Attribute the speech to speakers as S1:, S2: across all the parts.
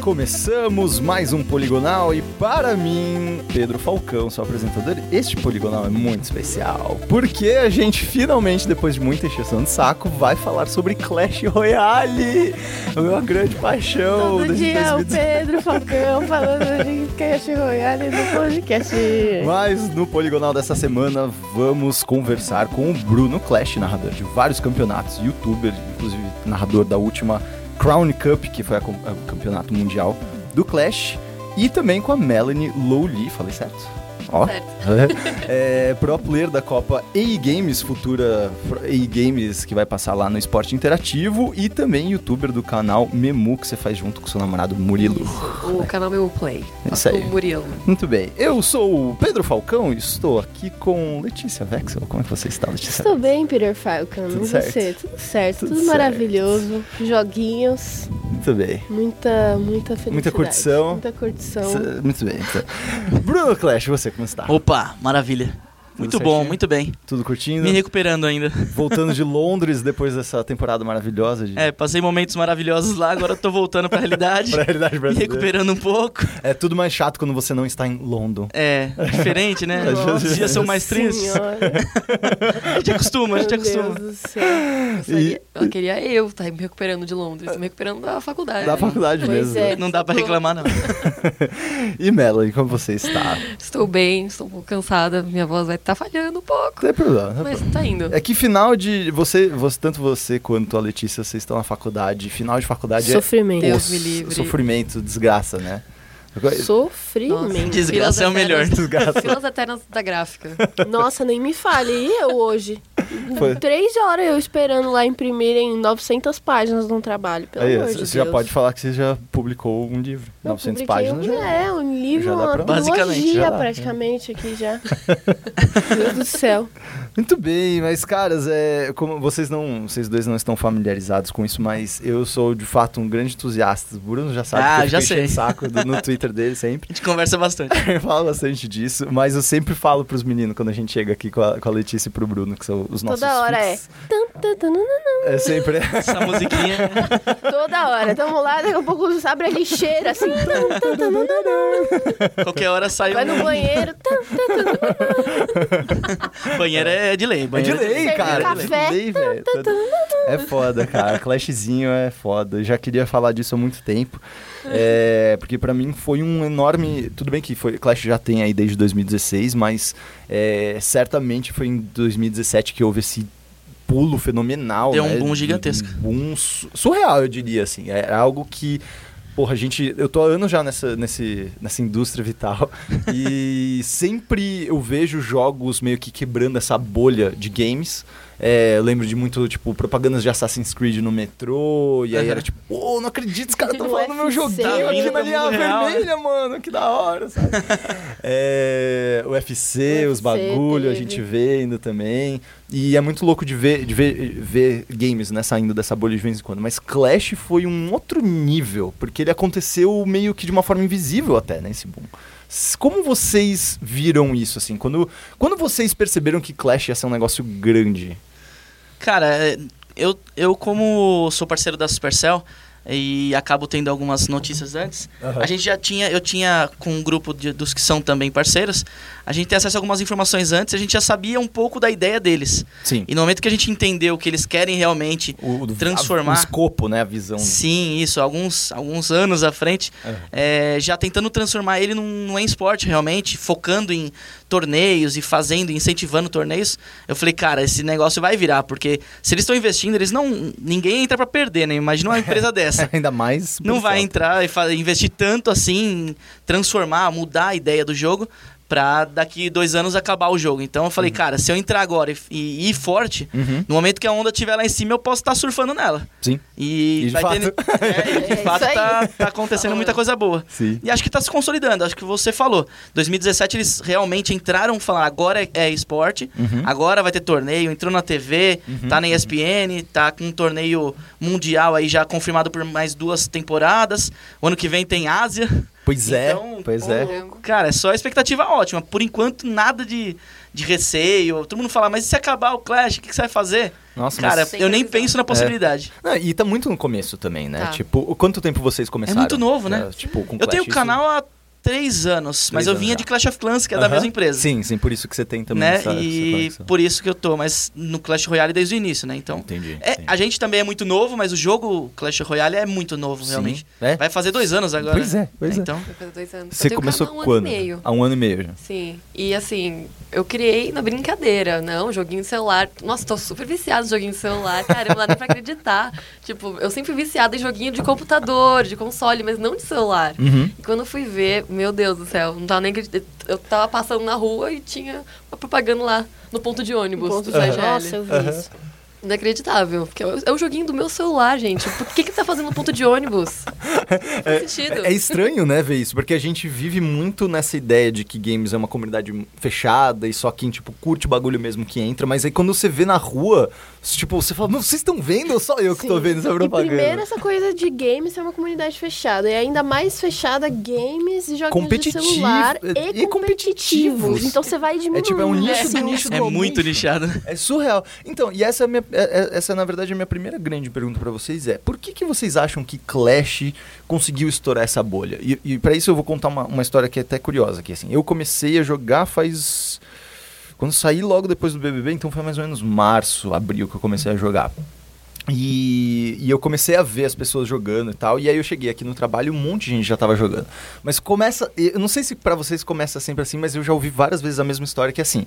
S1: Começamos mais um Poligonal e para mim, Pedro Falcão, seu apresentador, este Poligonal é muito especial. Porque a gente finalmente, depois de muita encheção de saco, vai falar sobre Clash Royale, a minha grande paixão.
S2: Todo
S1: desde
S2: dia é o
S1: 2019.
S2: Pedro Falcão falando de Cash Royale no podcast.
S1: Mas no Poligonal dessa semana vamos conversar com o Bruno Clash, narrador de vários campeonatos, youtuber, inclusive narrador da última Crown Cup, que foi a com- a- o campeonato mundial do Clash, e também com a Melanie Lowly, falei certo? Ó. É, pro player da Copa EA Games, futura pro- EA Games que vai passar lá no Esporte Interativo e também youtuber do canal Memu que você faz junto com seu namorado Murilo. É
S3: O canal Meu Play.
S1: Isso aí.
S3: O Murilo.
S1: Muito bem, eu sou o Pedro Falcão e estou aqui com Letícia Vexel. Como é que você está, Letícia?
S2: Estou bem, Peter Falcão.
S1: Tudo
S2: e
S1: certo.
S2: você? Tudo certo,
S1: Tudo
S2: tudo,
S1: certo.
S2: maravilhoso. Joguinhos,
S1: Muito bem.
S2: muita, muita felicidade.
S1: curtição.
S2: Muita curtição.
S1: Cê- Muito bem. então. Bruno Clash, você como está?
S4: Opa, maravilha. muito bom,
S1: certinho?
S4: muito bem.
S1: Tudo curtindo?
S4: Me recuperando ainda.
S1: Voltando de Londres depois dessa temporada maravilhosa de
S4: É, passei momentos maravilhosos lá, agora eu tô voltando pra realidade.
S1: pra realidade
S4: me
S1: brasileira.
S4: recuperando um pouco.
S1: É tudo mais chato quando você não está em London.
S4: É, diferente, né?
S1: Nossa
S4: Os dias são mais tristes.
S2: Senhora,
S4: A gente acostuma, a
S2: é. meu
S4: gente
S2: Deus
S4: acostuma.
S2: do céu.
S1: E-
S3: Ela queria eu tá me recuperando de Londres, me recuperando da faculdade.
S1: Da faculdade
S2: Pois
S1: mesmo.
S2: é.
S4: Não dá pra reclamar, não.
S1: E Melanie, como você está? Não
S3: Estou bem, estou um pouco cansada, minha voz vai estar falhando um pouco,
S1: tem problema. não tem
S3: mas
S1: problema.
S3: tá indo.
S1: É que final de. Você, você, tanto você quanto a Letícia, vocês estão na faculdade. Final de faculdade é
S2: Sofrimento.
S3: Deus
S1: osso,
S3: me livre.
S1: Sofrimento, desgraça, né?
S2: Sofrimento.
S4: Diz- Desgraça é o melhor.
S1: Desgraça.
S3: Filas eternas da gráfica.
S2: Nossa, nem me fale. E eu hoje?
S1: Foi.
S2: Três horas eu esperando lá imprimirem 900 páginas de um trabalho. Pelo
S1: Aí,
S2: amor
S1: você
S2: de
S1: já
S2: Deus.
S1: pode falar que você já publicou um livro. 900
S2: publiquei
S1: páginas.
S2: Um,
S1: já.
S2: É, um
S1: já
S2: livro,
S1: dá pra-
S2: uma
S4: Basicamente,
S1: já
S2: antologia
S1: dá.
S2: praticamente aqui já. Meu Deus do céu.
S1: Muito bem, mas caras, é, como vocês não, vocês dois não estão familiarizados com isso, mas eu sou de fato um grande entusiasta. O Bruno já sabe
S4: Ah,
S1: que eu
S4: já
S1: fico enchendo
S4: sei.
S1: o saco do- no Twitter dele sempre.
S4: A gente conversa bastante.
S1: Eu falo bastante disso, mas eu sempre falo pros meninos quando a gente chega aqui com a, com a Letícia e pro Bruno, que são os nossos
S2: Toda hora é.
S1: fixos.
S2: Tan, tan, tan, nan, nan.
S1: É sempre
S4: Essa musiquinha.
S2: Toda hora. Tamo lá, daqui a pouco abre a lixeira assim. tan, tan, tan, nan, nan, nan.
S4: Qualquer hora sai
S2: Vai
S4: um-
S2: no banheiro. Tan, tan, tan, nan, nan.
S4: Banheiro é de lei.
S1: É de
S4: Banheiro
S1: lei,
S2: Servir
S1: cara.
S2: café.
S1: É de lei, velho. É foda, cara. Clashzinho é foda. Eu já queria falar disso há muito tempo. É, porque pra mim foi um enorme. Tudo bem que foi... Clash já tem aí desde 2016, mas é, certamente foi em 2017 que houve esse pulo fenomenal.
S4: Deu um
S1: né?
S4: boom
S1: De-
S4: gigantesco.
S1: Um boom su- surreal, eu diria, assim. Era algo que. Porra, a gente. Eu tô há anos já nessa, nesse, nessa indústria vital. e sempre eu vejo jogos meio que quebrando essa bolha de games. É, eu lembro de muito, tipo, propagandas de Assassin's Creed no metrô. E aí
S4: Aham.
S1: era tipo, pô, não acredito, os caras estão
S2: No
S1: tá falando meu
S2: UFC,
S1: joguinho aqui
S4: né?
S1: na
S4: Tá
S1: linha
S4: vindo pro mundo
S1: vermelha, mano. Que da hora, sabe? é, o UFC, os
S2: UFC
S1: bagulho, a
S2: teve.
S1: gente vendo também. E é muito louco de ver, de ver, ver games, né, saindo dessa bolha de vez em quando. Mas Clash foi um outro nível, porque ele aconteceu meio que de uma forma invisível até, né, esse boom. S- Como vocês viram isso, assim? Quando, quando vocês perceberam que Clash ia ser um negócio grande?
S4: Cara, é, eu, eu como sou parceiro da Supercell e acabo tendo algumas notícias antes,
S1: Aham.
S4: a gente já tinha, eu tinha com um grupo de- dos que são também parceiros, a gente tem acesso a algumas informações antes, a gente já sabia um pouco da ideia deles.
S1: Sim.
S4: E no momento que a gente entendeu o que eles querem realmente,
S1: O, o-
S4: Transformar.
S1: a- o escopo, né, a visão.
S4: sim, isso, alguns, alguns anos à frente,
S1: Aham.
S4: é, já tentando transformar ele num, num esporte realmente, focando em torneios e fazendo, incentivando torneios. Eu falei, cara, esse negócio vai virar, porque se eles estão investindo, eles não. ninguém entra pra perder, né? Imagina uma empresa dessa.
S1: Ainda mais...
S4: Não vai
S1: entrar.
S4: entrar e fa- investir tanto assim, em transformar, mudar a ideia do jogo pra daqui dois anos acabar o jogo. Então eu falei, cara, se eu entrar agora e, e ir forte,
S1: Uhum.
S4: no momento que a onda estiver lá em cima, eu posso estar surfando nela.
S1: Sim. E
S4: E,
S1: de
S4: vai
S1: fato.
S4: ter- é, e de
S2: É isso
S4: fato
S2: aí.
S4: tá, tá acontecendo muita coisa boa.
S1: Sim.
S4: E acho que tá se consolidando, acho que você falou. 2017 eles realmente entraram falar agora é, é esporte,
S1: Uhum.
S4: agora vai ter torneio, entrou na TV, tá na ESPN, tá com um torneio mundial aí já confirmado por mais duas temporadas. O ano que vem tem Ásia.
S1: Pois é,
S4: Então,
S1: pois é.
S3: Caramba.
S4: Cara, é só expectativa ótima. Por enquanto, nada de, de receio. Todo mundo fala, mas e se acabar o Clash, o que, que você vai fazer?
S1: Nossa, mas-
S4: Cara,
S3: Sem
S4: eu nem
S3: previsão.
S4: penso na possibilidade.
S1: Não, e tá muito no começo também, né?
S3: Tá.
S1: Tipo, o quanto tempo vocês começaram?
S4: muito novo, né?
S1: É, tipo, com
S4: eu
S1: Clash,
S4: tenho o
S1: isso-
S4: canal há três anos, mas
S1: Três
S4: eu
S1: anos
S4: vinha
S1: já.
S4: de Clash of Clans, que é da
S1: Aham.
S4: mesma empresa.
S1: Sim, sim, por isso que você tem também
S4: né?
S1: essa, essa
S4: e
S1: conexão.
S4: por isso que eu tô, mas no Clash Royale desde o início, né? Então.
S1: Entendi.
S4: É,
S1: entendi.
S4: a gente também é muito novo, mas o jogo Clash Royale é muito novo,
S1: Sim,
S4: realmente.
S1: é.
S4: Vai fazer dois anos agora.
S1: Pois é, pois é.
S4: Então,
S3: Vai fazer dois anos.
S1: Você
S3: Eu tenho
S1: começou
S3: canal há um
S1: quando?
S3: Ano e meio.
S1: Há um ano e meio já.
S3: Sim. E assim, eu criei na brincadeira, não, joguinho de celular. Nossa, tô super viciada em joguinho de celular. Cara, não dá nem pra acreditar. Tipo, eu sempre viciada em joguinho de computador, de console, mas não de celular.
S1: Uhum.
S3: E quando eu fui ver, meu Deus do céu, não tava nem acreditando. Eu tava passando na rua e tinha uma propaganda lá no ponto de ônibus
S2: Ponto
S3: do
S2: de-
S3: CGL.
S2: Nossa, eu vi isso.
S3: Inacreditável, porque é o- é o joguinho do meu celular, gente. Por que que tá fazendo no ponto de ônibus? Não faz sentido.
S1: É estranho, né, ver isso, porque a gente vive muito nessa ideia de que games é uma comunidade fechada e só quem, tipo, curte o bagulho mesmo que entra, mas aí quando você vê na rua, tipo, você fala, não, vocês estão vendo ou só eu que tô
S2: Sim.
S1: vendo essa propaganda?
S2: E primeiro essa coisa de games é uma comunidade fechada. E ainda mais fechada, games e jogos de
S1: Competitivo-
S2: celular
S1: e-
S2: e,
S1: é, e competitivos.
S2: competitivos. Então você vai diminuindo.
S1: É tipo, é um nicho
S2: assim,
S1: do nicho
S4: é
S1: do
S4: muito nichado. né?
S1: É surreal. Então, e essa, é a minha- é- é- essa na verdade, é a minha primeira grande pergunta pra vocês é, por que, que vocês acham que Clash conseguiu estourar essa bolha? E, e para isso eu vou contar uma, uma história que é até curiosa, que assim, eu comecei a jogar faz... Quando saí logo depois do BBB, então foi mais ou menos março, abril que eu comecei a jogar. E, e eu comecei a ver as pessoas jogando e tal. E aí eu cheguei aqui no trabalho e um monte de gente já tava jogando. Mas começa. Eu não sei se pra vocês começa sempre assim, mas eu já ouvi várias vezes a mesma história que é assim.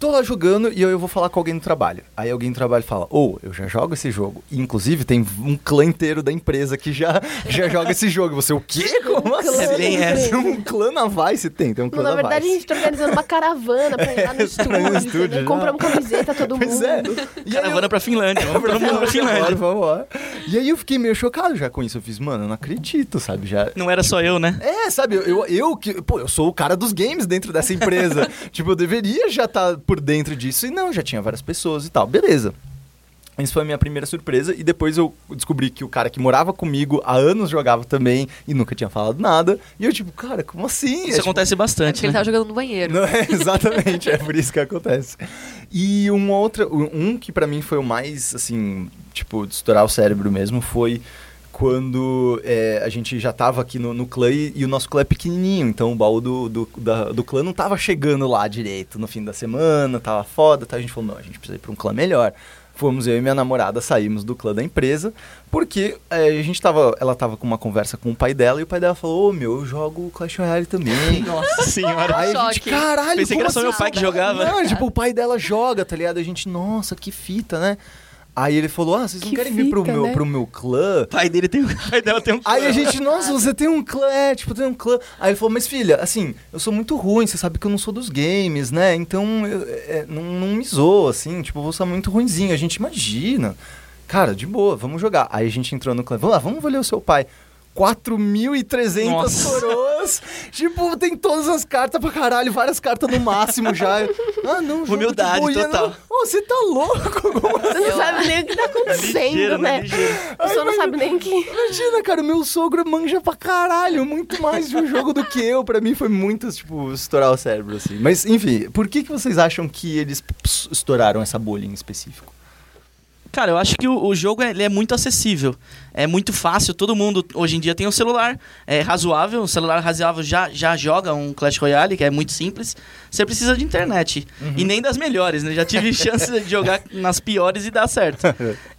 S1: Tô lá jogando e eu, eu vou falar com alguém no trabalho. Aí alguém no trabalho fala: Ô, eu já jogo esse jogo. E, inclusive, tem um clã inteiro da empresa que já, já joga esse jogo. Você, o quê? Como assim?
S2: clã
S4: É bem
S2: da
S4: essa.
S2: empresa.
S1: Um clã na Vice tem, tem um
S2: Não,
S1: clã
S2: na
S1: na,
S2: verdade, a
S1: Vice.
S2: gente tá organizando uma caravana pra ir lá no estúdio.
S1: no
S2: entendeu?
S1: estúdio, já.
S2: Compramos camiseta todo
S1: Pois
S2: mundo.
S1: é. E aí eu-
S4: Caravana pra Finlândia. Vamos todo mundo pra
S1: Vambora,
S4: Finlândia.
S1: vambora. E aí eu fiquei meio chocado já com isso. Eu fiz, mano, eu não acredito, sabe? Já.
S4: Não era só eu, né?
S1: É, sabe, eu, eu, eu que. Pô, eu sou o cara dos games dentro dessa empresa. tipo, eu deveria já estar por dentro disso. E não, já tinha várias pessoas e tal. Beleza. Isso foi a minha primeira surpresa. E depois eu descobri que o cara que morava comigo há anos jogava também e nunca tinha falado nada. E eu, tipo, cara, como assim? É,
S4: Isso
S1: tipo,
S4: acontece
S3: Acho que
S4: bastante,
S3: ele tá tava
S4: né?
S3: jogando no banheiro.
S1: não, é, exatamente, é por isso que acontece. E um outro, um que pra mim foi o mais, assim, tipo, de estourar o cérebro mesmo, foi quando é, a gente já tava aqui no, no clã e, e o nosso clã é pequenininho, então o baú do, do, da- do clã não tava chegando lá direito no fim da semana, tava foda, tá? a gente falou, não, a gente precisa ir pra um clã melhor. Fomos eu e minha namorada, saímos do clã da empresa, porque é, a gente tava, ela tava com uma conversa com o pai dela e o pai dela falou, ô meu, eu jogo Clash Royale também.
S4: Nossa senhora.
S1: Aí a gente,
S3: Choque.
S1: caralho,
S4: Pensei que
S1: como
S4: era só
S1: assim?
S4: meu pai que jogava.
S1: Não, tipo, o pai dela joga, tá ligado? A gente, nossa, que fita, né? Aí ele falou, ah, vocês não
S2: Que
S1: querem vir pro,
S2: fita,
S1: meu,
S2: né?
S1: pro meu clã?
S4: O pai dele tem um. O pai dela tem um.
S1: Aí a gente, nossa, você tem um clã, é, tipo, tem um clã. Aí ele falou, mas filha, assim, eu sou muito ruim, você sabe que eu não sou dos games, né? Então, eu- é, não, não me zoa, assim, tipo, eu vou ser muito ruinzinho. A gente imagina. Cara, de boa, vamos jogar. Aí a gente entrou no clã, vamos lá, vamos valer o seu pai. 4.300
S4: Nossa.
S1: coroas. tipo, tem todas as cartas pra caralho, várias cartas no máximo já. Ah, não, jogo
S4: Humildade
S1: de boinha,
S4: total.
S1: não. Ô, você tá louco? Como
S2: Você não sabe nem o que tá acontecendo,
S4: Ligeiro, né?
S2: né?
S4: Ligeiro.
S2: A pessoa não sabe nem que.
S1: Imagina, cara, o meu sogro manja pra caralho, muito mais de um jogo do que eu. Pra mim foi muito, tipo, estourar o cérebro, assim. Mas, enfim, por que, que vocês acham que eles p- s- estouraram essa bolha em específico?
S4: Cara, eu acho que o, o jogo é, ele é muito acessível. É muito fácil, todo mundo hoje em dia tem um celular é razoável, um celular razoável já, já joga um Clash Royale, que é muito simples. Você precisa de internet. E nem das melhores, né? Já tive chance de jogar nas piores e dar certo.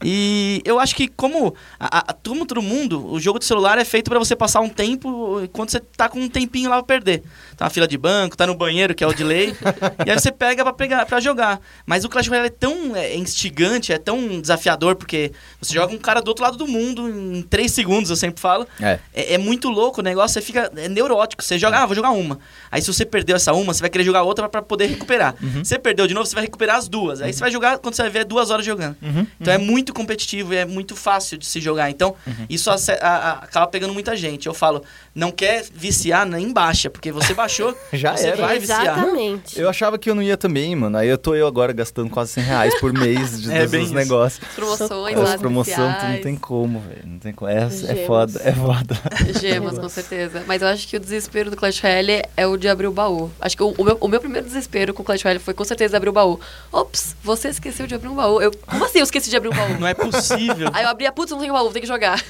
S4: E eu acho que como, a, a, como todo mundo, o jogo de celular é feito pra você passar um tempo enquanto você tá com um tempinho lá pra perder. Tá na fila de banco, tá no banheiro, que é o de lei. e aí você pega pra, pegar, pra jogar. Mas o Clash Royale é tão é, instigante, é tão desafiador, porque você joga um cara do outro lado do mundo em três segundos, eu sempre falo.
S1: É.
S4: É, é muito louco o negócio, você fica é neurótico. Você joga, ah, vou jogar uma. Aí se você perdeu essa uma, você vai querer jogar outra pra
S1: Uhum. Uhum,
S4: poder recuperar. Você perdeu de novo, você vai recuperar as duas. Aí você vai jogar, quando você vai ver, é duas horas jogando. Então é muito muito competitivo e é muito fácil de se jogar. Então,
S1: Uhum.
S4: isso ace- a- a- acaba pegando muita gente. Eu falo, não quer viciar nem baixa, porque você baixou,
S1: Já
S4: você
S2: É
S1: era.
S4: vai viciar.
S2: Exatamente.
S1: Eu achava que eu não ia também, mano. Aí eu tô eu agora gastando quase 100 reais por mês de
S4: É,
S1: todos
S4: bem
S1: os
S4: isso.
S1: negócios.
S3: Promoções lá.
S1: As promoção tu não
S3: especiais.
S1: tem como, velho. Não tem como. É, é
S2: Gemos.
S1: foda, é foda.
S3: Gemas, com certeza. Mas eu acho que o desespero do Clash Royale é o de abrir o baú. Acho que o, o meu, o meu primeiro desespero com o Clash Royale foi com certeza abrir o baú. Ops, você esqueceu de abrir um baú. Eu, como assim eu esqueci de abrir um baú?
S4: Não é possível.
S3: Aí eu abri, putz, não tem baú, vou ter que jogar.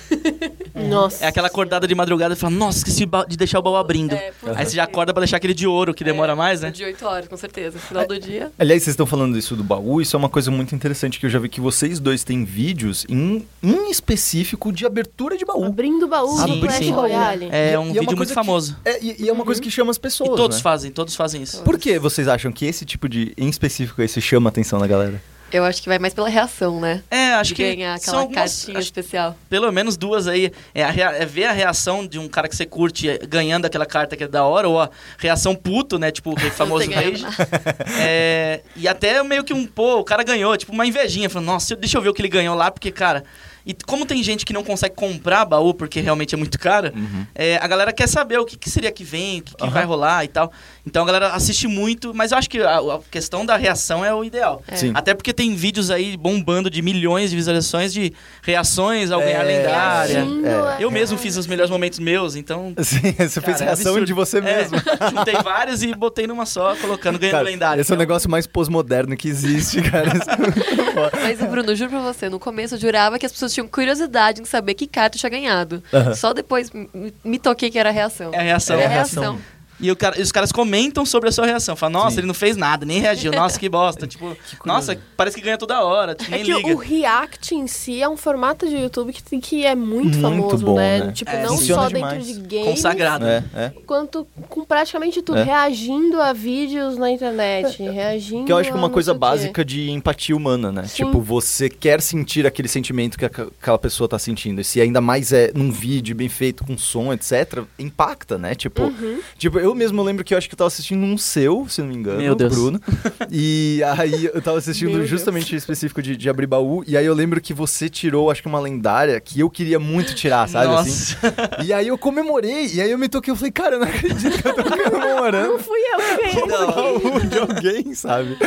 S2: Nossa.
S4: É aquela acordada de madrugada e fala, nossa, esqueci ba- de deixar o baú abrindo.
S3: É, putz,
S4: Aí você já acorda pra deixar aquele de ouro que demora
S3: É,
S4: mais, né?
S3: De 8 horas, com certeza. No final do dia.
S1: Aliás, vocês estão falando isso do baú, isso é uma coisa muito interessante que eu já vi que vocês dois têm vídeos em, em específico de abertura de baú.
S2: Abrindo o baú
S4: Sim,
S2: Um do Clash
S4: sim.
S2: Royale.
S1: E-
S4: É
S1: e
S4: um
S1: uma
S4: vídeo
S1: coisa
S4: muito
S1: que-
S4: famoso.
S1: É, e, e é uma coisa que chama as
S4: E
S1: pessoas.
S4: todos
S1: né?
S4: fazem, todos fazem isso.
S1: Por que vocês acham que esse tipo de, em específico, esse chama a atenção da galera?
S3: Eu acho que vai mais pela reação, né?
S4: É, acho
S3: de
S4: que
S3: ganhar aquela
S4: são algumas-
S3: caixinha
S4: acho-
S3: especial.
S4: pelo menos duas aí. É, a rea- é ver a reação de um cara que você curte é, ganhando aquela carta que é da hora, ou a reação puto, né? Tipo, o famoso
S3: tem ganhado
S4: rage. É, e até meio que um, pô, o cara ganhou, tipo, uma invejinha. Falando, nossa, deixa eu ver o que ele ganhou lá, porque, cara. E como tem gente que não consegue comprar baú porque realmente é muito caro, é, a galera quer saber o que, que seria que vem, o que, que vai rolar e tal. Então a galera assiste muito, mas eu acho que a, a questão da reação é o ideal.
S1: É. Sim.
S4: Até porque tem vídeos aí bombando de milhões de visualizações de reações ao
S1: É,
S4: ganhar lendária.
S1: sim.
S2: Abrindo
S1: é.
S2: a-
S4: Eu mesmo fiz os melhores momentos meus, então.
S1: Assim, você fez
S4: Cara, é
S1: reação
S4: absurdo.
S1: de você
S4: É,
S1: mesmo.
S4: juntei vários e botei numa só, colocando ganhando
S1: Cara,
S4: lendário.
S1: esse é o
S4: Então,
S1: negócio mais pós-moderno que existe, cara. Isso é muito foda.
S3: Mas, Bruno, juro pra você, no começo eu jurava que as pessoas tinham curiosidade em saber que carta eu tinha ganhado.
S1: Aham.
S3: Só depois m- m- me toquei que era a reação.
S4: É a reação.
S3: Era
S1: É
S3: a
S1: a reação.
S3: reação.
S4: E, o cara- e os caras comentam sobre a sua reação. Falam, nossa,
S1: Sim.
S4: ele não fez nada, nem reagiu. Nossa, que bosta. Tipo, nossa, parece que ganha toda hora. Tipo, nem
S2: É que
S4: liga.
S2: o React em si é um formato de YouTube que, tem- que é muito,
S1: Muito
S2: famoso,
S1: bom,
S2: né?
S1: né?
S2: Tipo,
S4: É,
S2: não
S1: funciona
S2: só
S1: demais.
S2: dentro de games,
S4: Consagrado.
S1: É, é.
S2: quanto com praticamente tudo,
S1: É.
S2: reagindo a vídeos na internet, reagindo
S1: Que eu acho que é
S2: a
S1: uma
S2: não
S1: coisa
S2: sei o quê.
S1: básica de empatia humana, né?
S2: Sim.
S1: Tipo, você quer sentir aquele sentimento que aca- aquela pessoa tá sentindo. E se ainda mais é num vídeo bem feito, com som, etc., impacta, né? Tipo,
S2: Uhum.
S1: tipo eu mesmo lembro que eu acho que eu tava assistindo um seu, se não me engano,
S4: Meu Deus.
S1: Bruno. E aí eu tava assistindo
S2: Meu Deus.
S1: justamente específico de, de abrir baú. E aí eu lembro que você tirou, acho que uma lendária que eu queria muito tirar, sabe?
S4: nossa.
S1: Assim. E aí eu comemorei, e aí eu me toquei, eu falei, cara, eu não acredito que eu tô comemorando
S2: Não fui eu que ganhei. um
S1: baú de alguém, sabe?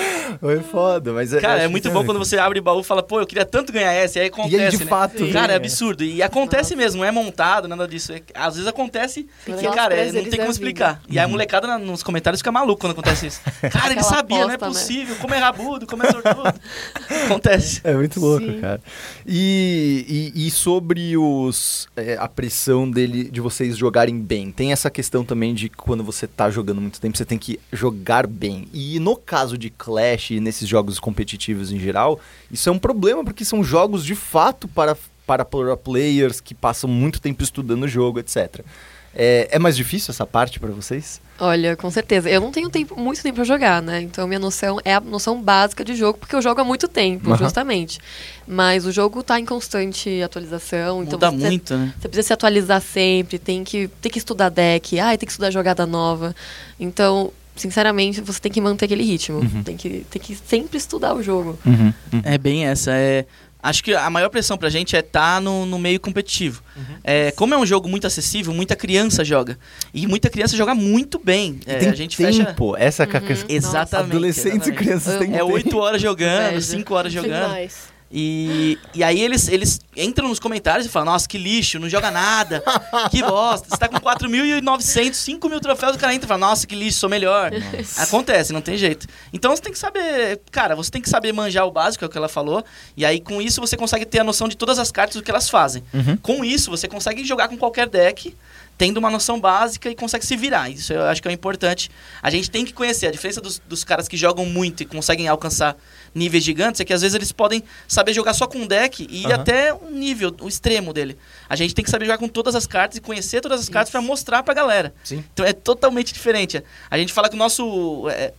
S1: Foi foda, mas...
S4: Cara, é muito bom quando você abre o baú e fala, pô, eu queria tanto ganhar essa, e aí acontece,
S1: E aí, de
S4: né?
S1: fato,
S4: Cara,
S1: né?
S4: é absurdo. E acontece mesmo, não é montado, nada disso. É- Às vezes acontece
S3: Legal.
S4: que, cara, é- não
S2: Prazeres
S4: tem como
S2: da
S4: explicar. E aí a molecada na- nos comentários fica maluco quando acontece isso. Cara, ele
S3: Aquela
S4: sabia, não é
S3: aposta, né?
S4: possível, como é rabudo, como é tortudo. acontece.
S1: É muito louco,
S2: Sim.
S1: cara. E, e, e sobre os é, a pressão dele de vocês jogarem bem. Tem essa questão também de que quando você tá jogando muito tempo, você tem que jogar bem. E no caso de Clash e nesses jogos competitivos em geral, isso é um problema porque são jogos de fato para para pro players que passam muito tempo estudando o jogo, etc. É, é mais difícil essa parte pra vocês?
S3: Olha, com certeza. Eu não tenho tempo, muito tempo pra jogar, né? Então minha noção é a noção básica de jogo, porque eu jogo há muito tempo,
S1: Aham.
S3: justamente. Mas o jogo tá em constante atualização, então
S4: Muda
S3: você,
S4: muito, né?
S3: você precisa se atualizar sempre, tem que, tem que estudar deck, ai, tem que estudar jogada nova. Então, sinceramente, você tem que manter aquele ritmo.
S1: Uhum.
S3: Tem, que, tem que sempre estudar o jogo.
S4: É bem essa. É... Acho que a maior pressão pra gente é estar no, no meio competitivo. É, como é um jogo muito acessível, muita criança joga. E muita criança joga muito bem. É,
S1: tem
S4: a gente fecha.
S1: tempo. Essa é a questão.
S4: Exatamente.
S1: Adolescentes e
S4: exatamente.
S1: crianças têm
S4: É
S1: tempo.
S4: 8 horas jogando,
S3: Inveja.
S4: 5 horas jogando.
S2: Demais.
S4: E, e aí eles, eles entram nos comentários e falam: Nossa, que lixo, não joga nada, que bosta. Você tá com 4.900, 5 mil troféus, o cara entra e fala: Nossa, que lixo, sou melhor. Acontece, não tem jeito. Então você tem que saber, cara, você tem que saber manjar o básico, é o que ela falou. E aí com isso você consegue ter a noção de todas as cartas, do que elas fazem. Com isso você consegue jogar com qualquer deck. Tendo uma noção básica e consegue se virar. Isso eu acho que é o importante. A gente tem que conhecer. A diferença dos, dos caras que jogam muito e conseguem alcançar níveis gigantes é que às vezes eles podem saber jogar só com um deck e ir
S1: Aham.
S4: até um nível, o extremo dele. A gente tem que saber jogar com todas as cartas e conhecer todas as cartas pra mostrar pra galera.
S1: Sim.
S4: Então é totalmente diferente. A gente fala que o nosso é,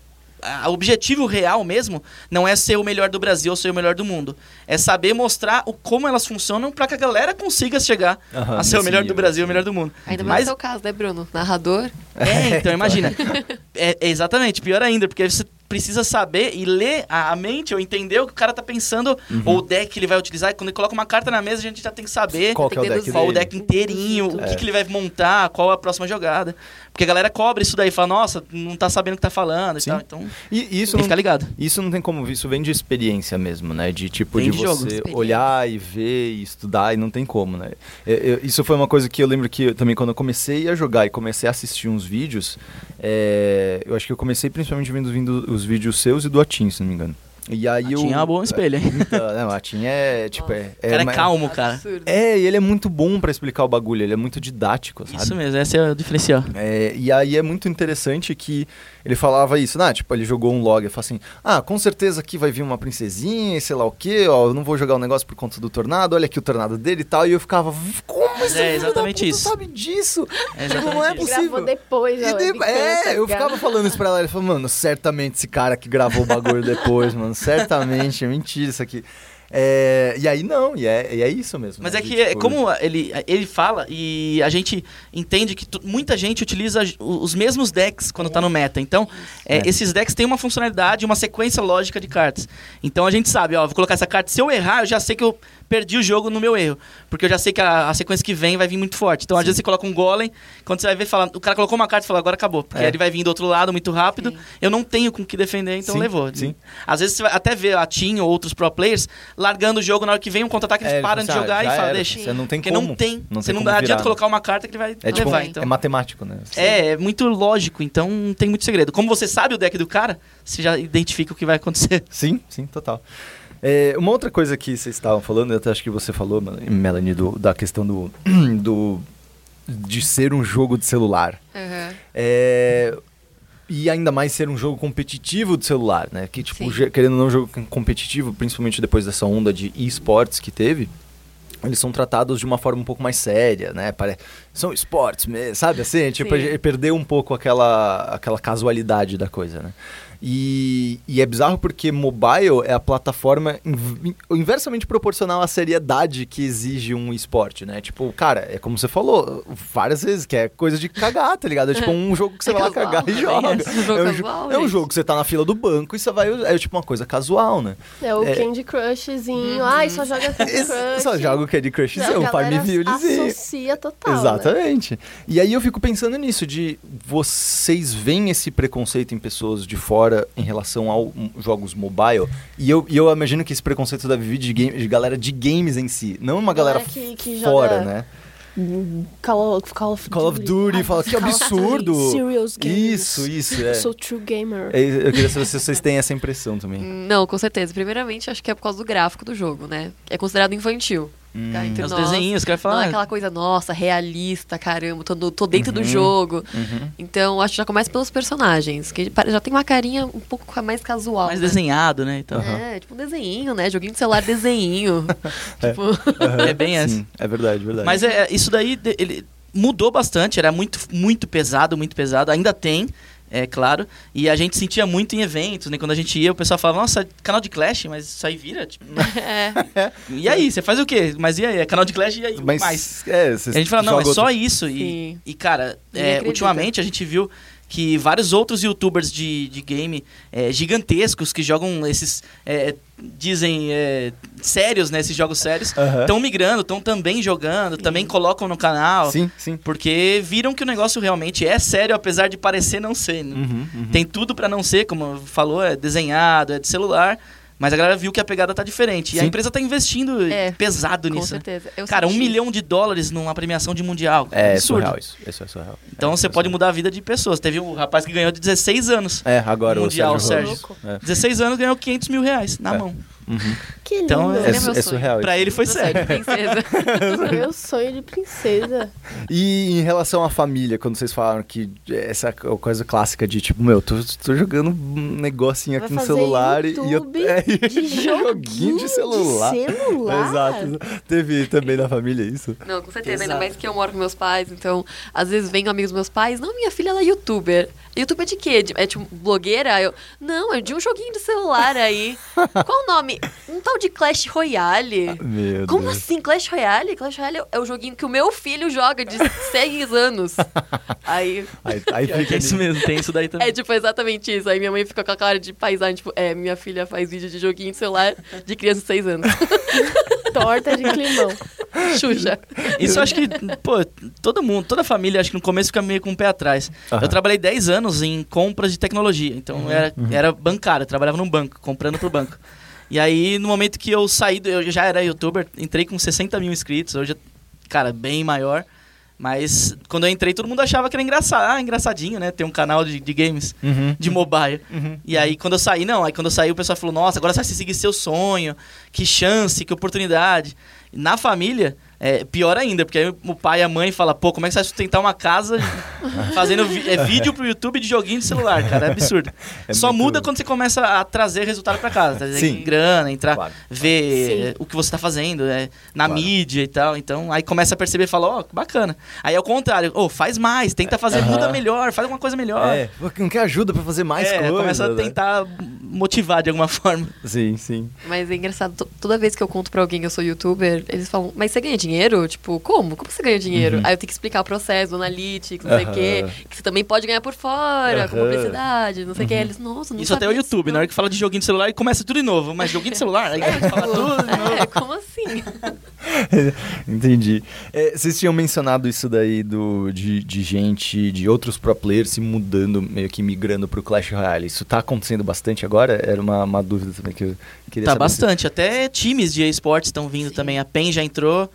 S4: a- o objetivo real mesmo não é ser o melhor do Brasil ou ser o melhor do mundo. É saber mostrar o, como elas funcionam pra que a galera consiga chegar
S1: Aham,
S4: a ser o
S1: nesse
S4: melhor
S1: nível,
S4: do Brasil,
S1: assim.
S4: o melhor do mundo.
S3: Ainda mais
S4: Mas
S3: no seu caso, né, Bruno? Narrador.
S4: é, então imagina. É, é exatamente, pior ainda, porque você precisa saber e ler a, a mente ou entender o que o cara tá pensando, ou o deck que ele vai utilizar. E quando ele coloca uma carta na mesa, a gente já tem que saber
S1: Qual que é o
S3: tem que
S1: deck
S3: deduzir.
S4: qual o
S1: dele?
S4: deck inteirinho, o que,
S1: É.
S4: que ele vai montar, qual a próxima jogada. Porque a galera cobre isso daí, fala, nossa, não tá sabendo o que tá falando
S1: Sim.
S4: e tal. Então,
S1: E isso
S4: tem que
S1: não,
S4: ficar ligado.
S1: isso não tem como, isso vem de experiência mesmo, né? De tipo,
S4: Vem
S1: de,
S4: de jogo.
S1: você
S3: Experiência.
S1: olhar e ver e estudar e não tem como, né? Eu- eu- isso foi uma coisa que eu lembro que eu também quando eu comecei a jogar e comecei a assistir uns vídeos, é, eu acho que eu comecei principalmente vendo, vindo os vídeos seus e do Atin, se não me engano. E aí eu...
S4: Tinha um bom espelho, hein?
S1: Então, não, o Atin é, tipo, é...
S4: o cara é
S1: mais-
S4: calmo, cara.
S3: Absurdo.
S1: É, e ele é muito bom pra explicar o bagulho, ele é muito didático, sabe?
S4: Isso mesmo, esse é o diferencial.
S1: É, e aí é muito interessante que ele falava isso, né? Tipo, ele jogou um log e falou assim: Ah, com certeza aqui vai vir uma princesinha e sei lá o quê, ó, eu não vou jogar o negócio por conta do tornado, olha aqui o tornado dele e tal. E eu ficava, "V- como esse
S4: É,
S1: filho
S4: exatamente
S1: da puta
S4: isso.
S1: sabe disso?
S4: É
S1: Tipo,
S4: exatamente
S1: não é
S4: isso.
S1: possível.
S2: Gravou depois,
S1: E
S2: ó,
S1: de-
S2: webcam, tá
S1: é, eu
S2: ligado?
S1: ficava falando isso pra ela, ele falou, mano, certamente esse cara que gravou o bagulho depois, mano, certamente, é mentira isso aqui. É, e aí não, e é, e é isso mesmo.
S4: Mas
S1: né?
S4: é
S1: De,
S4: que é
S1: tipo,
S4: como ele, ele fala e a gente entende que tu- muita gente utiliza j- o- os mesmos decks quando tá no meta. Então, é,
S1: É.
S4: esses decks têm uma funcionalidade, uma sequência lógica de cartas. Então a gente sabe, ó, vou colocar essa carta. Se eu errar, eu já sei que eu perdi o jogo no meu erro. Porque eu já sei que a, a sequência que vem vai vir muito forte. Então, às vezes você coloca um golem, quando você vai ver, fala, o cara colocou uma carta e fala, agora acabou. Porque
S1: É.
S4: ele vai vir do outro lado muito rápido.
S3: Sim.
S4: Eu não tenho com o que defender, então
S1: Sim,
S4: levou.
S1: sim.
S4: Às vezes você vai até ver a Team ou outros pro players largando o jogo na hora que vem um contra-ataque, eles
S1: É, ele
S4: param de
S1: fala assim, "Ah,
S4: jogar e
S1: já
S4: falam,
S1: era,
S4: deixa.
S1: Você não tem
S4: Porque
S1: como.
S4: não tem.
S1: Não
S4: você
S1: tem
S4: não
S1: como
S4: dá,
S1: virar,
S4: adianta
S1: né?
S4: colocar uma carta que ele vai
S1: É tipo,
S4: levar,
S1: um-
S4: então.
S1: é matemático, né?
S4: É, é muito lógico, então não tem muito segredo. Como você sabe o deck do cara, você já identifica o que vai acontecer.
S1: Sim, sim, total. É, uma outra coisa que vocês estavam falando, eu até acho que você falou, Mel- Melanie, do- da questão do, do de ser um jogo de celular.
S3: Aham.
S1: É, e ainda mais ser um jogo competitivo de celular, né? Que, tipo,
S3: Sim.
S1: ge- querendo ou não, jogo competitivo, principalmente depois dessa onda de esportes que teve, eles são tratados de uma forma um pouco mais séria, né? Pare... São esportes, mesmo, sabe? Assim, tipo,
S3: Sim.
S1: é perder um pouco aquela, aquela casualidade da coisa, né? E, e é bizarro porque mobile é a plataforma inv- inversamente proporcional à seriedade que exige um esporte, né? Tipo, cara, é como você falou várias vezes, que é coisa de cagar, tá ligado? É tipo um jogo que você
S3: É
S1: vai lá
S3: casual,
S1: cagar e
S3: é bem
S1: joga.
S3: esse, um jogo
S1: é, um
S3: casual,
S1: jo- é um
S3: gente.
S1: jogo que você tá na fila do banco e você vai. É tipo uma coisa casual, né?
S2: É o
S1: É.
S2: Candy Crushzinho. Ai, só joga Candy Crush.
S1: Só joga o Candy
S2: Não,
S1: Crushzão,
S2: a galera
S1: Farmvillezinho. É
S2: Associa total. Né?
S1: Exatamente. E aí eu fico pensando nisso, de vocês veem esse preconceito em pessoas de fora em relação aos jogos mobile, e eu, e eu imagino que esse preconceito deve vir de, game- de galera de games em si, não uma galera,
S2: Galera é que- que
S1: fora,
S2: joga
S1: né?
S2: Call, of- Call of Duty.
S1: Call of Duty,
S2: Ah,
S1: fala, que
S2: Call of Duty,
S1: absurdo.
S2: Serious games.
S1: Isso, isso,
S2: Eu
S1: é.
S2: sou true gamer.
S1: É, Eu queria saber se vocês têm essa impressão também.
S3: Uhum. Não, com certeza. Primeiramente, acho que é por causa do gráfico do jogo, né? É considerado infantil.
S2: Hum,
S1: Hum,
S3: Tá,
S2: então
S3: entre
S4: Os
S3: nós.
S4: desenhinhos, que vai
S3: Não é
S4: falar. "Ah,
S3: aquela coisa, nossa, realista, caramba, tô, no- tô dentro
S1: Uhum.
S3: do jogo. Então, acho que já começa pelos personagens, que pare- já tem uma carinha um pouco mais casual.
S4: é mais
S3: né?
S4: desenhado, né? Então,
S3: É, tipo um desenhinho, né? Joguinho de celular, desenhinho. tipo,
S4: é bem assim.
S1: Sim, é verdade, verdade.
S4: Mas é, isso daí de- ele mudou bastante, era muito, muito pesado, muito pesado, ainda tem, é claro. E a gente sentia muito em eventos, né? Quando a gente ia, o pessoal falava, nossa, canal de Clash, mas isso aí vira? Tipo,
S3: é.
S4: e aí, você faz o quê? Mas e aí? É canal de Clash e aí?
S1: Mas,
S4: mais?
S1: é, vocês
S4: A gente fala, não, é
S1: jogam
S4: só
S1: outro-
S4: isso. E,
S3: Sim.
S4: e cara,
S3: Ninguém
S4: é,
S3: acredita.
S4: ultimamente a gente viu que vários outros youtubers de, de game é, gigantescos que jogam esses. é, dizem é, sérios, né? Esses jogos sérios.
S1: Aham.
S4: Estão migrando, estão também jogando, também colocam no canal.
S1: Sim, sim.
S4: Porque viram que o negócio realmente é sério, apesar de parecer não ser. né?
S1: Uhum, uhum.
S4: Tem tudo pra não ser, como falou, é desenhado, é de celular. Mas a galera viu que a pegada tá diferente. E a
S1: Sim.
S4: empresa tá investindo
S3: É,
S4: pesado
S3: Com
S4: nisso. né?
S3: certeza. Eu
S4: Cara, um
S3: senti
S4: milhão de dólares numa premiação de mundial.
S1: É,
S4: absurdo.
S1: surreal isso. Isso é surreal.
S4: Então
S1: É,
S4: você
S1: é
S4: pode
S1: surreal.
S4: mudar a vida de pessoas. Teve um rapaz que ganhou de 16 anos.
S1: É, agora
S4: Mundial,
S1: o Sérgio.
S4: Sérgio.
S1: Ramos. É.
S4: 16 anos ganhou 500 mil reais na
S1: É.
S4: mão.
S2: Que lindo. né?
S4: Então,
S1: É,
S3: Esse
S1: su-
S3: meu
S1: é
S3: sonho.
S1: surreal.
S4: Pra ele foi
S3: meu sonho de
S4: sério.
S3: princesa.
S2: Meu sonho de princesa.
S1: E em relação à família, quando vocês falaram que essa co- coisa clássica de tipo, meu, tô, tô jogando um negocinho
S2: Vai
S1: aqui no
S2: fazer
S1: celular e-
S2: YouTube
S1: e eu. É,
S2: de joguinho de
S1: celular.
S2: celular?
S1: Exato. Teve também na família isso.
S3: Não, com certeza.
S4: Exato.
S3: Ainda mais que eu moro com meus pais, então às vezes vem amigos dos meus pais. Não, minha filha ela é youtuber. YouTube é de quê? De- é tipo blogueira? Eu, não, é de um joguinho de celular aí. Qual o nome? Um tal de Clash
S4: Ah,
S3: Royale.
S1: Meu
S3: Como
S1: Deus.
S3: assim? Clash Royale? Clash Royale é o joguinho que o meu filho joga de 6 anos. Aí.
S1: Aí, aí
S4: Pior que
S1: fica
S4: É isso
S1: ali.
S4: mesmo, tem isso daí também.
S3: É tipo exatamente isso. Aí minha mãe ficou com a cara de paisagem, tipo, é, minha filha faz vídeo de joguinho de celular de criança de 6 anos.
S2: Torta de climão.
S3: Xuxa.
S4: Isso eu acho que, pô, todo mundo, toda família, acho que no começo fica meio com o pé atrás.
S1: Aham.
S4: Eu trabalhei 10 anos em compras de tecnologia, então eu era, era bancário, eu trabalhava num banco, comprando pro banco. E aí, no momento que eu saí, do, eu já era youtuber, entrei com 60 mil inscritos, hoje, cara, bem maior. Mas quando eu entrei, todo mundo achava que era engraçado, ah, engraçadinho, né? Ter um canal de, de games,
S1: Uhum.
S4: de mobile.
S1: Uhum.
S4: E aí, quando eu saí, não. Aí, quando eu saí, o pessoal falou: Nossa, agora você vai seguir seu sonho. Que chance, que oportunidade. E na família, é pior ainda, porque aí o pai e a mãe falam: Pô, como é que você vai sustentar uma casa fazendo vi- é, vídeo pro YouTube de joguinho de celular, cara? É absurdo.
S1: É
S4: Só
S1: muito-
S4: muda quando você começa a trazer resultado pra casa, trazer
S1: Sim.
S4: grana, entrar,
S1: Claro.
S4: ver
S2: Sim.
S4: o que você tá fazendo é, na
S1: Claro.
S4: mídia e tal. Então, aí começa a perceber e fala: Ó, que bacana. Aí é o contrário: Ô, faz mais, tenta fazer,
S1: Aham.
S4: muda melhor, faz alguma coisa melhor.
S1: É, pô, não quer ajuda pra fazer mais
S4: É,
S1: coisa.
S4: começa a
S1: né?
S4: tentar motivar de alguma forma.
S1: Sim, sim.
S3: Mas é engraçado, to- toda vez que eu conto pra alguém que eu sou youtuber, eles falam, mas você ganha dinheiro? Tipo, como? Como você ganha dinheiro? Aí eu tenho que explicar o processo, o analytics, não sei o
S1: Aham.
S3: quê. Que você também pode ganhar por fora, com
S1: Aham.
S3: publicidade, não sei Uhum. o né? quê. Eles, nossa, não
S4: Isso até o
S3: sabia
S4: YouTube,
S3: disso,
S4: na hora que fala de joguinho de celular, ele começa tudo de novo. Mas joguinho de celular, aí fala tudo.
S3: não." É, como assim?
S1: Entendi. É, vocês tinham mencionado isso daí do, de, de gente, de outros pro players se mudando, meio que migrando pro Clash Royale. Isso tá acontecendo bastante agora? Era uma, uma dúvida também que eu queria
S4: Tá
S1: saber. se-
S4: bastante. Até times de esportes estão vindo também. A PEN já entrou.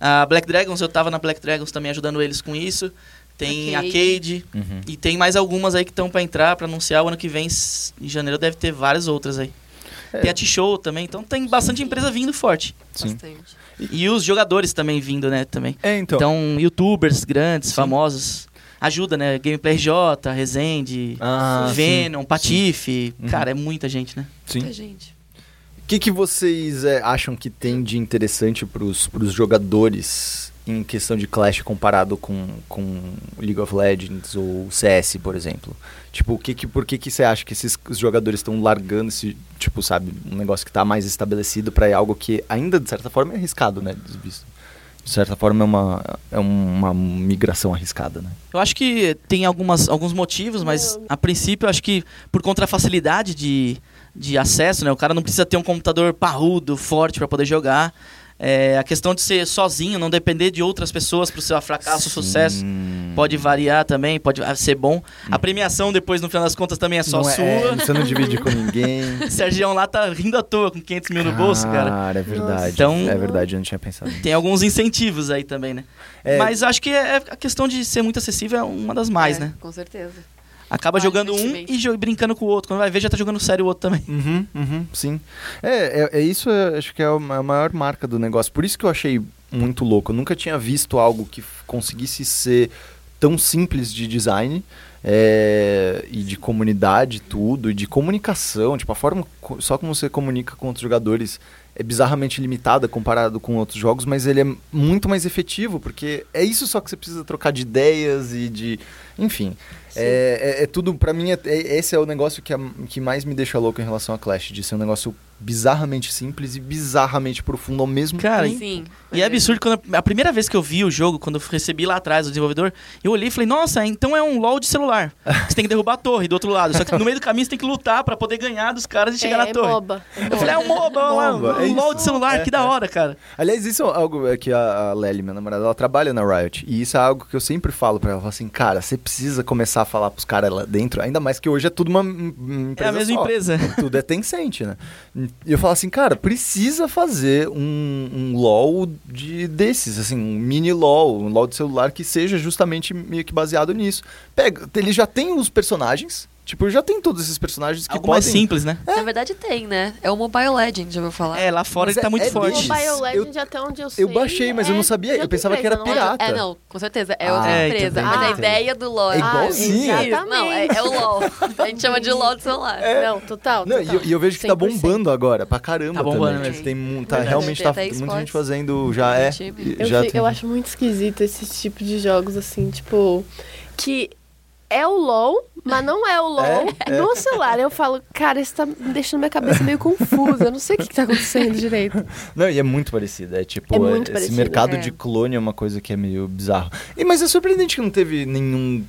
S4: A Black Dragons, eu tava na Black Dragons também ajudando eles com isso. Tem
S3: Arcade.
S4: Arcade.
S1: Uhum.
S4: E tem mais algumas aí que estão pra entrar, pra anunciar. O ano que vem, s- em janeiro, deve ter várias outras aí.
S1: É.
S4: Tem a T-Show também. Então tem bastante empresa vindo forte.
S1: Sim.
S3: Bastante.
S4: E os jogadores também vindo, né? Também.
S1: É, então.
S4: Então, youtubers grandes, famosos, ajuda, né? Gameplay RJ, Resende,
S1: Ah, sim.
S4: Venom, Patife.
S1: Uhum.
S4: Cara, é muita gente, né?
S1: Sim.
S3: Muita gente.
S1: O que, que vocês é, acham que tem de interessante pros, pros jogadores em questão de Clash comparado com, com League of Legends ou CS, por exemplo? Tipo, o que que, por que, que você acha que esses os jogadores estão largando esse, tipo, sabe, um negócio que tá mais estabelecido pra algo que ainda, de certa forma, é arriscado, né? desvisto? De certa forma, é uma, é uma migração arriscada, né?
S4: Eu acho que tem algumas, alguns motivos, mas a princípio eu acho que por contra a facilidade de, de acesso, né? O cara não precisa ter um computador parrudo, forte para poder jogar. É, a questão de ser sozinho, não depender de outras pessoas para o seu fracasso, sucesso.
S1: Sim.
S4: Pode variar também, pode ah, ser bom. A premiação depois, no final das contas, também é só
S1: Uhum. Não é-
S4: sua.
S1: é, você não divide com ninguém.
S4: Sergião lá tá rindo à toa com 500 mil no bolso, cara.
S1: é verdade.
S4: Então-
S1: É verdade, eu não tinha pensado.
S4: Tem alguns incentivos aí também, né?
S1: É.
S4: Mas acho que é, é a questão de ser muito acessível é uma das mais,
S3: É,
S4: né?
S3: Com certeza.
S4: Acaba
S3: Vale
S4: jogando
S3: o
S4: um
S3: investimento.
S4: e jo- brincando com o outro. Quando vai ver, já tá jogando sério o outro também.
S1: Uhum, uhum, sim. É, é, é isso, é, acho que é a ma- a maior marca do negócio. Por isso que eu achei muito louco. Eu nunca tinha visto algo que f- conseguisse ser tão simples de design é, e de comunidade, tudo, e de comunicação. Tipo, a forma co- só como você comunica com outros jogadores é bizarramente limitada comparado com outros jogos, mas ele é muito mais efetivo, porque é isso só que você precisa trocar de ideias e de. Enfim. É, é- é tudo, pra mim, é- é- esse é o negócio que, é- que mais me deixa louco em relação a Clash, de ser um negócio bizarramente simples e bizarramente profundo ao mesmo
S4: Cara,
S1: tempo.
S3: Sim.
S4: E é absurdo quando a a primeira vez que eu vi o jogo, quando eu recebi lá atrás o desenvolvedor, eu olhei e falei: "Nossa, então é um LoL de celular. Você tem que derrubar a torre do outro lado, só que no meio do caminho você tem que lutar pra poder ganhar dos caras e chegar
S2: é
S4: na torre".
S2: boba. É
S4: Eu falei: "É um MOBA, é um-
S1: MOBA, é
S4: um LoL
S1: isso.
S4: de celular, que da hora, cara".
S1: Aliás, isso é algo é que a, a Lely, minha namorada, ela trabalha na Riot. E isso é algo que eu sempre falo pra ela. Eu falo assim, cara, você precisa começar a falar pros caras lá dentro, ainda mais que hoje é tudo uma, hum, hum,
S4: É
S1: empresa
S4: a mesma
S1: só.
S4: empresa.
S1: Tudo é Tencent, né? E eu falo assim, cara, precisa fazer um, um LOL de, desses, assim, um mini LOL, um LOL de celular que seja justamente meio que baseado nisso. Pega, ele já tem os personagens, tipo, já tem todos esses personagens que
S4: Algo mais
S1: podem...
S4: simples, né?
S3: Na verdade tem, né? É o Mobile Legends, já ouviu falar?
S4: É, lá fora
S1: Mas
S4: ele tá
S1: é-
S4: muito
S1: é
S2: O
S4: forte.
S1: deles.
S2: Mobile
S1: Eu-
S2: Legend até onde eu sei. é
S1: eu baixei, mas eu não sabia,
S2: de
S1: eu
S2: outra
S1: pensava que era
S2: empresa, não
S1: pirata.
S3: É, não, com certeza. É
S1: Ah,
S3: outra
S4: é,
S3: empresa.
S1: entendi,
S3: Mas a
S1: entendi.
S3: ideia do LOL
S1: É igualzinho.
S3: Ah, Não, é, é o LOL. A gente chama de LOL do celular.
S2: É. Não, total.
S1: Não, e, eu-
S2: total.
S1: e eu vejo que tá
S2: 100%.
S1: bombando agora, pra caramba
S4: Tá bombando
S1: também.
S4: mesmo.
S1: Tipo, tem, mu- tá,
S3: Verdade.
S1: realmente tá
S3: Tem até
S1: muita gente
S3: esportes.
S1: fazendo, já é.
S3: Time.
S2: Eu,
S1: já
S2: fi-
S1: tem-
S2: eu acho muito esquisito esse tipo de jogos, assim, tipo. Que é o LOL, mas não é o LOL
S1: É, é.
S2: no celular. Eu falo, cara, isso tá me deixando minha cabeça meio confusa. Eu não sei o que, que tá acontecendo direito.
S1: Não, e é muito parecido. É tipo,
S2: É
S1: é-
S2: muito
S1: esse
S2: parecido,
S1: mercado
S3: é.
S1: de clone é uma coisa que é meio bizarro. E, mas é surpreendente que não teve nenhum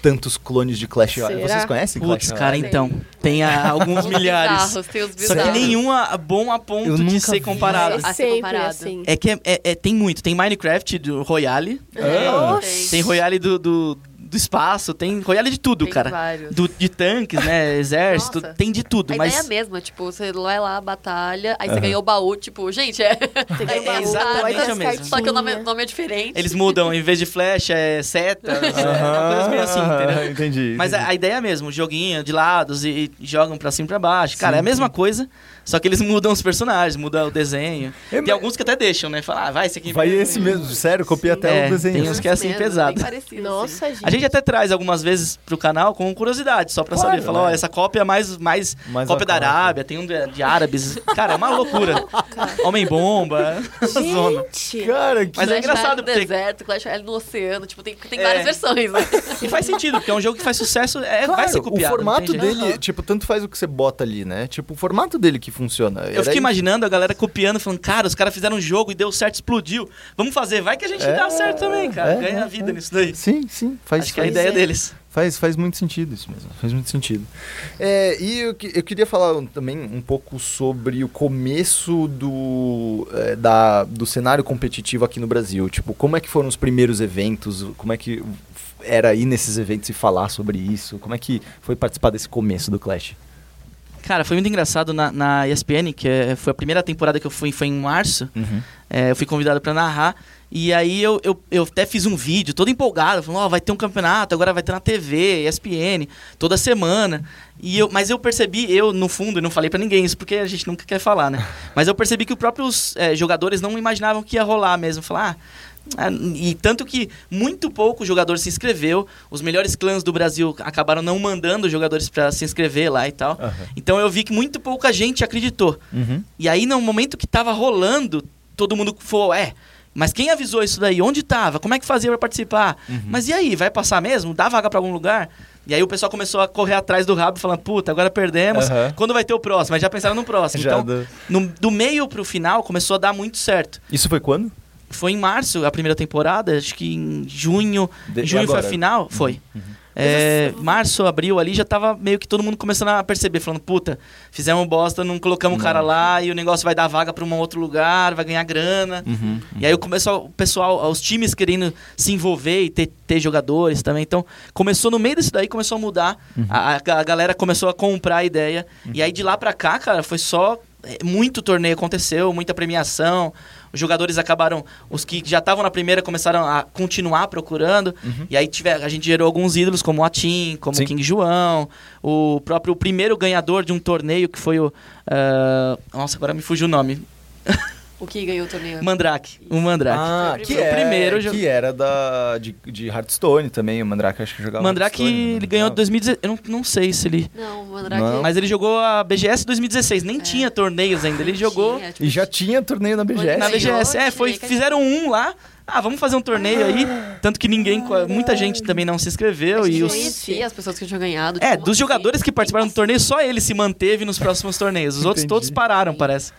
S1: tantos clones de Clash Royale.
S2: Será?
S1: Vocês conhecem
S4: Putz,
S1: Clash
S3: é
S4: cara,
S1: Royale?
S4: então. Tem ah, alguns milhares.
S3: Bizarros, tem os
S4: Só que
S3: bizarros.
S4: nenhum a- bom a ponto
S1: Eu
S4: de
S1: nunca
S4: ser
S1: vi.
S4: comparado.
S3: Ah,
S2: É
S3: ser
S2: sempre
S3: comparado.
S2: assim.
S4: É que é- é- é- tem muito. Tem Minecraft do Royale.
S3: É,
S1: Ah,
S2: Oxi.
S4: Tem Royale do, do, do espaço. Tem Royale de tudo,
S3: Tem
S4: cara.
S3: vários.
S4: Do- de tanques, né? Exército.
S3: Nossa.
S4: Tem de tudo.
S3: A
S4: mas
S3: ideia é a mesma, tipo, você vai lá, batalha, aí você
S1: Aham.
S3: ganhou o baú, tipo, gente, é.
S2: Tem
S4: É,
S2: que tomar cuidado
S4: exatamente a
S2: com as
S4: mesma.
S3: Só que o nome,
S2: cartinhas.
S3: nome é diferente.
S4: eles mudam. Em vez de flecha, é seta. é
S1: Aham,
S4: coisas meio assim, entendeu?
S1: aham, Entendi.
S4: Mas a, a ideia é mesmo, joguinho de lados e, e jogam pra cima e pra baixo. Cara, é a mesma coisa, só que eles mudam os personagens, mudam o desenho.
S1: É,
S4: Tem
S1: mas-
S4: alguns que até deixam, né? Falar, ah, vai esse aqui.
S1: Vai esse mesmo, sério, copia até
S4: É,
S1: o desenho.
S4: tem uns que é assim,
S3: Mesmo,
S4: pesado.
S3: bem parecido, assim.
S2: Nossa, gente.
S4: A gente até traz algumas vezes pro canal com curiosidade, só pra
S1: Claro,
S4: saber. Falar, ó,
S1: né?
S4: essa cópia é mais, mais,
S1: Mais
S4: cópia
S1: uma
S4: da
S1: cópia.
S4: Arábia, tem um de, de árabes. Cara, é uma loucura. Homem-bomba, tá zona.
S2: Gente,
S1: Cara, que...
S3: Clash
S4: Mas é
S3: Royale
S4: engraçado
S3: no
S4: porque-
S3: deserto, Clash Royale no oceano, tipo, tem, tem
S4: É.
S3: várias versões, né?
S4: E faz sentido, porque é um jogo que faz sucesso, é, vai ser
S1: Claro,
S4: copiado.
S1: o formato
S4: não tem jeito.
S1: dele, tipo, tanto faz o que você bota ali, né? Tipo, o formato dele que funciona.
S4: Eu
S1: Era
S4: fiquei
S1: isso.
S4: imaginando a galera copiando, falando, cara, os caras fizeram um jogo e deu certo, explodiu. Vamos fazer, vai que a gente
S1: É,
S4: dá certo também, cara.
S1: é,
S4: Ganha
S1: é,
S4: a vida nisso daí.
S1: Sim, sim, faz,
S4: Acho que é a
S1: faz-
S4: ideia
S2: é.
S4: deles.
S1: Faz, faz muito sentido isso mesmo, faz muito sentido. É, e eu, que- eu queria falar um- também um pouco sobre o começo do, é, da, do cenário competitivo aqui no Brasil. Tipo, como é que foram os primeiros eventos, como é que era ir nesses eventos e falar sobre isso, como é que foi participar desse começo do Clash?
S4: Cara, foi muito engraçado na, na ESPN, que é- foi a primeira temporada que eu fui, foi em março.
S1: Uhum.
S4: É, eu fui convidado pra narrar. E aí eu, eu, eu até fiz um vídeo todo empolgado, falando, ó, vai ter um campeonato, agora vai ter na TV, ESPN, toda semana. E eu, mas eu percebi, eu no fundo, eu não falei pra ninguém isso, porque a gente nunca quer falar, né? Mas eu percebi que os próprios eh, jogadores não imaginavam que ia rolar mesmo. Falar, ah, ah, e tanto que muito pouco jogador se inscreveu, os melhores clãs do Brasil acabaram não mandando jogadores pra se inscrever lá e tal.
S1: Aham.
S4: Então eu vi que muito pouca gente acreditou.
S1: Uhum.
S4: E aí, no momento que tava rolando, todo mundo falou, é, mas quem avisou isso daí? Onde tava? Como é que fazia pra participar?
S1: Uhum.
S4: Mas e aí, vai passar mesmo? Dá vaga pra algum lugar? E aí o pessoal começou a correr atrás do rabo, falando, puta, agora perdemos.
S1: Aham.
S4: Quando vai ter o próximo? Mas já pensaram no próximo.
S1: Já
S4: então,
S1: deu.
S4: no- do meio pro final, começou a dar muito certo.
S1: Isso foi quando?
S4: Foi em março a primeira temporada, acho que em junho.
S1: De-
S4: em
S1: e
S4: junho foi a
S1: agora? Uhum.
S4: final? Foi. É, março, abril ali já tava meio que todo mundo começando a perceber, falando, puta, fizemos bosta, não colocamos o cara lá e o negócio vai dar vaga pra um outro lugar, vai ganhar
S1: Uhum.
S4: grana. E aí começou o pessoal, os times querendo se envolver e ter, ter jogadores também. Então, começou no meio disso daí, começou a mudar.
S1: Uhum.
S4: A, a- a galera começou a comprar a ideia. E aí de lá pra cá, cara, foi só. é, Muito torneio aconteceu, muita premiação. Os jogadores acabaram, os que já estavam na primeira começaram a continuar procurando. E aí tiver, a gente gerou alguns ídolos, como o Atim, como
S1: Uhum. Sim.
S4: o King João, o próprio primeiro ganhador de um torneio que foi o. ah, nossa, agora me fugiu o nome.
S3: O que ganhou o torneio?
S4: Mandrake. O Mandrake.
S1: Ah,
S3: Foi o
S1: que,
S4: primeiro.
S1: é,
S4: tipo, Primeiro jo-
S1: que era da, de, de Hearthstone também, o Mandrake acho que jogava
S4: Mandrake,
S1: Hearthstone, não
S4: ele ganhou
S1: jogava?
S4: 2016. Eu não, não sei se ele.
S3: Não, o Mandrake.
S1: né? Não.
S4: Mas ele jogou a BGS 2016. Nem tinha torneios ainda. Ele
S3: É. Tinha,
S4: jogou
S3: tipo,
S1: E já tinha torneio na BGS.
S4: na
S3: ganhou,
S4: BGS. É,
S3: tinha, Ah.
S4: foi,
S3: que-
S4: fizeram um lá. Ah, vamos fazer um torneio aí. Tanto que ninguém. Muita gente também não se inscreveu.
S3: Eu
S4: E
S3: e
S4: os.
S3: as pessoas que tinham ganhado.
S4: É,
S3: tipo,
S4: dos
S3: assim,
S4: jogadores que participaram do torneio, só ele se manteve nos próximos torneios. Os outros
S1: Entendi. Hum.
S4: todos pararam, parece.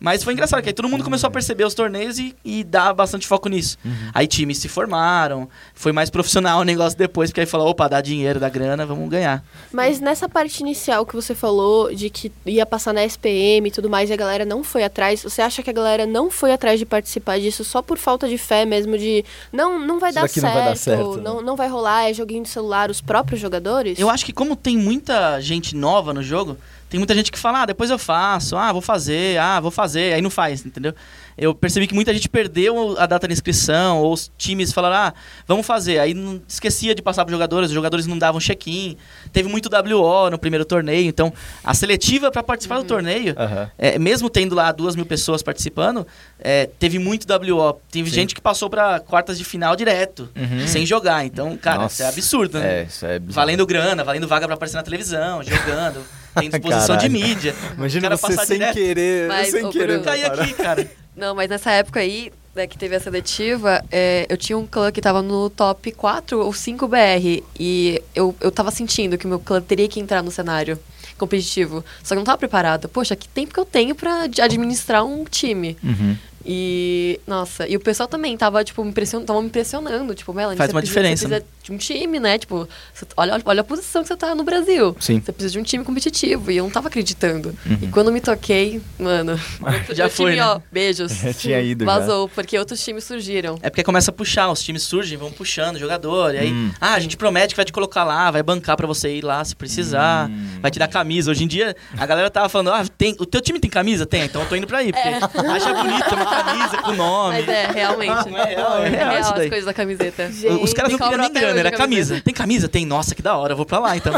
S4: Mas foi engraçado, que aí todo mundo começou a perceber os torneios e, e dar bastante foco nisso.
S1: Uhum.
S4: Aí times se formaram, foi mais profissional o negócio depois, porque aí falou, opa, dá dinheiro, dá grana, vamos ganhar.
S2: Mas nessa parte inicial que você falou de que ia passar na SPM e tudo mais e a galera não foi atrás, você acha que a galera não foi atrás de participar disso só por falta de fé mesmo de não não vai,
S1: Isso
S2: dar
S1: daqui
S2: certo,
S1: não vai dar certo, né?
S2: não não vai rolar, é joguinho de celular os próprios jogadores?
S4: Eu acho que como tem muita gente nova no jogo, tem muita gente que fala, ah, depois eu faço, ah, vou fazer, ah, vou fazer, aí não faz, entendeu? Eu percebi que muita gente perdeu a data de inscrição, ou os times falaram, ah, vamos fazer, aí não- esquecia de passar para jogadores, os jogadores não davam check-in, teve muito WO no primeiro torneio, então a seletiva para participar do torneio
S1: Aham.
S4: é, mesmo tendo lá duas mil pessoas participando, é, teve muito WO. Teve
S1: Sim.
S4: gente que passou pra quartas de final direto,
S1: Uhum.
S4: sem jogar. Então, cara,
S1: Nossa.
S4: isso é absurdo, né?
S1: É, isso é bizarro.
S4: Valendo grana, valendo vaga pra aparecer na televisão, jogando, tem disposição de
S1: Caralho.
S4: mídia.
S1: Imagina
S4: o cara
S1: você
S4: passar
S1: sem
S4: direto.
S1: querer,
S3: Mas,
S1: sem
S3: ô,
S1: querer.
S4: Eu caí
S1: parar.
S4: aqui, cara.
S3: Não, mas nessa época aí, né, que teve a seletiva, é, eu tinha um clã que tava no top 4 ou 5 BR. E eu, eu tava sentindo que o meu clã teria que entrar no cenário competitivo. Só que eu não tava preparada. Poxa, que tempo que eu tenho pra ad- administrar um time?
S1: Uhum.
S3: E, nossa, e o pessoal também tava, tipo, me impressionando, tava me impressionando. Tipo, Melanie,
S4: Faz
S3: você
S4: uma
S3: precisa-
S4: diferença,
S3: você precisa de um time, né? Tipo, você- olha, olha a posição que você tá no Brasil.
S1: Sim.
S3: Você precisa de um time competitivo. E eu não tava acreditando. E quando me toquei, mano, meu-
S4: Uhum. Já
S3: meu
S4: foi,
S3: time,
S4: né?
S3: ó, beijos.
S1: Já tinha ido, já.
S3: Vazou, porque outros times surgiram.
S4: É porque começa a puxar, os times surgem, vão puxando jogador. E aí, ah, a gente promete que vai te colocar lá, vai bancar pra você ir lá se precisar, vai te dar camisa. Hoje em dia, a galera tava falando, ah, tem, o teu time tem camisa? Tem, então eu tô indo pra aí. Porque acha bonita uma camisa com nome.
S3: Mas é, realmente.
S4: Não é real, é real isso
S3: as
S4: daí.
S3: coisas da camiseta.
S2: Gente,
S4: Os caras não
S3: me
S4: queriam
S3: cobram
S4: nem
S3: até
S4: grana,
S3: hoje
S4: era
S3: a camiseta.
S4: camisa. Tem camisa? Tem. Nossa, que da hora, eu vou pra lá então.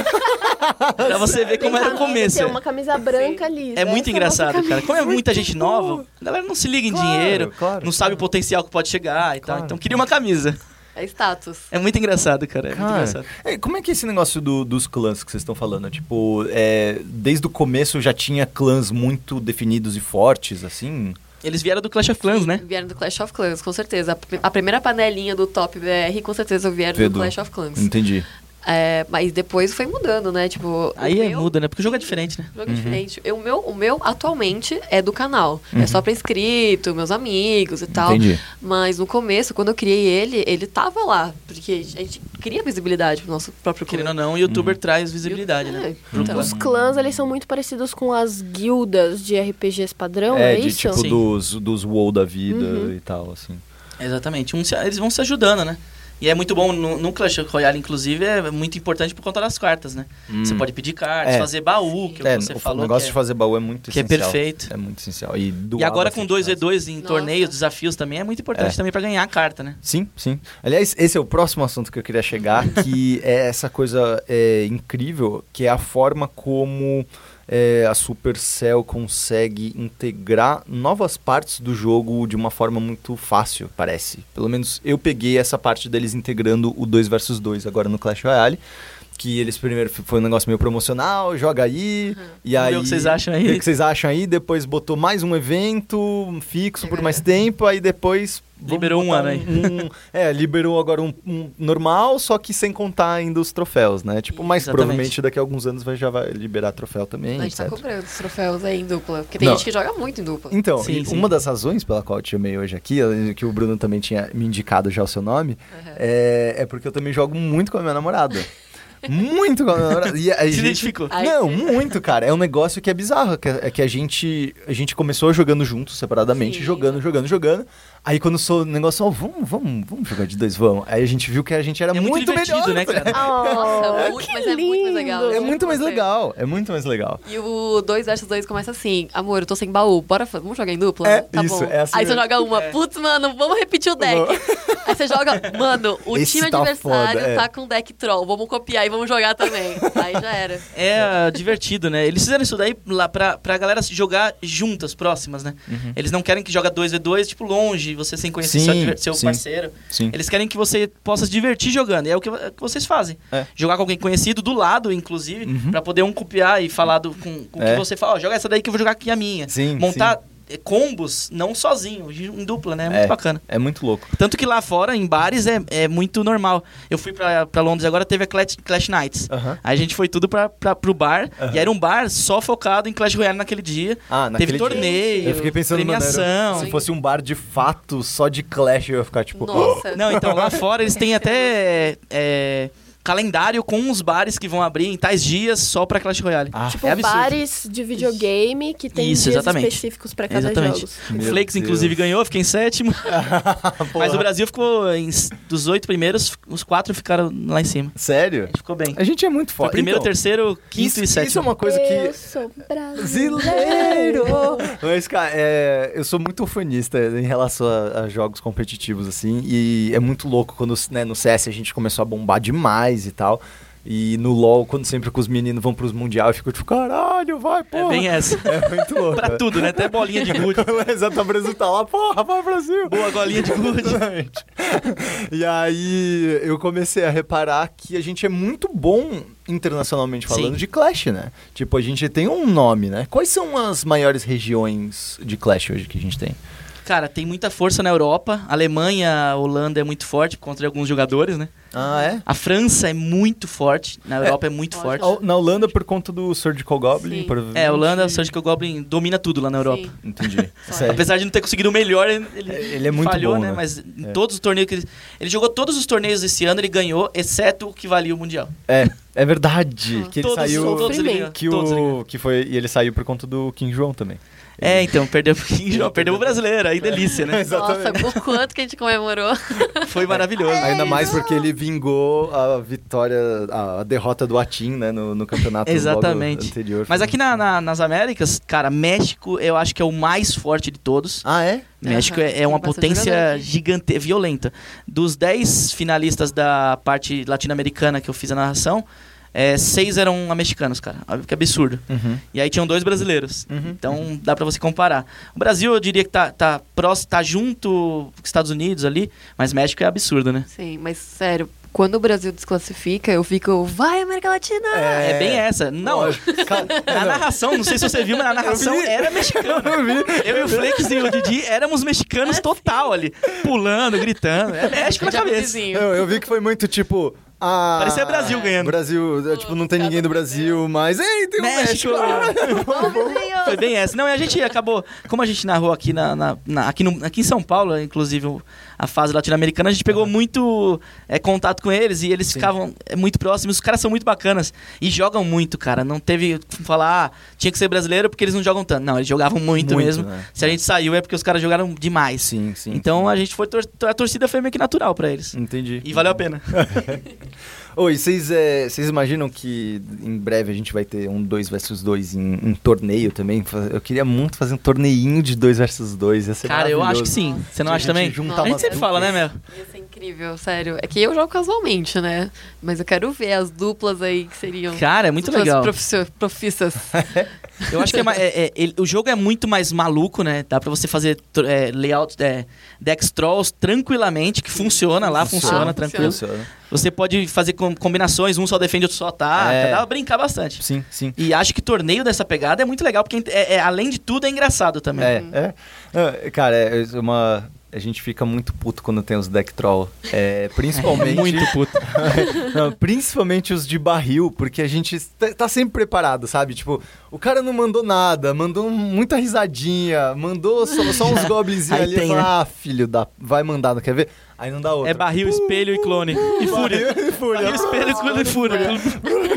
S4: pra você ver é como era o começo.
S2: Tem é uma camisa branca ali.
S4: É muito engraçado, cara. Como é muita gente nova, a galera não se liga em
S1: Claro,
S4: dinheiro,
S1: claro,
S4: não sabe o potencial que pode chegar e
S1: Claro.
S4: tal. Então queria uma camisa.
S3: É status.
S4: É muito engraçado, cara. É muito
S1: Cara,
S4: engraçado.
S1: é, como é que é esse negócio do- dos clãs que vocês estão falando? Tipo, é, desde o começo já tinha clãs muito definidos e fortes, assim?
S4: Eles vieram do Clash of Clans, né?
S3: Vieram do Clash of Clans, com certeza. A pr- A primeira panelinha do Top BR, com certeza, vieram
S1: Vedo.
S3: do Clash of Clans.
S1: Entendi.
S3: É, mas depois foi mudando, né? Tipo,
S4: Aí
S3: o
S4: é
S3: meu-
S4: muda, né? Porque o jogo é diferente, né?
S1: Uhum.
S3: o Jogo é diferente. Eu- o, meu, o meu atualmente é do canal. É só pra inscrito, meus amigos e tal.
S1: Uhum. Entendi.
S3: Mas no começo, quando eu criei ele, ele tava lá. Porque a gente cria visibilidade pro nosso próprio
S4: Querendo
S3: canal.
S4: ou
S1: Uhum.
S4: não, o youtuber traz visibilidade, né?
S3: É,
S4: Pro
S3: então.
S4: clã.
S2: Os clãs, eles são muito parecidos com as guildas de RPGs padrão, é,
S1: é, de,
S2: isso?
S1: tipo,
S4: Sim.
S1: dos, dos WoW da vida e tal, assim.
S4: Exatamente. Um se- eles vão se ajudando, né? E é muito bom, no, no Clash Royale, inclusive, é muito importante por conta das cartas, né? Você pode pedir cartas,
S1: É.
S4: fazer baú, que é o
S1: É,
S4: que você
S1: o
S4: falou.
S1: negócio
S4: que é-
S1: de fazer baú é muito
S4: que é
S1: essencial.
S4: perfeito.
S1: É muito essencial. E,
S4: E
S1: doar
S4: agora com
S1: bastante
S4: 2v2 em
S3: Nossa.
S4: torneios, desafios também, é muito importante
S1: assim, né? É.
S4: também pra ganhar a carta, né?
S1: Sim, sim. Aliás, esse é o próximo assunto que eu queria chegar, que é essa coisa é, incrível, que é a forma como é, a Supercell consegue integrar novas partes do jogo de uma forma muito fácil, parece. Pelo menos eu peguei essa parte deles integrando o 2 versus 2 agora no Clash Royale. Que eles primeiro f- foi um negócio meio promocional, joga aí, e
S4: Vamos
S1: aí.
S4: ver o que vocês acham aí.
S1: vê o que vocês acham aí, depois botou mais um evento fixo por mais tempo, aí depois. vamos
S4: É. Liberou um
S1: botar
S4: ano aí.
S1: um- é, liberou agora um, um normal, só que sem contar ainda os troféus, né? Tipo, mas
S4: Exatamente.
S1: provavelmente daqui a alguns anos vai, já vai liberar troféu também,
S3: A gente
S1: etc.
S3: tá cobrando os troféus aí em dupla. Porque tem
S1: Não.
S3: gente que joga muito em dupla.
S1: Então,
S4: Sim,
S1: e
S4: sim.
S1: uma das razões pela qual eu te chamei hoje aqui, eh, que o Bruno também tinha me indicado já o seu nome, é, é porque eu também jogo muito com a minha namorada. Muito com a minha namorada. E a
S4: Se
S1: gente-
S4: identificou.
S3: Ai,
S1: Não,
S3: sim.
S1: muito, cara. É um negócio que é bizarro. Que, é que a gente a gente começou jogando juntos, separadamente,
S3: Sim.
S1: jogando, jogando, jogando. Aí quando sou o negócio, ó, vamos, vamos, vamos jogar de dois, vamos. Aí a gente viu que a gente era
S4: É muito divertido,
S1: melhor,
S4: né,
S1: tá
S4: cara?
S1: ligado?
S2: Nossa,
S3: muito-
S2: que
S3: mas
S2: lindo.
S3: é muito mais legal.
S1: É muito mais
S3: Você-
S1: legal, é muito mais legal.
S3: E o 2 versus 2 começa assim: amor, eu tô sem baú, bora, fa- vamos jogar em dupla?
S1: É,
S3: tá
S1: isso,
S3: bom.
S1: é assim
S3: Aí você
S1: mesmo.
S3: joga uma, putz, mano, vamos repetir o deck. Aí você joga, mano, o
S1: Esse
S3: time
S1: tá
S3: adversário
S1: foda, é.
S3: tá com deck troll, vamos copiar e vamos jogar também. Aí já era.
S4: É ah, divertido, né? Eles fizeram isso daí lá pra, pra galera se jogar juntas, próximas, né? Eles não querem que joga 2v2, tipo, longe, você sem conhecer
S1: Uhum. Sim,
S4: seu, adver- seu
S1: sim.
S4: parceiro.
S1: Sim.
S4: Eles querem que você possa se divertir jogando. E é o que, é o que vocês fazem.
S1: É. Uhum.
S4: Jogar com alguém conhecido do lado, inclusive, pra poder um copiar e falar do, com, com o
S1: É.
S4: que você fala. Ó, joga essa daí que eu vou jogar aqui a minha.
S1: Sim,
S4: Montar
S1: sim.
S4: eh, combos, não sozinho, em dupla, né? É muito bacana.
S1: É muito louco.
S4: Tanto que lá fora, em bares, é, é muito normal. Eu fui pra, pra Londres agora, teve a Clash, Clash Nights.
S1: Aham.
S4: Aí a gente foi tudo pra, pra, pro bar. E era um bar só focado em Clash Royale naquele dia.
S1: Ah, naquele
S4: teve
S1: dia.
S4: torneio,
S1: Eu fiquei pensando, mano, era-
S4: premiação.
S1: se fosse um bar de fato só de Clash, eu ia ficar tipo.
S3: Nossa.
S4: Não, então lá fora eles têm até é, calendário com os bares que vão abrir em tais dias só pra Clash Royale.
S1: Ah,
S2: Tipo,
S4: é absurdo.
S2: bares de videogame que tem
S4: Isso,
S2: dias
S4: exatamente.
S2: específicos pra cada
S4: Exatamente.
S2: jogo.
S4: O
S1: Meu
S4: Flakes,
S1: Deus.
S4: inclusive, ganhou, fiquei em sétimo. Mas o Brasil ficou, em, s- dos oito primeiros, os quatro ficaram lá em cima.
S1: Sério?
S4: A gente ficou bem.
S1: A gente é muito
S4: Foi
S1: foda.
S4: primeiro,
S1: Então,
S4: terceiro, quinto
S1: isso,
S4: e sétimo.
S1: Isso é uma coisa que
S2: Eu sou brasileiro.
S1: Brasileiro! Mas, cara, é, eu sou muito fanista em relação a, a jogos competitivos, assim, e é muito louco quando né, no CS a gente começou a bombar demais e tal. E no LoL, quando sempre que os meninos vão pros mundial, eu fico tipo, caralho, vai, porra.
S4: É bem essa.
S1: É muito louco.
S4: pra tudo, né? Até bolinha de gude.
S1: Exato, o Brasil tá lá, porra, vai Brasil!
S4: Boa golinha de gude.
S1: Exatamente. E aí eu comecei a reparar que a gente é muito bom internacionalmente falando
S4: Sim.
S1: de Clash, né? Tipo, a gente tem um nome, né? Quais são as maiores regiões de Clash hoje que a gente tem?
S4: Cara, tem muita força na Europa. A Alemanha, a Holanda é muito forte contra alguns jogadores, né?
S1: Ah, é?
S4: A França é muito forte. Na Europa é, muito
S3: Olha.
S4: forte.
S1: Na Holanda, por conta do Surgical Goblin,
S3: Sim.
S1: provavelmente.
S4: É, a Holanda, o Surgical Goblin domina tudo lá na Europa.
S3: Sim.
S1: Entendi.
S3: Sério.
S4: Apesar de não ter conseguido o melhor, ele, ele
S1: Ele é muito
S4: falhou,
S1: bom,
S4: né?
S1: né?
S4: Mas em
S1: É.
S4: todos os torneios que ele... ele jogou todos os torneios esse ano, ele ganhou, exceto o que valia o Mundial.
S1: É, é verdade. Que ele
S4: Ah. todos,
S1: saiu.
S4: todos ele
S2: Sofrimento.
S4: ganhou.
S1: que,
S4: todos ele ganhou.
S1: o, que foi. E ele saiu por conta do King João também.
S4: É, então, perdeu pro King João, perdeu o brasileiro, aí delícia, né?
S3: Nossa, o quanto que a gente comemorou.
S4: Foi maravilhoso.
S1: Ainda mais porque ele vingou a vitória, a derrota do Atim, né, no, no campeonato
S4: Exatamente.
S1: logo anterior.
S4: Mas aqui na- na- nas Américas, cara, México eu acho que é o mais forte de todos.
S1: Ah, é?
S4: México é, é
S3: Tem
S4: uma
S3: bastante
S4: potência
S3: jogador.
S4: gigante, é violenta. Dos 10 finalistas da parte latino-americana que eu fiz a narração, é, seis eram mexicanos, cara. Olha Que absurdo. E aí tinham dois brasileiros. Então dá pra você comparar. O Brasil, eu diria que tá, tá, próximo, tá junto com os Estados Unidos ali, mas México é absurdo, né?
S3: Sim, mas sério, quando o Brasil desclassifica, eu fico, vai América Latina!
S4: É, bem essa. Não,
S1: Cara,
S4: na narração, não sei se você viu, mas na narração era mexicano.
S1: eu vi.
S4: Eu e o Flex e o Didi éramos mexicanos total ali. Pulando, gritando. É México na
S3: Já pro
S4: cabeça.
S3: vizinho.
S1: Eu, eu vi que foi muito tipo. Ah,
S4: Parecia Brasil ganhando.
S1: Brasil, é, tipo, não tem ninguém do Brasil, mas. Ei, tem um México!
S4: México! Foi bem essa. Não, e a gente acabou. Como a gente narrou aqui, na, na- na- aqui, no- aqui em São Paulo, inclusive, o- a fase latino-americana, a gente pegou muito é, contato com eles e eles ficavam é, muito próximos. Os caras são muito bacanas e jogam muito, cara. Não teve como falar, ah, tinha que ser brasileiro porque eles não jogam tanto. Não, eles jogavam muito,
S1: Muito,
S4: mesmo.
S1: né?
S4: Se a gente saiu é porque os caras jogaram demais.
S1: Sim, sim. Uhum.
S4: Então a gente foi. tor- a torcida foi meio que natural pra eles.
S1: Entendi.
S4: E valeu a pena.
S1: Oi, vocês é, vocês imaginam que em breve a gente vai ter um 2 versus 2 em um torneio também? Fa- Eu queria muito fazer um torneinho de 2 versus 2, ia ser
S4: Cara, eu acho que
S1: é maravilhoso.
S4: sim. Você não
S1: A
S4: acha
S1: gente
S4: também?
S1: juntar
S4: A gente
S1: umas
S4: sempre fala, né,
S1: duplas.
S4: meu?
S3: Ia ser incrível, sério. É que eu jogo casualmente, né? Mas eu quero ver as duplas aí que seriam.
S4: Cara, é muito
S3: duplas
S4: legal.
S3: profissio- Profissas.
S4: Eu acho que é ma- é- é- ele- o jogo é muito mais maluco, né? Dá pra você fazer tr- é, layout, é, decks trolls tranquilamente, que funciona lá, funciona,
S3: Ah,
S4: tranquilo.
S1: Funciona.
S4: Você pode fazer com- combinações, um só defende, outro só ataca.
S1: É.
S4: Dá pra brincar bastante.
S1: Sim, sim.
S4: E acho que torneio dessa pegada é muito legal, porque é- é- além de tudo é engraçado também.
S1: É, é. Ah, Cara, é uma. A gente fica muito puto quando tem os deck troll. É, principalmente.
S4: Muito puto.
S1: Não, principalmente os de barril, porque a gente tá- tá sempre preparado, sabe? Tipo, o cara não mandou nada, mandou muita risadinha, mandou só, só uns goblinzinhos
S4: Aí
S1: ali.
S4: tem, né?
S1: fala, Ah, filho, da... vai mandar, não quer ver? Aí não dá outro.
S4: É barril, espelho e clone. E fúria.
S1: Barril e fúria.
S4: Barril, espelho, clone e fúria.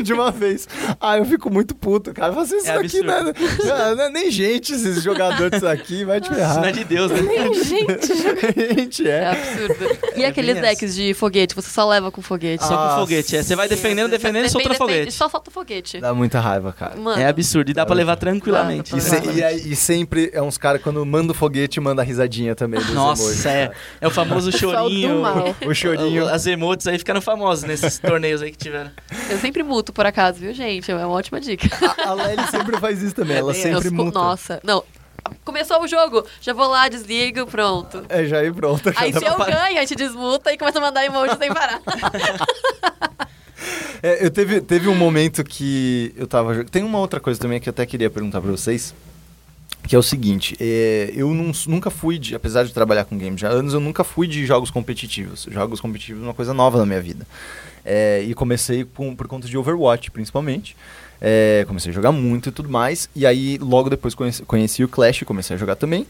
S1: de uma vez. Ah, eu fico muito puto, cara. Fazer isso
S4: É
S1: aqui, né?
S4: absurdo.
S1: Não, é nem gente, esses jogadores aqui, vai te
S4: Isso não
S1: ferrar.
S4: é de Deus, né?
S3: Gente,
S1: gente
S3: é
S1: é.
S3: absurdo. E aqueles
S4: essa.
S3: decks de foguete, você só leva com foguete.
S4: Só
S1: Ah,
S4: com foguete. É, você vai defendendo, defendendo e soltando
S3: Defende,
S4: foguete.
S3: Só solta foguete.
S1: Dá muita raiva, cara.
S3: Mano,
S4: É absurdo. E dá pra levar tranquilamente.
S1: E,
S3: Dá pra
S1: se-
S3: levar.
S1: e aí- e sempre é uns caras quando manda o foguete, manda a risadinha também. dos emojis,
S4: Nossa, é.
S1: cara.
S4: É o famoso
S2: Pessoal do
S4: chorinho.
S2: mal.
S1: O chorinho.
S4: As emotes aí ficaram famosas nesses torneios aí que tiveram.
S3: eu sempre muto por acaso, viu, gente? É uma ótima dica.
S1: A, a Lely sempre faz isso também, ela
S4: bem
S3: É, Eu
S1: sempre
S3: fico-
S1: muta.
S3: Nossa, não. Começou o jogo, já vou lá, desligo, pronto.
S1: É, já aí pronto. já
S3: Aí
S1: dá
S3: se eu
S1: pra-
S3: ganho, a gente desmuta e começa a mandar emoji sem parar.
S1: É, eu teve, teve um momento que eu tava... jo- Tem uma outra coisa também que eu até queria perguntar pra vocês, que é o seguinte, é, eu nun- nunca fui, de, apesar de trabalhar com games já há anos, eu nunca fui de jogos competitivos. Jogos competitivos é uma coisa nova na minha vida. É, e comecei com- por conta de Overwatch, principalmente. É, comecei a jogar muito e tudo mais. E aí, logo depois, conheci, conheci o Clash e comecei a jogar também.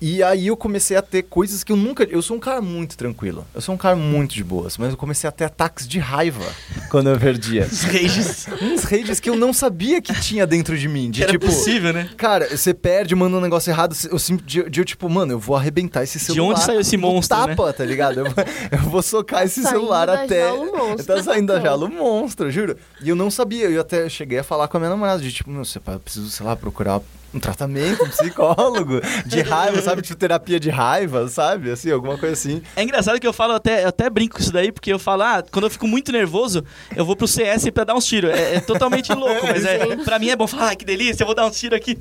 S1: E aí eu comecei a ter coisas que eu nunca. Eu sou um cara muito tranquilo. Eu sou um cara muito de boas, mas eu comecei a ter ataques de raiva quando eu perdia.
S4: Os rages.
S1: Uns rages que eu não sabia que tinha dentro de mim. De
S4: Que era
S1: tipo.
S4: possível, né?
S1: Cara, você perde, manda um negócio errado. Eu sinto de, de eu, tipo, mano, eu vou arrebentar esse
S4: De
S1: celular.
S4: onde saiu esse
S1: no
S4: monstro, né?
S1: Tapa, tá ligado? Eu, vou- eu vou socar esse
S2: Saindo
S1: celular
S2: da
S1: até.
S2: jaula o monstro.
S1: Tá saindo da jala o monstro, juro. E eu não sabia. Eu até cheguei a falar com a minha namorada de tipo, meu, você eu preciso, sei lá, procurar um tratamento, um psicólogo de raiva, sabe? Tipo, terapia de raiva, sabe? Assim, alguma coisa assim.
S4: É engraçado que eu falo, até, eu até brinco com isso daí, porque eu falo, ah, quando eu fico muito nervoso, eu vou pro CS pra dar uns tiros. É, é totalmente louco, mas é, pra mim é bom falar, ah, que delícia, eu vou dar uns tiros aqui.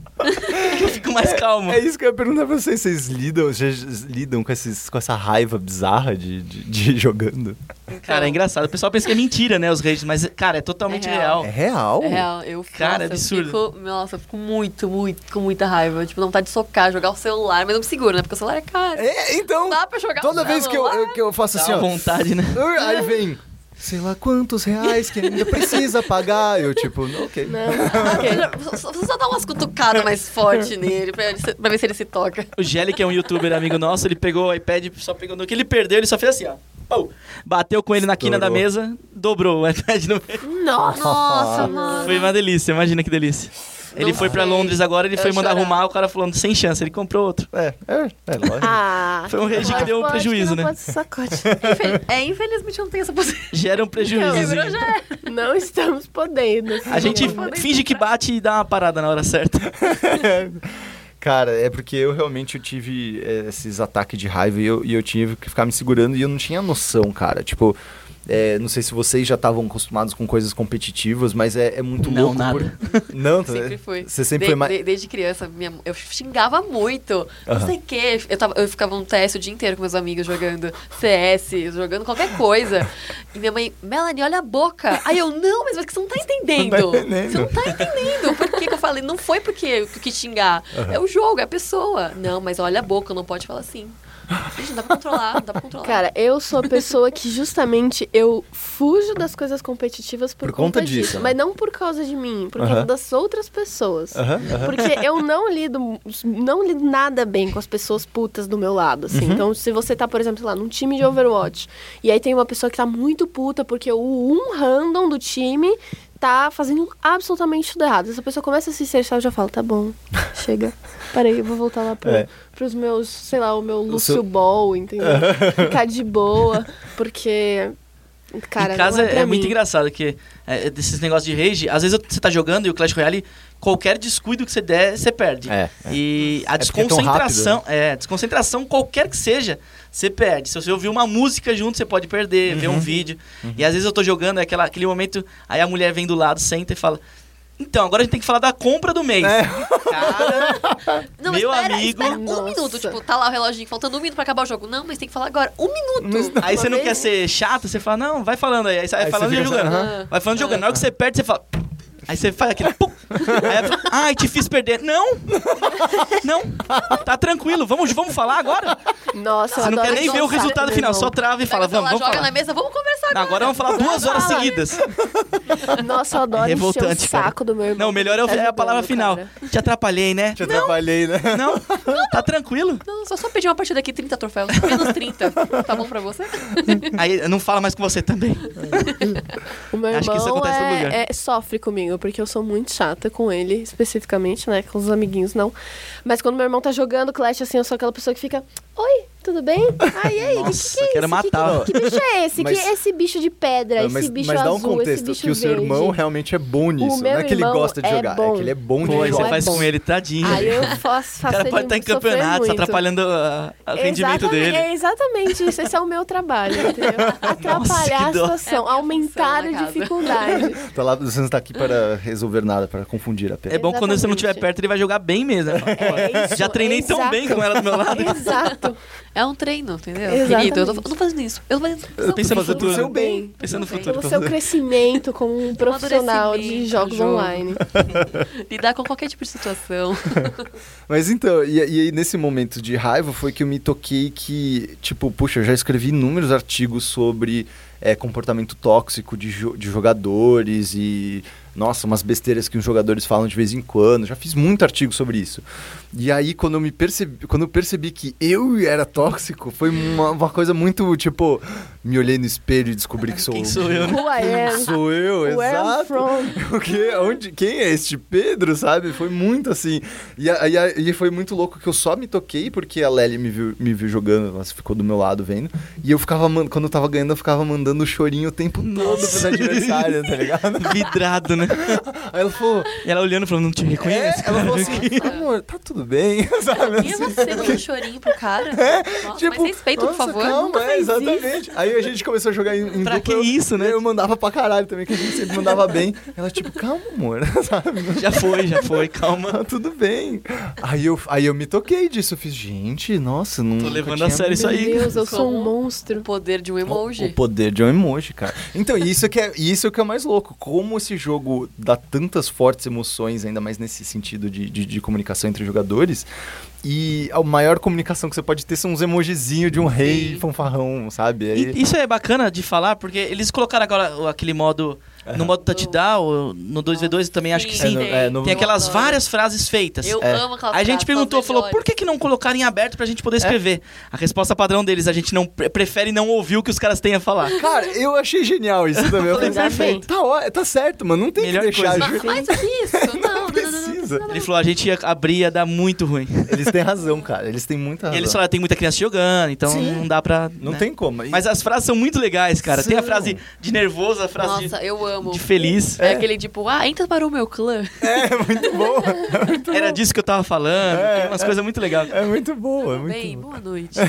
S4: que eu fico mais calmo.
S1: É isso que eu ia perguntar pra vocês. Vocês lidam, vocês lidam com, esses, com essa raiva bizarra de, de, de jogando?
S4: Cara, é engraçado. O pessoal pensa que é mentira, né, os rages, mas, cara, é totalmente
S3: É
S4: real.
S3: real.
S1: É real?
S3: É real, eu
S4: Cara,
S3: nossa, eu
S4: absurdo.
S3: Fico, nossa, eu fico muito, muito, com muita raiva. Tipo, não tá de socar, jogar o celular, mas eu não me seguro, né? Porque o celular é caro.
S1: É, então,
S3: Não
S2: Tá
S3: dá pra jogar
S1: toda
S3: no
S1: vez que eu,
S3: celular.
S1: eu- que eu faço assim,
S4: Dá uma
S1: ó.
S4: vontade, né?
S1: "Ur", Aí vem, sei lá quantos reais que ainda precisa pagar. Eu, tipo, não, ok.
S3: Né?
S2: Não, ok.
S3: Você só- Você só dá umas cutucadas mais forte nele pra, ele se- pra ver se ele se toca.
S4: O Gelli, que é um youtuber amigo nosso, ele pegou o iPad, só pegou no que ele perdeu, ele só fez assim, ó. Pau. bateu com ele na quina da
S1: Estourou.
S4: mesa, dobrou o iPad no meio.
S2: Nossa.
S1: Ah,
S3: Nossa, mano.
S4: Foi uma delícia, imagina que delícia. Ele
S3: Não
S4: foi pra
S3: sei.
S4: Londres agora, ele
S3: Eu
S4: foi mandar
S3: chorar.
S4: arrumar, o cara falando, sem chance, ele comprou outro.
S1: É, é, é lógico.
S2: Ah,
S4: Foi um rage que deu um
S2: pode,
S4: prejuízo,
S2: não
S4: né?
S2: Pode ser sacode.
S3: Infel- É, infelizmente eu não tenho essa possibilidade.
S4: Gera um prejuízo.
S3: Quebrou, já é.
S2: Não estamos podendo. assim,
S4: A gente
S2: né?
S4: finge que bate e dá uma parada na hora certa.
S1: Cara, é porque eu realmente eu tive eh, esses ataques de raiva e eu, e eu tive que ficar me segurando e eu não tinha noção, cara. Tipo, eh, não sei se vocês já estavam acostumados com coisas competitivas, mas é, é muito
S4: Não,
S1: louco.
S4: nada.
S1: por- Não, é,
S3: Sempre fui.
S1: Você sempre
S3: De-
S1: foi mais.
S3: de- desde criança, minha- eu xingava muito.
S1: Aham.
S3: Não sei o quê. Eu, tava, eu ficava no TS o dia inteiro com meus amigos jogando CS, jogando qualquer coisa. E minha mãe, Melanie, olha a boca. Aí eu, não, mas você não tá entendendo.
S1: Não tá entendendo."
S3: Você não tá entendendo. Por que, que eu falei? Não foi porque eu quis xingar. É o jogo, é a pessoa. Não, mas olha a boca, não pode falar assim. Gente, não dá pra controlar, não dá pra controlar.
S2: Cara, eu sou a pessoa que justamente eu fujo das coisas competitivas por,
S1: Por conta disso, né?
S2: Mas não por causa de mim, por causa
S1: Aham.
S2: das outras pessoas.
S1: Aham,
S2: Porque eu não lido, não lido nada bem com as pessoas putas do meu lado,
S1: Uhum.
S2: assim. Então, se você tá, por exemplo, sei lá, num time de Overwatch, e aí tem uma pessoa que tá muito puta porque o um random do time tá fazendo absolutamente tudo errado. Essa pessoa começa a se estressar, eu já falo, tá bom, chega. Peraí, eu vou voltar lá pro,
S1: É.
S2: pros meus, sei lá, o meu Lúcio
S1: seu-
S2: Ball, entendeu? Ficar de boa, porque... Cara,
S4: em casa
S2: não é, pra mim.
S4: muito engraçado, que é, desses negócios de rage, às vezes você tá jogando e o Clash Royale, qualquer descuido que você der, você perde.
S1: É,
S4: E a
S1: É porque é tão
S4: desconcentração, é, a desconcentração qualquer que seja, você perde. Se você ouvir uma música junto, você pode perder,
S1: Uhum.
S4: ver um vídeo. E às vezes eu tô jogando, é aquela, aquele momento, aí a mulher vem do lado, senta e fala: "Então, agora a gente tem que falar da compra do mês".
S1: É.
S4: Cara,
S3: Não,
S4: Meu
S3: espera,
S4: amigo.
S3: espera um
S2: Nossa.
S3: minuto. Tipo, tá lá o reloginho, faltando um minuto pra acabar o jogo. Não, mas tem que falar agora. Um minuto.
S4: aí você não
S2: vez-
S4: quer ser chato, você fala: "Não, vai falando aí". Aí você
S1: Aí
S4: vai
S1: você
S4: falando e
S1: fica
S4: jogando.
S1: assim,
S3: aham.
S4: Vai falando e jogando. Na hora que você perde, você fala: Aí você faz aquele pum. Aí ela fala, Ai, te fiz perder. Não! Não! Tá tranquilo, vamos, vamos falar agora?
S2: Nossa, eu
S4: Você não
S2: adoro
S4: quer nem ver o
S2: conversar,
S4: resultado
S2: meu
S4: final,
S2: irmão.
S4: só trava e
S3: Pega
S4: fala,
S3: o celular,
S4: vamos, vamos
S3: joga
S4: falar.
S3: na mesa, vamos conversar
S4: Não,
S3: agora.
S4: agora vamos falar duas horas seguidas.
S2: Nossa, eu adoro
S4: É
S2: encher o
S4: revoltante, cara.
S2: saco do meu irmão.
S4: Não, o melhor é, o-
S2: Tá
S4: é a palavra
S2: jogando,
S4: final.
S2: cara.
S4: Te atrapalhei, né?
S1: Te atrapalhei, né?
S4: Não, tá tranquilo.
S3: Não, só, só pedir uma partida aqui, 30 troféus. Menos 30. Tá bom pra você?
S4: Aí não fala mais com você também.
S2: O meu
S4: Acho que isso
S2: irmão
S4: acontece em todo
S2: é-
S4: lugar.
S2: é- sofre comigo, porque eu sou muito chata com ele, especificamente, né? Com os amiguinhos, não. Mas quando meu irmão tá jogando Clash, assim, eu sou aquela pessoa que fica... Oi, tudo bem? Ai, e aí, o que, que
S4: Nossa,
S2: é
S4: quero
S2: isso? Que-
S4: matar.
S2: Que, que bicho é esse?
S1: Mas-
S2: que é esse bicho de pedra,
S1: É,
S2: esse
S1: mas,
S2: bicho
S1: mas dá um
S2: azul, esse
S1: contexto
S2: bicho
S1: que o seu
S2: verde.
S1: irmão realmente é bom nisso. Não
S2: meu
S1: é que ele
S2: irmão
S1: gosta de
S2: é
S1: jogar, é
S2: bom.
S1: que ele é bom de
S4: Pô, aí você
S1: jogar.
S2: é
S4: faz
S2: bom.
S4: com ele, tadinho.
S2: Aí eu faço, faço
S4: o cara pode
S2: ele
S4: estar em
S2: sofrer
S4: campeonato,
S2: muito.
S4: tá atrapalhando ah, o rendimento
S2: Exatamente,
S4: dele.
S2: É exatamente isso. Esse é o meu trabalho, entendeu? Atrapalhar
S4: que
S2: a
S4: dó.
S2: situação,
S3: É a minha função
S2: aumentar a
S3: na casa.
S2: dificuldade.
S1: Tá lá, você não tá aqui para resolver nada, para confundir apenas.
S4: É bom quando você não estiver
S2: Exatamente.
S4: perto, ele vai jogar bem mesmo. né? Fala, "Pô,
S2: É isso,
S4: Já treinei tão
S2: exato.
S4: bem com ela do meu lado.
S2: Exato.
S3: É um treino, entendeu?
S2: Exatamente.
S3: Querido, eu tô, eu tô fazendo isso. Eu tô fazendo isso.
S4: Pensa no
S1: fazendo
S4: futuro.
S1: o seu bem.
S4: Pensando no
S3: Tudo bem.
S4: futuro.
S2: Pelo seu crescimento como um profissional de
S3: amadurecimento
S2: jogos
S3: do jogo.
S2: online.
S3: Lidar com qualquer tipo de situação.
S1: Mas então, e, e aí nesse momento de raiva foi que eu me toquei que, tipo, puxa, eu já escrevi inúmeros artigos sobre é, comportamento tóxico de, jo- de jogadores e, nossa, umas besteiras que os jogadores falam de vez em quando. Já fiz muito artigo sobre isso. E aí, quando eu, me percebi, quando eu percebi que eu era tóxico, foi uma, uma coisa muito, tipo, me olhei no espelho e descobri que sou
S4: Quem sou eu? né?
S2: Who I
S1: Quem
S2: am.
S1: sou eu,
S2: Ah, é. Where I'm
S1: exato.
S2: from.
S1: O quê? Onde, quem é este Pedro, sabe? Foi muito assim. E, a- e, a- e foi muito louco que eu só me toquei porque a Lely me viu, me viu jogando, ela ficou do meu lado vendo. E eu ficava, man- quando eu tava ganhando, eu ficava mandando chorinho o tempo todo pros adversários, tá ligado?
S4: Vidrado, né?
S1: Aí ela falou,
S4: E ela olhando e falando, não te
S1: é,
S4: reconheço.
S1: ela falou assim, amor, tá tudo bem, sabe?
S3: E você mandou um chorinho pro cara? Nossa,
S1: Tipo,
S3: mas respeita, por
S1: nossa,
S3: favor.
S1: calma,
S3: Nunca
S1: é,
S3: fez isso.
S1: exatamente. Aí a gente começou a jogar em, em
S4: Pra
S1: dupla,
S4: que isso, né?
S1: Eu mandava pra caralho também, que a gente sempre mandava bem. Ela, tipo, calma, amor, sabe?
S2: É.
S4: Já foi, já foi, calma.
S1: Ah, tudo bem. Aí eu, aí eu me toquei disso. Eu fiz, gente, nossa, não.
S4: Tô levando a sério isso
S2: Meu
S4: aí.
S2: Deus, eu sou um monstro.
S3: O poder de um
S1: O
S3: emoji.
S1: poder de um emoji, cara. Então, isso que é, isso que é o mais louco. Como esse jogo dá tantas fortes emoções, ainda mais nesse sentido de, de, de comunicação entre jogadores, E a maior comunicação que você pode ter são uns emojizinhos de um rei
S4: Sim.
S1: fanfarrão, sabe? Aí-
S4: E isso é bacana de falar, porque eles colocaram agora o- aquele modo. No modo touchdown, no 2v2 também acho que
S1: Sim,
S4: sim.
S1: no- é, no-
S4: Tem aquelas
S3: adoro.
S4: várias frases feitas.
S3: Eu
S1: É.
S3: amo aquela
S4: A gente perguntou, falou, por
S3: que
S4: que, que não colocaram em aberto pra gente poder escrever? A resposta padrão deles, a gente não pre- prefere não ouvir o que os caras têm a falar.
S1: Cara, eu achei genial isso também. Eu falei,
S2: Ainda bem.
S1: perfeito. Tá, ó- tá certo, mano. Não tem
S4: Melhor
S1: que deixar.
S4: coisa.
S1: ju-
S3: Mas isso, não, não, não, não,
S1: Precisa.
S4: Ele falou, a gente ia abrir, ia dar muito ruim.
S1: Eles têm razão, cara. Eles têm muita
S4: E
S1: razão.
S4: eles falaram, tem muita criança jogando, então
S1: Sim.
S4: não dá pra...
S1: Não
S4: né?
S1: tem como. E-
S4: Mas as frases são muito legais, cara. Tem a
S1: São.
S4: frase de nervoso, a frase de-
S3: Nossa, eu amo.
S4: de feliz.
S3: É aquele tipo, ah, entra para o meu clã.
S1: É muito bom.
S4: Era disso que eu tava falando.
S1: É,
S4: tem umas coisas muito legais.
S1: É muito bom. É muito
S3: Bem,
S1: bom.
S3: boa noite.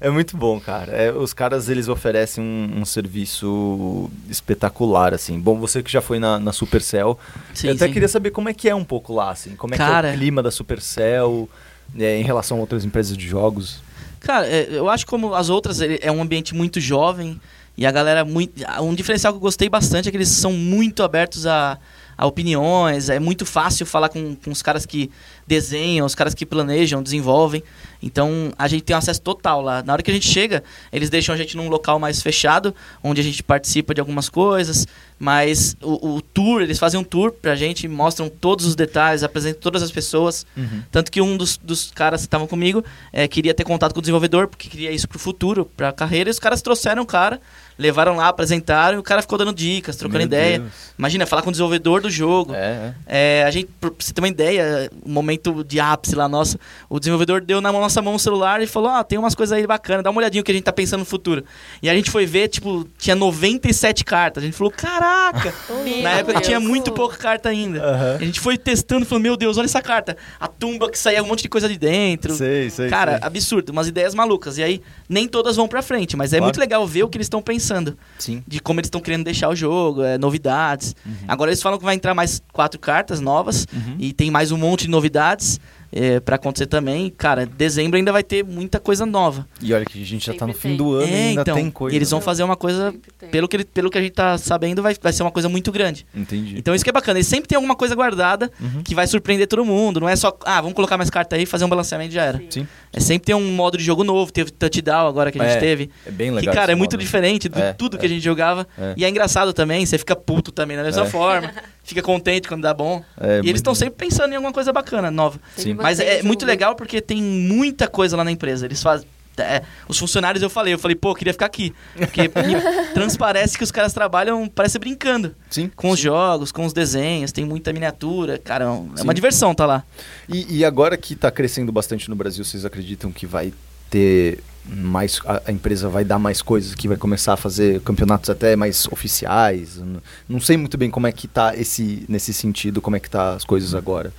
S1: É muito bom, cara. É, os caras, eles oferecem um, um serviço espetacular, assim. Bom, você que já foi na, na Supercell,
S4: Sim,
S1: eu até
S4: sim.
S1: queria saber como é que é um pouco lá, assim. Como é que é
S4: Cara.
S1: o clima da Supercell né, em relação a outras empresas de jogos.
S4: Cara, é, eu acho que como as outras, ele- é um ambiente muito jovem e a galera muito. ah, Um diferencial que eu gostei bastante é que eles são muito abertos a, a opiniões, é muito fácil falar com, com os caras que desenham, os caras que planejam, desenvolvem. Então a gente tem um acesso total lá. Na hora que a gente chega, eles deixam a gente num local mais fechado, onde a gente participa de algumas coisas, mas o, o tour, eles fazem um tour pra gente, mostram todos os detalhes, apresentam todas as pessoas. Tanto que um dos, dos caras que estavam comigo eh, queria ter contato com o desenvolvedor, porque queria isso pro futuro, pra carreira, e os caras trouxeram o cara, levaram lá, apresentaram, e o cara ficou dando dicas, trocando
S1: Meu
S4: ideia.
S1: Deus.
S4: Imagina, falar com o desenvolvedor do jogo.
S1: É, é.
S4: É, a gente, pra você ter uma ideia, um momento de ápice lá nosso, o desenvolvedor deu na nossa mão o celular e falou: Ah, tem umas coisas aí bacanas, dá uma olhadinha o que a gente tá pensando no futuro. E a gente foi ver, tipo, tinha 97 cartas. A gente falou: Caraca!
S3: Meu
S4: na época
S3: Deus.
S4: tinha muito pouca carta ainda.
S1: Aham.
S4: A gente foi testando, falando: Meu Deus, olha essa carta. A tumba que saía um monte de coisa de dentro.
S1: Sei, sei.
S4: Cara,
S1: sei.
S4: absurdo, umas ideias malucas. E aí, nem todas vão pra frente, mas é
S1: Claro.
S4: muito legal ver o que eles estão pensando
S1: Sim.
S4: de como eles estão querendo deixar o jogo, é, novidades.
S1: Uhum.
S4: Agora eles falam que vai entrar mais quatro cartas novas e tem mais um monte de novidades é, para acontecer também. Cara, dezembro ainda vai ter muita coisa nova.
S1: E olha que a gente já tá no
S3: Sempre
S1: fim do ano e
S4: é,
S1: ainda
S4: então,
S1: tem coisa.
S4: e eles vão
S1: né?
S4: fazer uma coisa,
S3: Sempre tem.
S4: pelo que, ele- pelo que a gente tá sabendo, vai, vai ser uma coisa muito grande.
S1: né? Entendi. Uhum.
S4: Então isso que é bacana, eles sempre tem alguma coisa guardada que vai surpreender todo mundo. Não é só, ah, vamos colocar mais carta aí, fazer um balanceamento e já era.
S1: Sim.
S4: É sempre tem um modo de jogo novo, teve touchdown agora que a gente
S1: É.
S4: teve.
S1: É bem
S4: Que,
S1: legal.
S4: cara,
S1: esse
S4: é muito
S1: modo.
S4: diferente de
S1: É,
S4: tudo
S1: é.
S4: que a gente jogava.
S1: É.
S4: E é engraçado também, você fica puto também né, da mesma
S1: É.
S4: forma. Fica contente quando dá bom.
S1: É,
S4: e eles
S1: muito-
S4: estão sempre pensando em alguma coisa bacana, nova.
S1: Sim.
S4: Mas
S3: Mantém o
S4: é
S3: jogo.
S4: muito legal porque tem muita coisa lá na empresa. Eles fazem. é, os funcionários eu falei, eu falei, pô, eu queria ficar aqui. Porque me transparece que os caras trabalham, parece brincando.
S1: Sim.
S4: Com os jogos, com os desenhos, tem muita miniatura, cara. é um- É
S1: Sim.
S4: uma diversão, tá lá.
S1: E, e agora que tá crescendo bastante no Brasil, vocês acreditam que vai ter mais. A, a empresa vai dar mais coisas, que vai começar a fazer campeonatos até mais oficiais? Eu n- Não sei muito bem como é que tá esse, nesse sentido, como é que tá as coisas agora.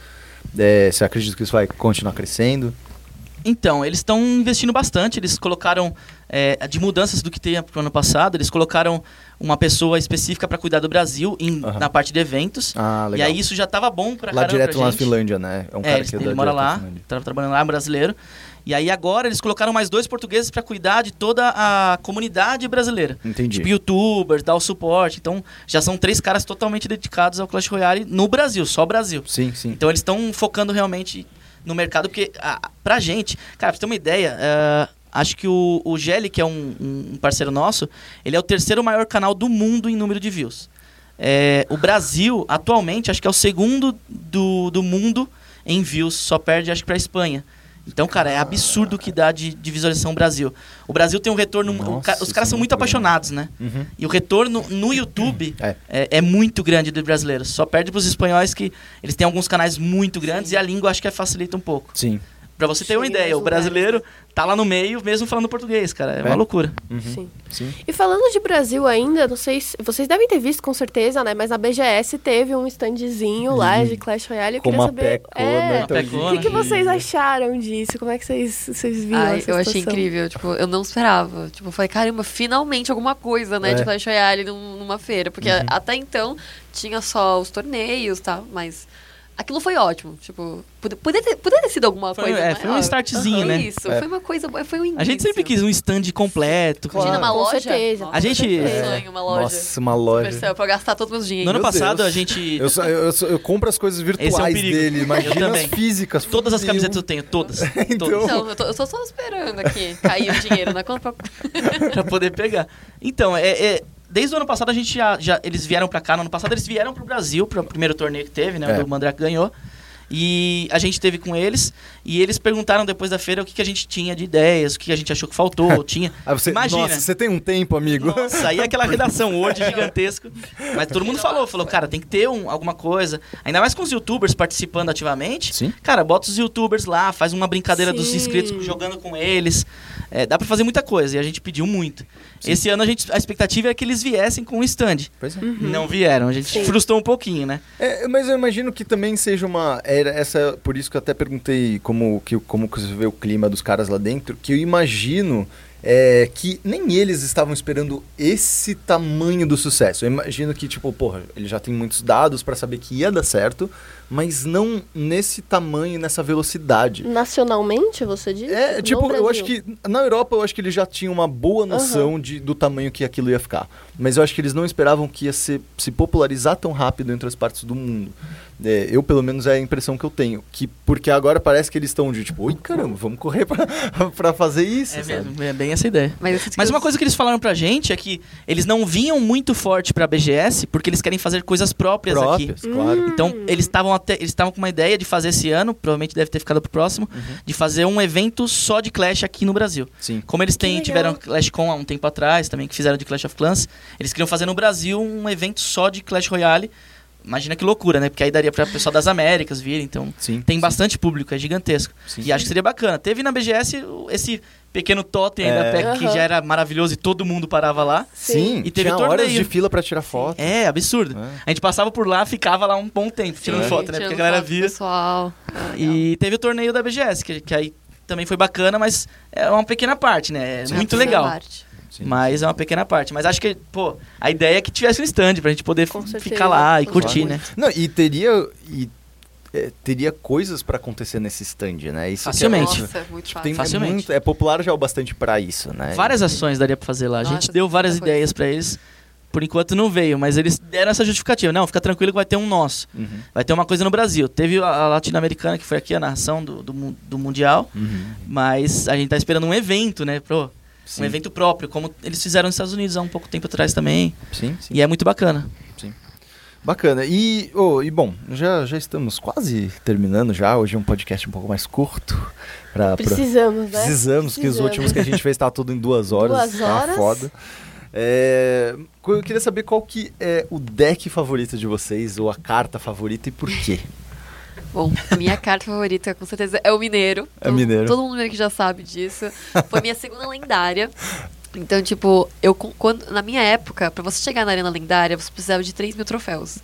S1: É, você acredita que isso vai continuar crescendo?
S4: Então, eles estão investindo bastante. Eles colocaram, é, de mudanças do que tinha pro ano passado, eles colocaram uma pessoa específica para cuidar do Brasil em-
S1: Aham.
S4: na parte de eventos.
S1: Ah,
S4: e
S1: legal.
S4: aí isso já tava bom pra
S1: lá
S4: caramba
S1: direto
S4: pra
S1: lá na
S4: gente.
S1: Finlândia, né? É um
S4: é,
S1: cara
S4: ele,
S1: que é
S4: ele
S1: da-
S4: mora
S1: direto da
S4: lá,
S1: Finlândia.
S4: tá trabalhando lá, brasileiro. E aí agora eles colocaram mais dois portugueses para cuidar de toda a comunidade brasileira.
S1: Entendi.
S4: Tipo, youtubers, dar o suporte. Então, já são três caras totalmente dedicados ao Clash Royale no Brasil, só Brasil.
S1: Sim, sim.
S4: Então eles estão focando realmente no mercado, porque a, pra gente, cara, pra você ter uma ideia, é, acho que o, o Gelli, que é um, um parceiro nosso, ele é o terceiro maior canal do mundo em número de views. É, o Brasil, atualmente, acho que é o segundo do, do mundo em views, só perde, acho que, pra Espanha. Então, cara, é absurdo o que dá de, de visualização o Brasil. O Brasil tem um retorno. o
S1: Nossa,
S4: ca- os
S1: isso
S4: caras
S1: é
S4: são
S1: muito
S4: muito
S1: grande.
S4: apaixonados, né?
S1: Uhum.
S4: E o retorno no YouTube
S1: É.
S4: é, é muito grande do brasileiro. Só perde para os espanhóis que eles têm alguns canais muito grandes e a língua acho que facilita um pouco.
S1: Sim.
S4: Para você ter uma
S3: Chega em
S4: ideia,
S3: mais
S4: o brasileiro tá lá no meio mesmo falando português, cara. É, uma loucura.
S2: Sim.
S1: Uhum. Sim.
S2: E falando de Brasil ainda, não sei se vocês devem ter visto com certeza, né? Mas na BGS teve um standzinho lá de Clash Royale. Eu
S1: Com
S2: queria
S1: uma né? Então,
S2: saber.
S1: pecona.
S2: é,
S1: tão
S4: pecona.
S2: o que, que
S1: linda.
S2: vocês acharam disso? Como é que vocês, vocês viram?
S3: Ai,
S2: essa
S3: eu achei
S2: situação?
S3: incrível, tipo, eu não esperava. Tipo, eu falei, caramba, finalmente alguma coisa, né,
S1: É.
S3: de Clash
S4: Uhum.
S3: Royale num- numa feira. Porque até então tinha só os torneios, tá? Mas Aquilo foi ótimo. Tipo, pod- poderia ter, poderia ter sido alguma
S4: Foi,
S3: coisa.
S4: é, foi um
S3: maior.
S4: startzinho,
S3: Aham.
S4: né?
S3: Isso,
S1: É.
S3: foi uma coisa boa, foi um
S4: A gente sempre
S3: indício.
S4: quis um stand completo. com-
S1: Claro.
S3: Imagina uma
S2: Com
S3: loja.
S2: certeza.
S3: Nossa,
S4: A gente-
S3: um
S4: É.
S3: sonho, uma loja.
S1: Nossa, uma loja.
S3: Percebe, pra eu gastar todos os meus
S4: No
S3: dinheiros.
S4: ano
S1: Meu
S4: passado
S1: Deus.
S4: a gente.
S1: Eu, só- eu, só- eu compro as coisas
S4: é um
S1: virtuais
S4: perigo.
S1: dele, imagina as
S4: também.
S1: físicas.
S4: Todas as
S1: fudeu.
S4: camisetas eu tenho, todas.
S1: Então.
S4: Todas.
S3: Então, eu tô, eu tô só esperando aqui cair o dinheiro na conta. pra-
S4: pra poder pegar. Então, é, é, desde o ano passado a gente já, já- eles vieram pra cá. No ano passado eles vieram pro Brasil, pro primeiro torneio que teve, né?
S1: É.
S4: O do Mandrake ganhou. E a gente teve com eles e eles perguntaram depois da feira o que, que a gente tinha de ideias, o que a gente achou que faltou, ou tinha.
S1: Aí Ah, você,
S4: Imagina.
S1: Nossa, você tem um tempo, amigo.
S4: Nossa, aí é aquela redação hoje gigantesco. Mas todo mundo falou, falou, cara, tem que ter um, alguma coisa. Ainda mais com os youtubers participando ativamente.
S1: Sim.
S4: Cara, bota os youtubers lá, faz uma brincadeira dos
S2: Sim.
S4: inscritos jogando com eles. É, dá pra fazer muita coisa e a gente pediu muito. Esse ano a, gente, a expectativa é que eles viessem com um stand.
S1: Pois é.
S4: Não vieram, a gente
S2: Uhum. Sim.
S4: frustrou um pouquinho, né?
S1: É, mas eu imagino que também seja uma era essa por isso que eu até perguntei como que como que você vê o clima dos caras lá dentro que eu imagino é, que nem eles estavam esperando esse tamanho do sucesso. Eu imagino que tipo porra ele já tem muitos dados pra saber que ia dar certo, mas não nesse tamanho nessa velocidade.
S2: Nacionalmente, você diz?
S1: É,
S2: No
S1: tipo, eu
S2: Brasil.
S1: acho que na Europa eu acho que eles já tinham uma boa noção de, do tamanho que aquilo ia ficar. Mas eu acho que eles não esperavam que ia se, se popularizar tão rápido entre as partes do mundo. É, eu, pelo menos, é a impressão que eu tenho. Que, porque agora parece que eles estão de tipo, oi caramba, vamos correr pra, pra fazer isso.
S4: É,
S1: sabe?
S4: mesmo, é bem essa ideia.
S3: Mas, esses
S4: Mas
S3: que
S4: uma
S3: eu-
S4: coisa que eles falaram pra gente é que eles não vinham muito forte pra BGS porque eles querem fazer coisas próprias, aqui.
S1: Próprias,
S2: Hum.
S1: claro.
S4: Então, eles estavam até eles estavam com uma ideia de fazer esse ano, provavelmente deve ter ficado pro próximo,
S1: Uhum.
S4: de fazer um evento só de Clash aqui no Brasil.
S1: Sim.
S4: Como eles têm,
S2: legal.
S4: tiveram Clash Com há um tempo atrás, também que fizeram de Clash of Clans, eles queriam fazer no Brasil um evento só de Clash Royale. Imagina que loucura, né? Porque aí daria pra pessoal das Américas vir, então
S1: Sim.
S4: tem bastante público, é gigantesco.
S1: Sim.
S4: E acho que seria bacana. Teve na BGS o- esse pequeno totem aí
S1: É.
S4: da PEC que
S2: Aham.
S4: já era maravilhoso e todo mundo parava lá.
S1: Sim,
S4: E teve
S1: tinha horas
S4: torneio.
S1: de fila pra tirar foto.
S4: É, absurdo.
S1: É.
S4: A gente passava por lá, ficava lá um bom tempo tirando
S1: Sim,
S4: foto, né?
S3: tirando
S4: Porque a galera
S3: foto do
S4: via.
S3: Pessoal. Ah,
S4: E teve o torneio da BGS, que, que aí também foi bacana, mas é uma pequena parte, né? É
S3: Sim.
S4: muito
S3: Sim.
S4: legal.
S3: Arte.
S1: Sim.
S4: Mas é uma pequena parte. Mas acho que, pô, a ideia é que tivesse um stand pra gente poder
S2: Com
S4: f-
S2: certeza,
S4: ficar lá e
S2: com
S4: curtir,
S2: certeza.
S4: né?
S1: Não, e teria. E, é, teria coisas pra acontecer nesse stand, né? Isso que é-
S4: Facilmente.
S3: Nossa, é muito
S1: Tem
S3: fácil.
S4: Facilmente.
S1: Muito, é popular já o bastante pra isso, né?
S4: Várias ações daria pra fazer lá. A gente
S3: Nossa,
S4: deu várias
S3: muita coisa.
S4: ideias pra eles. Por enquanto não veio, mas eles deram essa justificativa. Não, fica tranquilo que vai ter um nosso.
S1: Uhum.
S4: Vai ter uma coisa no Brasil. Teve a- a latino-americana, que foi aqui a narração do, do, mu- do Mundial.
S1: Uhum.
S4: Mas a gente tá esperando um evento, né? Pro,
S1: Sim.
S4: um evento próprio, como eles fizeram nos Estados Unidos há um pouco tempo atrás também.
S1: Sim, sim.
S4: E é muito bacana.
S1: Bacana. E, ô, e bom, já, já estamos quase terminando já. Hoje é um podcast um pouco mais curto. Pra, pra-
S2: Precisamos, né?
S1: Precisamos, que os
S2: Precisamos.
S1: últimos que a gente fez tá tudo em duas horas.
S2: Duas
S1: tá
S2: horas.
S1: foda. É, eu queria saber qual que é o deck favorito de vocês, ou a carta favorita e por quê.
S3: Bom, a minha carta favorita, com certeza, é o Mineiro.
S1: É Mineiro.
S3: Todo mundo meio que já sabe disso. Foi minha segunda lendária. Então, tipo, eu con- quando, na minha época, pra você chegar na Arena Lendária, você precisava de 3 mil troféus.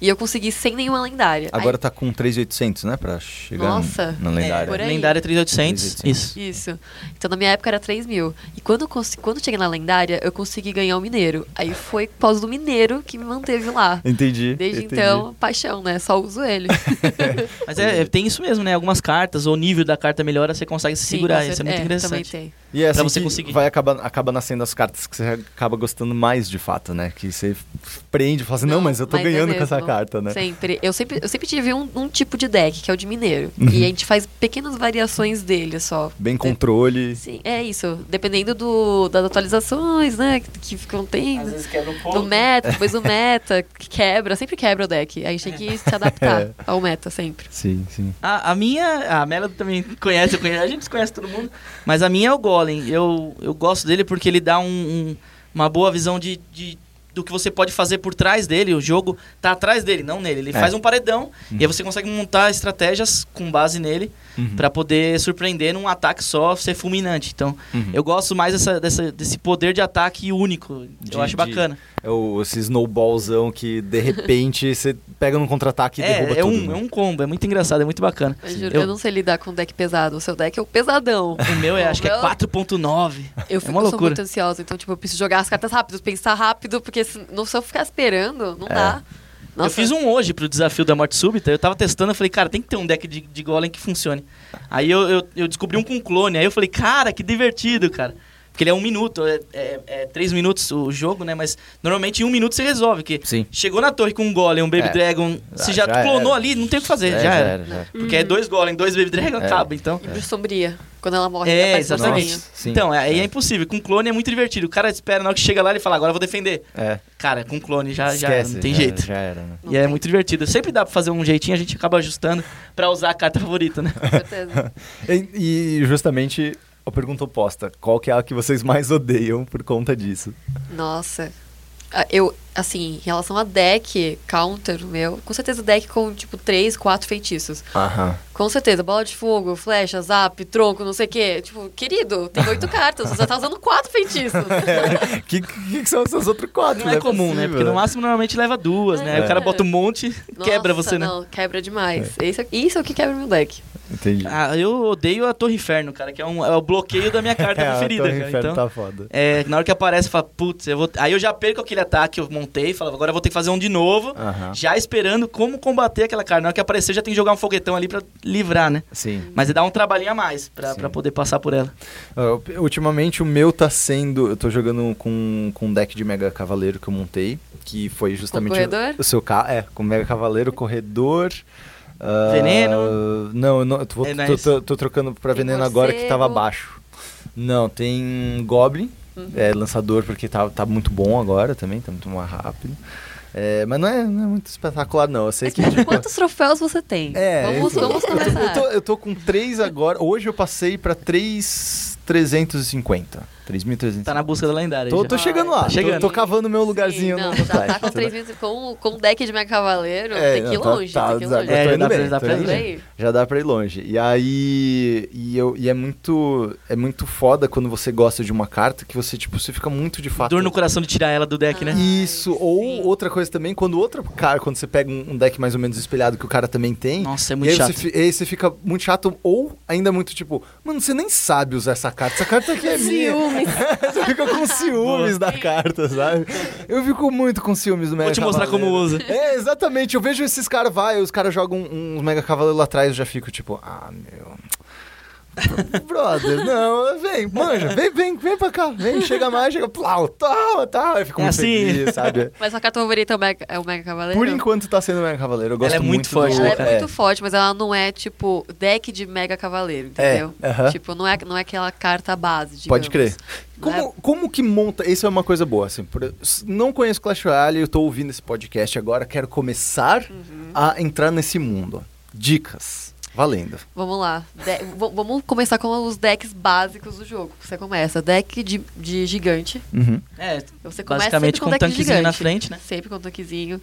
S3: E eu consegui sem nenhuma lendária. Aí-
S1: Agora tá com 3.800, né? Pra chegar
S3: Nossa.
S4: É,
S1: na lendária.
S3: por aí.
S4: Lendária 3800.
S1: 3800.
S4: Isso.
S3: Isso. Então, na minha época era 3 mil. E quando, eu cons- quando eu cheguei na lendária, eu consegui ganhar o Mineiro. Aí foi por causa do Mineiro que me manteve lá.
S1: Entendi.
S3: Desde
S1: entendi.
S3: então, paixão, né? Só uso ele.
S4: Mas é, é- tem isso mesmo, né? Algumas cartas, ou o nível da carta melhora, você consegue se segurar.
S3: Sim, com
S4: Isso é
S3: cer-
S4: muito
S3: Também
S4: interessante.
S3: tem.
S1: E é assim
S4: você
S1: que
S4: conseguir.
S1: vai acabar, acaba nascendo as cartas que você acaba gostando mais de fato, né? Que você prende e fala assim, não, mas eu tô
S3: é
S1: ganhando com essa
S3: mesmo.
S1: carta, né?
S3: Sempre. Eu sempre, eu sempre tive um, um tipo de deck, que é o de mineiro.
S1: Uhum.
S3: E a gente faz pequenas variações dele só.
S1: Bem controle.
S3: Sim, é isso. Dependendo do, das atualizações, né? Que, que ficam tendo.
S4: vezes quebra um
S3: Do meta, depois do meta, que quebra, sempre quebra o deck. A gente tem que se adaptar
S1: É.
S3: ao meta sempre.
S1: Sim, sim.
S4: A, a minha, a Mela também conhece, eu conheço, a gente conhece todo mundo. Mas a minha é o Golem. Eu, eu gosto dele porque ele dá um- um- uma boa visão de, de- do que você pode fazer por trás dele. O jogo tá atrás dele, não nele. Ele
S1: É.
S4: faz um paredão e aí você consegue montar estratégias com base nele
S1: Uhum.
S4: pra poder surpreender num ataque só, ser fulminante. Então,
S1: Uhum.
S4: eu gosto mais dessa- dessa- desse poder de ataque único.
S1: De-
S4: eu acho
S1: de-
S4: bacana.
S1: É o, esse snowballzão que de repente você pega num contra-ataque e derruba
S4: é, é,
S1: tudo.
S4: um,
S1: né?
S4: é um combo, é muito engraçado, é muito bacana.
S3: Eu, juro,
S4: Eu-
S3: eu não sei lidar com deck pesado. O seu deck é o pesadão.
S4: O meu é, acho que é
S3: Meu-
S4: 4.9.
S3: Eu fico
S4: É uma
S3: eu sou
S4: loucura.
S3: muito ansiosa, então, tipo, eu preciso jogar as cartas rápido, pensar rápido, porque se, não, se eu ficar esperando, não
S1: É.
S3: dá. Nossa.
S4: Eu fiz um hoje pro desafio da morte súbita, eu tava testando, eu falei, cara, tem que ter um deck de, de golem que funcione. Aí eu, eu, eu descobri um com clone, aí eu falei, cara, que divertido, cara. Porque ele é um minuto, é, é- é três minutos o jogo, né? Mas normalmente em um minuto você resolve, que
S1: Sim.
S4: chegou na torre com um golem, um baby
S1: É.
S4: dragon, se já,
S1: já era.
S4: clonou ali, não tem o que fazer,
S1: É,
S4: já era.
S1: já era.
S4: Porque é dois golem, dois baby dragon,
S1: É.
S4: acaba, então...
S3: E bruxa sombria, quando ela morre.
S4: É,
S3: aparece um
S4: exatamente.
S3: sombrinho.
S1: sim.
S4: Então, é- aí é. impossível. Com clone é muito divertido. O cara espera, na hora que chega lá, ele fala, agora eu vou defender.
S1: É,
S4: Cara, com clone já, já
S1: esquece,
S4: não tem
S1: já-
S4: jeito.
S1: Já era, né?
S4: E é muito divertido. Sempre dá pra fazer um jeitinho, a gente acaba ajustando pra usar a carta favorita, né?
S3: Com certeza.
S1: E, e justamente a pergunta oposta: qual que é a que vocês mais odeiam por conta disso?
S3: Nossa. Ah, Eu, assim, em relação a deck counter, meu, com certeza deck com, tipo, três, quatro feitiços.
S1: Aham.
S3: Com certeza, bola de fogo, flecha, zap, tronco, não sei o quê. Tipo, querido, tem oito cartas, você tá usando quatro feitiços.
S1: O que, que, que são essas outras quatro?
S4: Não é comum, né?
S1: possível,
S4: Porque no máximo normalmente leva duas, né?
S3: É.
S4: O cara bota um monte, quebra
S3: Nossa,
S4: você, né?
S3: Não, quebra demais. Isso, é, isso é o que quebra meu deck.
S1: Entendi.
S4: Ah, eu odeio a Torre Inferno, cara, que é, um, é o bloqueio da minha carta
S1: É, a
S4: preferida,
S1: Torre
S4: cara.
S1: Inferno
S4: tá Então,
S1: tá foda.
S4: é, na hora que aparece, fala, putz, eu vou. Aí eu já perco aquele ataque que eu montei, falo, agora eu vou ter que fazer um de novo.
S1: Aham.
S4: Já esperando como combater aquela cara. Na hora que aparecer, já tem que jogar um foguetão ali pra livrar, né?
S1: Sim.
S4: Mas dá um trabalhinho a mais pra, pra poder passar por ela.
S1: Ah, eu- Ultimamente o meu tá sendo. Eu tô jogando com, com um deck de Mega Cavaleiro que eu montei, que foi justamente. o-
S3: corredor?
S1: O seu carro. É, com Mega Cavaleiro, corredor. ah,
S4: Veneno?
S1: Não, eu não, eu tô,
S4: É
S1: tô-
S4: nice.
S1: tô- tô trocando pra
S3: Tem
S1: veneno agora que tava
S3: morcego.
S1: abaixo. Não, tem Goblin,
S4: Uhum.
S1: é, lançador, porque tá, tá muito bom agora também, tá muito mais rápido. É, mas não é, não é muito espetacular, não. Eu sei que. tipo,
S3: Quantos troféus você tem?
S1: é,
S3: vamos,
S1: eu tô-
S3: vamos começar.
S1: eu, tô, eu tô com 3 agora. Hoje eu passei pra 3,350. 3.350.
S4: Tá na busca da lendária.
S1: Tô,
S4: já.
S1: tô chegando lá.
S4: Tá chegando.
S1: Tô, tô cavando meu lugarzinho
S3: Sim,
S1: no
S3: não,
S1: no
S3: tá, tá
S1: Clash,
S3: com três
S1: entendeu?
S3: vezes com, com um deck de Mega Cavaleiro,
S1: É,
S3: tem que ir
S1: não, tá-
S3: longe,
S1: tá,
S3: tem que ir
S1: tá,
S3: longe.
S1: eu
S4: É,
S1: tô
S4: dá
S1: indo
S4: pra-
S1: bem,
S4: dá
S1: tô
S4: pra
S1: indo
S4: ir
S1: bem.
S3: longe.
S1: Já dá pra ir longe. E aí. E, eu, e é muito. É muito foda quando você gosta de uma carta que você, tipo, você fica muito de fato.
S4: Dor no coração de tirar ela do deck, né?
S1: Isso, ou
S3: sim.
S1: outra coisa também, quando outra cara, quando você pega um, um deck mais ou menos espelhado que o cara também tem.
S4: Nossa, é
S1: e
S4: muito
S1: aí
S4: chato.
S1: Você, fi- aí você fica muito chato, ou ainda muito tipo, mano, você nem sabe usar essa carta, essa carta aqui é minha.
S2: Ciúmes.
S1: você fica com ciúmes da carta, sabe? Eu fico muito com ciúmes do Mega
S4: Vou te mostrar
S1: é Cavaleiro.
S4: como usa.
S1: É, exatamente. Eu vejo esses caras, vai, os caras jogam um, uns Mega Cavaleiro lá atrás, eu já fico tipo, ah, meu. Brother, não, vem, manja, vem, vem, vem pra cá, vem, chega mais, chega, plau, tal, tal. Eu fico
S4: É
S1: muito
S4: assim.
S1: feliz, sabe?
S3: Mas a carta favorita é o Mega, é o Mega Cavaleiro?
S1: Por enquanto tá sendo Mega Cavaleiro, eu gosto
S4: é muito forte,
S1: do-
S4: né,
S3: Ela é
S4: cara?
S3: muito forte, mas ela não é tipo deck de Mega Cavaleiro,
S1: É,
S3: entendeu?
S1: aham.
S3: Tipo, não é, não é aquela carta base.
S1: Pode
S3: digamos.
S1: crer.
S3: Não é-
S1: Como, como que monta. Isso é uma coisa boa, assim. por- s- não conheço Clash Royale, eu tô ouvindo esse podcast agora, quero começar
S3: Uhum.
S1: a entrar nesse mundo. Dicas. Valendo.
S3: Vamos lá. De- v- vamos começar com os decks básicos do jogo. Você começa deck de, de gigante.
S1: Uhum.
S4: É,
S3: Você começa
S4: basicamente
S3: sempre
S4: com
S3: com,
S4: um
S3: deck de
S4: tanquezinho
S3: gigante.
S4: na frente, né?
S3: Sempre com um tanquezinho.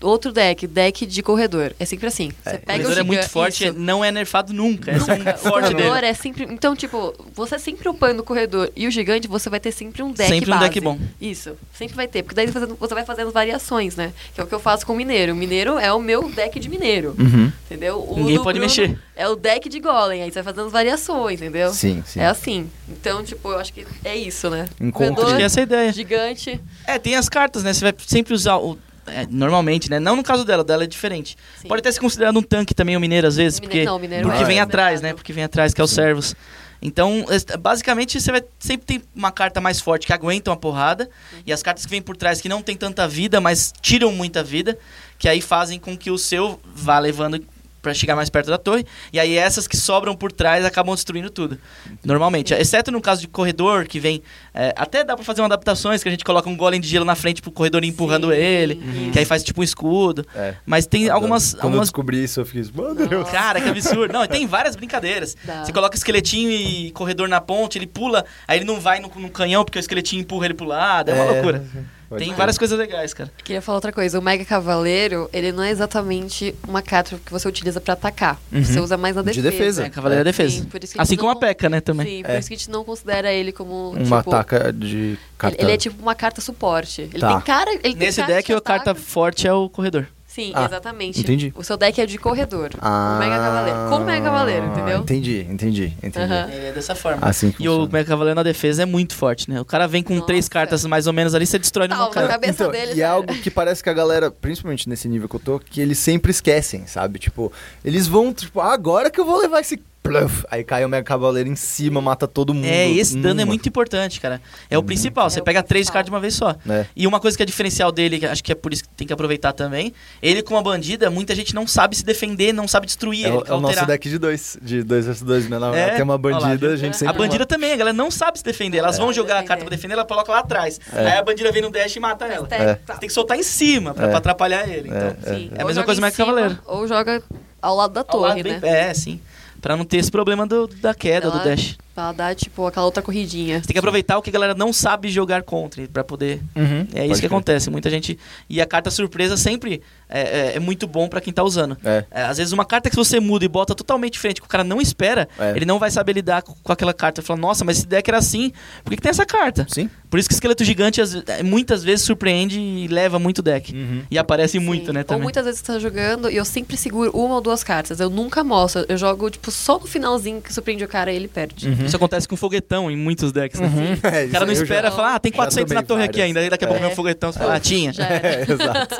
S3: Outro deck, deck de corredor. É sempre assim. Você
S4: O
S3: pega o
S4: corredor é muito
S3: giga-
S4: forte,
S3: isso.
S4: não é nerfado nunca. Esse é um
S3: O
S4: forte
S3: corredor
S4: dele.
S3: é sempre. Então, tipo, você sempre upando o corredor e o gigante, você vai ter sempre um deck
S4: Sempre um
S3: base.
S4: deck bom.
S3: Isso, sempre vai ter. Porque daí você você vai fazendo variações, né? Que é o que eu faço com o mineiro. O mineiro é o meu deck de mineiro.
S1: Uhum.
S3: Entendeu? O
S4: Hum. Ninguém
S3: do
S4: pode
S3: Bruno
S4: mexer.
S3: É o deck de golem. Aí você vai fazendo as variações, entendeu?
S1: Sim, sim.
S3: É assim. Então, tipo, eu acho que é isso, né?
S1: Encontre-
S4: Acho que
S3: Corredor,
S4: essa é a ideia.
S3: gigante.
S4: É, tem as cartas, né? Você vai sempre usar o. é, normalmente, né? Não no caso dela, dela é diferente.
S3: Sim.
S4: Pode até ser considerado um tanque também, o mineiro, às vezes,
S3: Mine-
S4: porque,
S3: não, o mineiro
S4: porque
S1: é
S4: vem
S1: mais
S4: atrás,
S3: pesado.
S4: né? Porque vem atrás, que é os servos. Então, es- basicamente, você vai sempre tem uma carta mais forte que aguenta uma porrada.
S3: Uhum.
S4: E as cartas que vêm por trás que não tem tanta vida, mas tiram muita vida, que aí fazem com que o seu vá levando pra chegar mais perto da torre. E aí essas que sobram por trás acabam destruindo tudo. Normalmente. Exceto no caso de corredor, que vem. é, até dá pra fazer uma adaptações, que a gente coloca um golem de gelo na frente pro corredor ir empurrando
S3: Sim,
S4: ele.
S3: isso.
S4: Que aí faz tipo um escudo.
S1: É.
S4: Mas tem algumas.
S1: Quando eu
S4: algumas...
S1: descobri isso, eu fiquei, meu Deus.
S4: Cara, que absurdo. Não, e tem várias brincadeiras.
S3: Dá.
S4: Você coloca esqueletinho e corredor na ponte, ele pula, aí ele não vai no, no canhão porque o esqueletinho empurra ele pro lado. É uma loucura.
S1: Pode
S4: Tem
S1: crer.
S4: várias coisas legais, cara.
S3: Queria falar outra coisa. O Mega Cavaleiro, ele não é exatamente uma carta que você utiliza pra atacar. Você usa mais na
S1: De
S3: defesa.
S1: defesa.
S4: É, Cavaleiro da Uhum. Defesa.
S3: Sim, por isso que
S4: assim
S3: não-
S4: como a P.E.K.K.A, né, também.
S3: Sim,
S1: É.
S3: por isso que a gente não considera ele como.
S1: Uma
S3: tipo,
S1: ataca de
S3: Ele,
S1: carta.
S3: ele é tipo uma carta suporte. Ele
S1: Tá.
S3: tem cara. Ele tem
S4: Nesse
S3: cara
S4: deck,
S3: que
S4: a
S3: ataca.
S4: carta forte é o corredor.
S3: Sim,
S1: Ah,
S3: exatamente.
S1: entendi.
S3: O seu deck é de corredor.
S1: Ah,
S3: Com Mega Cavaleiro. Com Mega Cavaleiro, entendeu?
S1: Entendi, entendi, entendi.
S3: Aham.
S4: É dessa forma.
S1: Assim que
S4: E o
S1: funciona.
S4: Mega Cavaleiro na defesa é muito forte, né? O cara vem com três
S3: Nossa.
S4: cartas mais ou menos ali, você destrói numa
S3: Salva.
S4: cara.
S3: a cabeça
S1: então,
S3: deles,
S1: E é
S3: né?
S1: algo que parece que a galera, principalmente nesse nível que eu tô, que eles sempre esquecem, sabe? Tipo, eles vão, tipo, ah, agora que eu vou levar esse pluff. Aí cai o Mega Cavaleiro em cima, mata todo mundo.
S4: É, esse dano é
S1: Hum,
S4: muito importante, cara. É o principal, você
S3: o
S4: pega três
S3: principal.
S4: cartas de uma vez só.
S1: né?
S4: E uma coisa que é diferencial dele, que acho que é por isso que tem que aproveitar também, ele com uma bandida, muita gente não sabe se defender, não sabe destruir,
S1: É,
S4: ele
S1: o- é o nosso
S4: alterar.
S1: deck de dois, de dois versus dois, né? Ela
S4: É,
S1: tem uma
S4: olha lá,
S1: bandida,
S4: viu?
S1: a gente
S3: A
S1: sempre...
S4: A bandida também, a galera não sabe se defender. Elas
S3: É.
S4: vão jogar a carta
S3: Defender.
S4: pra defender, ela coloca lá atrás.
S1: É.
S4: Aí a bandida vem no dash e mata ela.
S3: Até-
S1: É.
S3: tá.
S4: Tem que soltar em cima pra,
S1: É.
S4: pra atrapalhar ele.
S1: É,
S4: Então,
S1: é,
S3: Sim.
S4: é a
S3: Ou
S4: mesma
S3: joga
S4: coisa
S3: em
S4: do Mega
S3: cima,
S4: Cavaleiro.
S3: Ou joga ao lado da
S4: Ao lado
S3: torre,
S4: bem-
S3: né?
S4: É, sim. Pra não ter esse problema do- da queda, do
S3: Ela-
S4: dash.
S3: Pra dar, tipo, aquela outra corridinha.
S4: Você tem que aproveitar o que a galera não sabe jogar contra pra poder.
S1: Uhum,
S4: É
S1: pode
S4: isso que
S1: crer.
S4: acontece. Muita gente. E a carta surpresa sempre é, é- é muito bom pra quem tá usando.
S1: É.
S4: É, às vezes uma carta que você muda e bota totalmente diferente, que o cara não espera,
S1: É.
S4: ele não vai saber lidar com, com aquela carta. Fala, nossa, mas esse deck era assim, por que, que tem essa carta?
S1: Sim.
S4: Por isso que esqueleto gigante às ve- é, muitas vezes surpreende e leva muito deck.
S1: Uhum.
S4: E aparece
S3: Sim.
S4: muito, né,
S3: Ou
S4: também.
S3: muitas vezes você tá jogando e eu sempre seguro uma ou duas cartas. Eu nunca mostro. Eu jogo, tipo, só no finalzinho que surpreende o cara e ele perde.
S4: Isso acontece com foguetão em muitos decks, né?
S1: É, Uhum.
S3: Uhum.
S4: O
S1: isso
S4: cara
S1: aí
S4: não
S1: eu já-
S4: espera, fala, ah, tem
S1: já
S4: 400 na
S1: tomei
S4: torre aqui
S1: várias.
S4: ainda. Aí daqui a pouco vem um foguetão, você fala, ah, tinha.
S3: É. Já era.
S1: É, exato.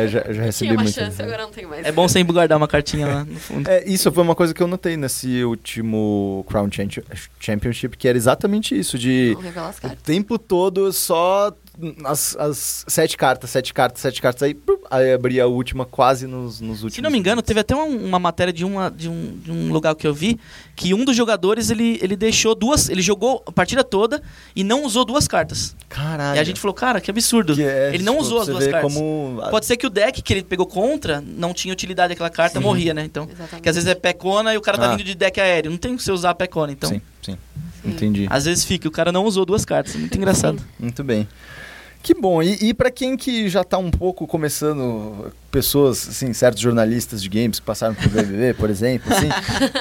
S1: É, já, eu já recebi
S3: Tinha uma
S1: muito
S3: chance,
S1: isso.
S3: agora não tem mais.
S4: É bom sempre guardar uma cartinha lá no fundo.
S1: É, isso foi uma coisa que eu notei nesse último Crown Champi- Championship, que era exatamente isso, de
S3: Não revela as
S1: o
S3: cartas.
S1: tempo todo só as, as sete cartas, sete cartas, sete cartas, aí, pum, aí abria a última quase nos, nos últimos.
S4: Se não me engano, teve até uma, uma matéria de, uma, de, um, de um lugar que eu vi que um dos jogadores ele, ele deixou duas. Ele jogou a partida toda e não usou duas cartas.
S1: Caralho.
S4: e a gente falou, cara, que absurdo.
S1: Ah, é. Que é,
S4: ele não
S1: tipo,
S4: usou as
S1: você
S4: duas
S1: vê
S4: cartas.
S1: como... um-
S4: Pode ser que o deck que ele pegou contra não tinha utilidade aquela carta, morria, né? Então.
S3: Exatamente.
S4: Que às vezes é pecona e o cara tá
S1: Ah.
S4: vindo de deck aéreo. Não tem que você usar a pecona, então.
S1: Sim, sim. Entendi.
S4: Às vezes fica, o cara não usou duas cartas. É Muito engraçado.
S1: Muito bem. Que bom. E, e para quem que já tá um pouco começando, pessoas, assim, certos jornalistas de games que passaram pelo BBB, por exemplo, assim,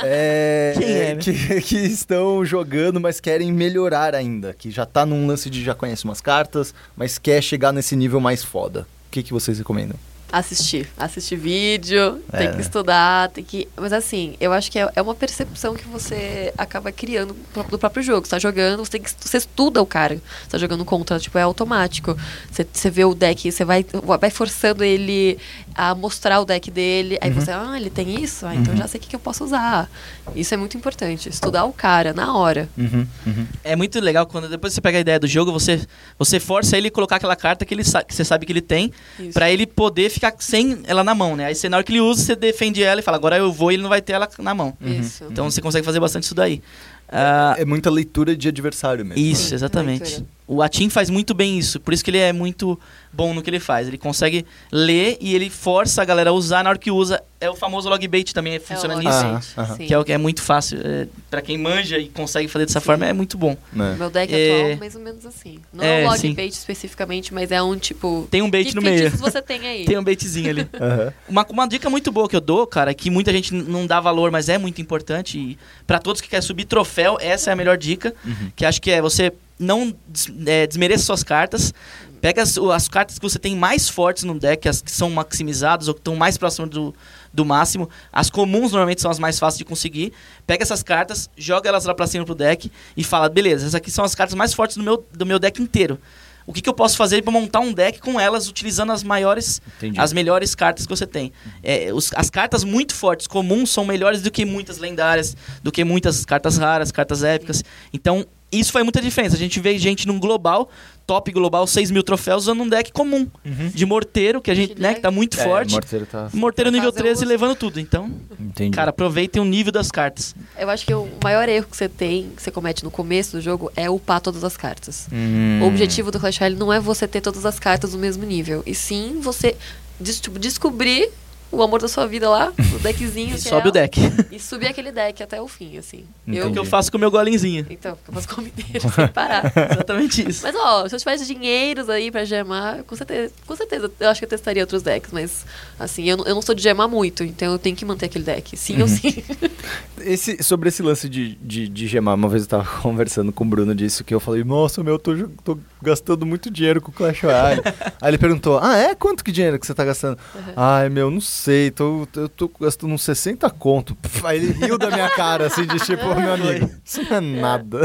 S1: é,
S4: Quem é, né?
S1: que, que estão jogando, mas querem melhorar ainda, que já tá num lance de já conhece umas cartas, mas quer chegar nesse nível mais foda. O que, que vocês recomendam?
S3: Assistir. Assistir vídeo,
S1: É,
S3: tem
S1: né?
S3: que estudar, tem que. Mas assim, eu acho que é, é uma percepção que você acaba criando pro- do próprio jogo. Você tá jogando, você, tem que, você estuda o cara. Você tá jogando contra, tipo, é automático. Você, você vê o deck, você vai, vai forçando ele a mostrar o deck dele.
S1: Uhum.
S3: Aí você, ah, ele tem isso? Ah, então eu já sei o que, que eu posso usar. Isso é muito importante. Estudar o cara na hora.
S1: Uhum,
S4: É muito legal quando depois você pega a ideia do jogo, você, você força ele a colocar aquela carta que, ele sa- que você sabe que ele tem,
S3: Isso.
S4: pra ele poder ficar sem ela na mão, né? Aí você, na hora que ele usa, você defende ela e fala, agora eu vou e ele não vai ter ela na mão.
S1: Uhum.
S3: Isso.
S4: Então você consegue fazer bastante isso daí. Ah,
S1: É muita leitura de adversário mesmo.
S4: isso,
S3: Sim,
S4: exatamente.
S3: leitura.
S4: O Atim faz muito bem isso, por isso que ele é muito bom no que ele faz. Ele consegue ler e ele força a galera a usar na hora que usa. É o famoso log bait também, funciona
S3: É o
S4: nisso.
S1: log
S3: login.
S1: Ah, Aham, aham.
S3: Sim.
S4: Que é o que é muito fácil. É, para quem manja e consegue fazer dessa forma, é muito bom.
S1: né?
S3: Meu deck
S4: É.
S3: atual, mais ou menos assim. Não
S4: É,
S3: é um log
S4: sim.
S3: bait especificamente, mas é um tipo.
S4: Tem um bait
S3: que
S4: no meio.
S3: feitiços você tem aí?
S4: Tem um baitzinho ali.
S1: Aham.
S4: Uma, uma dica muito boa que eu dou, cara, é que muita gente n- não dá valor, mas é muito importante. E pra todos que querem subir troféu, essa é a melhor dica.
S1: Uhum.
S4: Que acho que é você não des, é, desmereça suas cartas. Pega as, o- as cartas que você tem mais fortes no deck, as que são maximizadas ou que estão mais próximas do, do máximo. As comuns normalmente são as mais fáceis de conseguir. Pega essas cartas, joga elas lá pra cima pro deck e fala: beleza, essas aqui são as cartas mais fortes do meu, do meu deck inteiro. O que, que eu posso fazer pra montar um deck com elas, utilizando as maiores
S1: Entendi.
S4: as melhores cartas que você tem. É, os- as cartas muito fortes, comuns, são melhores do que muitas lendárias, do que muitas cartas raras, cartas épicas. Então, isso faz muita diferença. A gente vê gente num global, top global, 6 mil troféus, usando um deck comum. De morteiro, que a gente, né, que tá muito
S1: É,
S4: forte.
S1: Morteiro tá...
S4: Morteiro nível
S3: Fazer
S4: 13
S3: uso.
S4: levando tudo. Então,
S1: Entendi.
S4: cara, aproveitem o nível das cartas.
S3: Eu acho que o maior erro que você tem, que você comete no começo do jogo, é upar todas as cartas.
S1: Hum.
S3: O objetivo do Clash Royale não é você ter todas as cartas do mesmo nível, e sim você des- tipo, descobrir o amor da sua vida lá, o deckzinho.
S4: E
S3: que
S4: sobe
S3: é
S4: o deck.
S3: E subir aquele deck até o fim, assim.
S4: É o
S1: Entendi.
S4: que eu faço com o meu golinzinho.
S3: Então, porque eu faço comida sem parar.
S4: Exatamente isso.
S3: Mas, ó, se eu tivesse dinheiros aí pra gemar, com certeza, com certeza, eu acho que eu testaria outros decks, mas, assim, eu, não- eu não sou de gemar muito, então eu tenho que manter aquele deck. Sim
S4: Uhum,
S3: ou sim.
S1: Esse, sobre esse lance de, de, de gemar, uma vez eu tava conversando com o Bruno disso, que eu falei, nossa, meu, eu tô, jo- tô gastando muito dinheiro com o Clash Royale. Aí ele perguntou, ah, é? Quanto que dinheiro que você tá gastando? Ai, meu, não sei, tô, tô- eu tô gastando uns 60 conto. Pff, Aí ele riu da minha cara, assim, de tipo, "Ô, meu amigo, isso não é nada.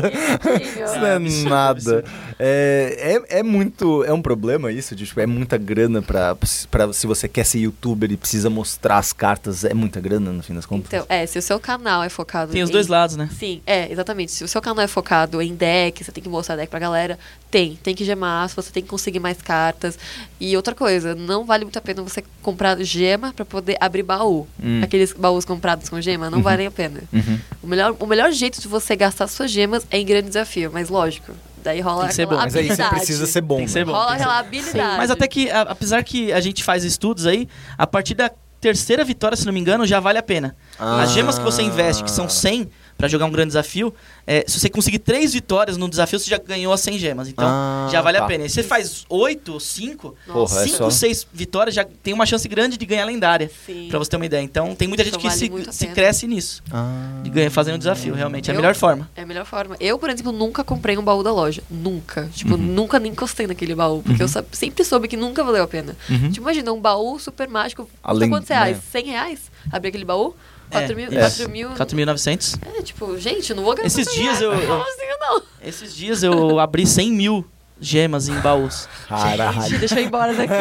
S1: Isso não é
S4: absurdo,
S1: nada.
S4: absurdo.
S1: É, é, é muito. É um problema isso, de, tipo, é muita grana pra, pra. Se você quer ser youtuber e precisa mostrar as cartas, é muita grana no fim das contas.
S3: Então, é, se o seu canal é focado
S4: Tem os
S3: em-
S4: dois lados, né?
S3: Sim, é, exatamente. Se o seu canal é focado em deck, você tem que mostrar deck pra galera, tem. Tem que gemar, você tem que conseguir mais cartas. E outra coisa, não vale muito a pena você comprar gema pra poder abrir baú.
S1: Hum.
S3: Aqueles baús comprados com gema não valem a pena.
S1: Uhum.
S3: O melhor, o melhor jeito de você gastar suas gemas é em grande desafio, mas lógico, daí rola
S4: Tem que ser
S3: aquela
S4: bom.
S1: Mas aí você
S3: habilidade.
S1: precisa ser bom.
S4: Tem que ser
S1: né?
S4: bom.
S3: Rola
S4: tem que ser-
S3: aquela habilidade.
S4: Mas até que, a- apesar que a gente faz estudos aí, a partir da terceira vitória, se não me engano, já vale a pena.
S1: Ah.
S4: As gemas que você investe, que são 100 pra jogar um grande desafio, é, se você conseguir três vitórias no desafio, você já ganhou as 100 gemas. Então,
S1: Ah,
S4: já vale
S1: tá.
S4: a pena. E você faz 8, 5,
S1: Porra, é
S4: 5,
S1: só.
S4: 6 vitórias, já tem uma chance grande de ganhar lendária.
S3: Sim.
S4: Pra você ter uma ideia. Então, tem muita
S3: Então
S4: gente que
S3: vale
S4: se,
S3: muito a
S4: se
S3: pena.
S4: cresce nisso.
S1: Ah.
S4: De ganhar fazendo um desafio, realmente. É a
S3: Eu-
S4: melhor forma.
S3: É a melhor forma. Eu, por exemplo, nunca comprei um baú da loja. Nunca. Tipo,
S4: Uhum.
S3: nunca nem encostei naquele baú. Porque eu sa- sempre soube que nunca valeu a pena.
S4: Uhum.
S3: Tipo, imagina, um baú super mágico.
S1: Além-
S3: Além, quantos reais?
S1: né?
S3: 100 reais? Abrir aquele baú?
S4: É,
S3: 4 mil?
S4: isso.
S3: 4 mil.
S4: 4.900.
S3: É, tipo, gente, eu não vou gastar.
S4: Esses
S3: 100
S4: dias
S3: reais.
S4: eu-
S3: Não, assim, eu não.
S4: Esses dias eu abri 100 mil gemas em baús.
S1: Caralho.
S3: Gente, deixa eu ir embora daqui.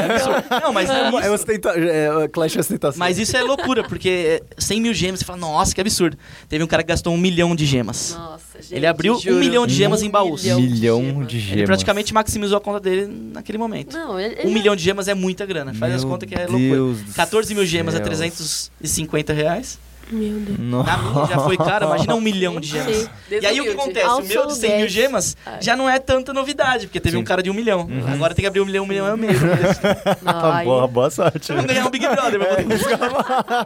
S4: Não, mas
S1: É
S4: isso,
S1: ostenta- é, Clash é ostentação.
S4: mas isso é loucura, porque é, 100 mil gemas, você fala, nossa, que absurdo. Teve um cara que gastou um milhão de gemas.
S3: Nossa, gente.
S4: Ele abriu um
S3: juro.
S4: milhão de gemas em baús.
S1: milhão,
S3: gemas.
S1: de gemas.
S4: Ele praticamente maximizou a conta dele naquele momento.
S3: Não, ele,
S4: Um
S3: ele-
S4: milhão de gemas é muita grana, faz
S1: Meu
S4: as contas que é loucura.
S1: Deus do
S4: 14 mil gemas é
S1: céu.
S4: 350 reais.
S2: Meu Deus.
S4: Na minha já foi cara, imagina um milhão de
S3: Gente,
S4: gemas. E aí o que
S3: desumilde.
S4: acontece? O meu de 100 mil
S2: Alçou
S4: gemas
S3: Ai.
S4: já não é tanta novidade, porque teve
S1: Sim. Uhum.
S4: um cara de um milhão. Agora tem que abrir um milhão, um milhão é o mesmo.
S3: Não, aí-
S1: Boa, boa sorte. né?
S4: Vamos ganhar um Big Brother, vou poder buscar.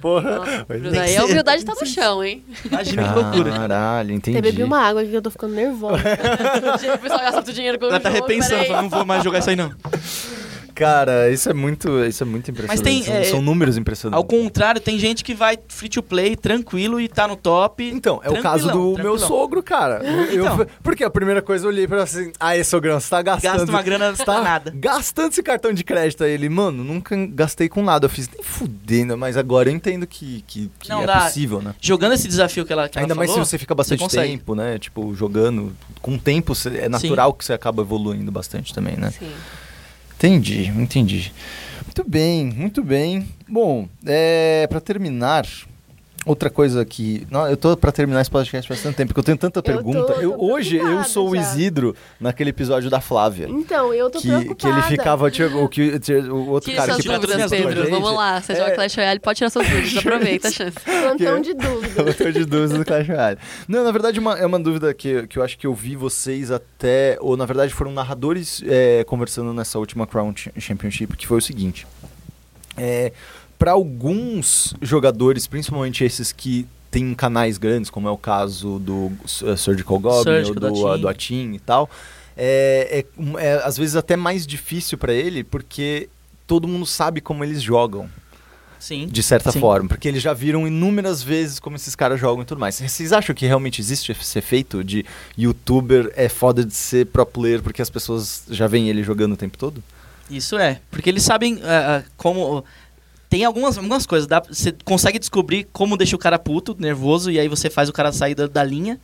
S1: Porra.
S3: Nossa,
S1: Pois
S3: Bruno,
S1: é.
S3: aí é um a humildade tá no chão, hein?
S4: Imagina que loucura.
S1: Caralho, entendi.
S2: Até bebi uma água aqui que eu tô ficando nervosa.
S3: Gente, o pessoal gasta todo o dinheiro com o
S4: Ela tá
S3: jogo,
S4: repensando,
S3: peraí.
S4: fala, não vou mais jogar isso aí não.
S1: Cara, isso é muito, isso é muito impressionante.
S4: tem,
S1: são,
S4: é,
S1: são números
S4: Ao
S1: impressionantes.
S4: contrário, tem gente que vai free to play tranquilo e tá no top.
S1: Então, é o
S4: Tranquilão,
S1: caso do meu
S4: tranquilão.
S1: sogro, cara. Eu-
S4: Então.
S1: eu- porque a primeira coisa eu olhei pra assim, aí, sogrão, você tá gastando.
S4: Gasta uma grana
S1: tá
S4: nada.
S1: gastando esse cartão de crédito aí. Ele, mano, nunca gastei com nada. Eu fiz nem fudendo, mas agora eu entendo que, que, que
S4: Não
S1: é
S4: dá.
S1: possível, né?
S4: Jogando esse desafio que ela que ela
S1: Ainda mais se
S4: falou,
S1: você fica bastante
S4: consegue.
S1: tempo, né? Tipo, jogando. Com o tempo, você- é natural que você acaba evoluindo bastante também, né?
S3: Sim.
S1: Entendi, entendi. Muito bem, muito bem. Bom, é, para terminar, outra coisa que. Não, eu tô para terminar esse podcast faz tanto tempo, porque eu tenho tanta
S2: tô-
S1: pergunta.
S2: tô
S1: eu, hoje eu
S2: preocupada
S1: sou o
S2: já.
S1: Isidro naquele episódio da Flávia.
S2: Então, eu tô
S1: Que,
S2: preocupada.
S1: que ele ficava. tinha- o, que, tinha- o outro
S3: Tire
S1: cara
S3: suas
S1: que
S3: dúvidas,
S1: patrocinou a
S3: Pedro.
S1: gente.
S3: Vamos lá. Você joga
S1: É.
S3: Clash Royale, pode tirar suas dúvidas. Aproveita a chance.
S2: Plantão
S1: que-
S2: de dúvida.
S1: Eu tô de dúvida do Clash Royale. Não, na verdade, uma- é uma dúvida que, que eu acho que eu vi vocês até. Ou na verdade foram narradores é, conversando nessa última Crown Ch- Championship, que foi o seguinte. É, para alguns jogadores, principalmente esses que têm canais grandes, como é o caso do eh, Surgical Goblin,
S4: Surgical,
S1: ou do,
S4: do
S1: a-
S4: Atim.
S1: do Atim e tal, é, é um- é, às vezes até mais difícil para ele, porque todo mundo sabe como eles jogam.
S4: Sim.
S1: De certa
S4: Sim.
S1: forma, porque eles já viram inúmeras vezes como esses caras jogam e tudo mais. Vocês acham que realmente existe esse efeito de youtuber é foda de ser pro player porque as pessoas já veem ele jogando o tempo todo?
S4: Isso é, porque eles sabem ah, ah, como. Tem algumas, algumas coisas, dá- você consegue descobrir como deixa o cara puto, nervoso, e aí você faz o cara sair da, da linha,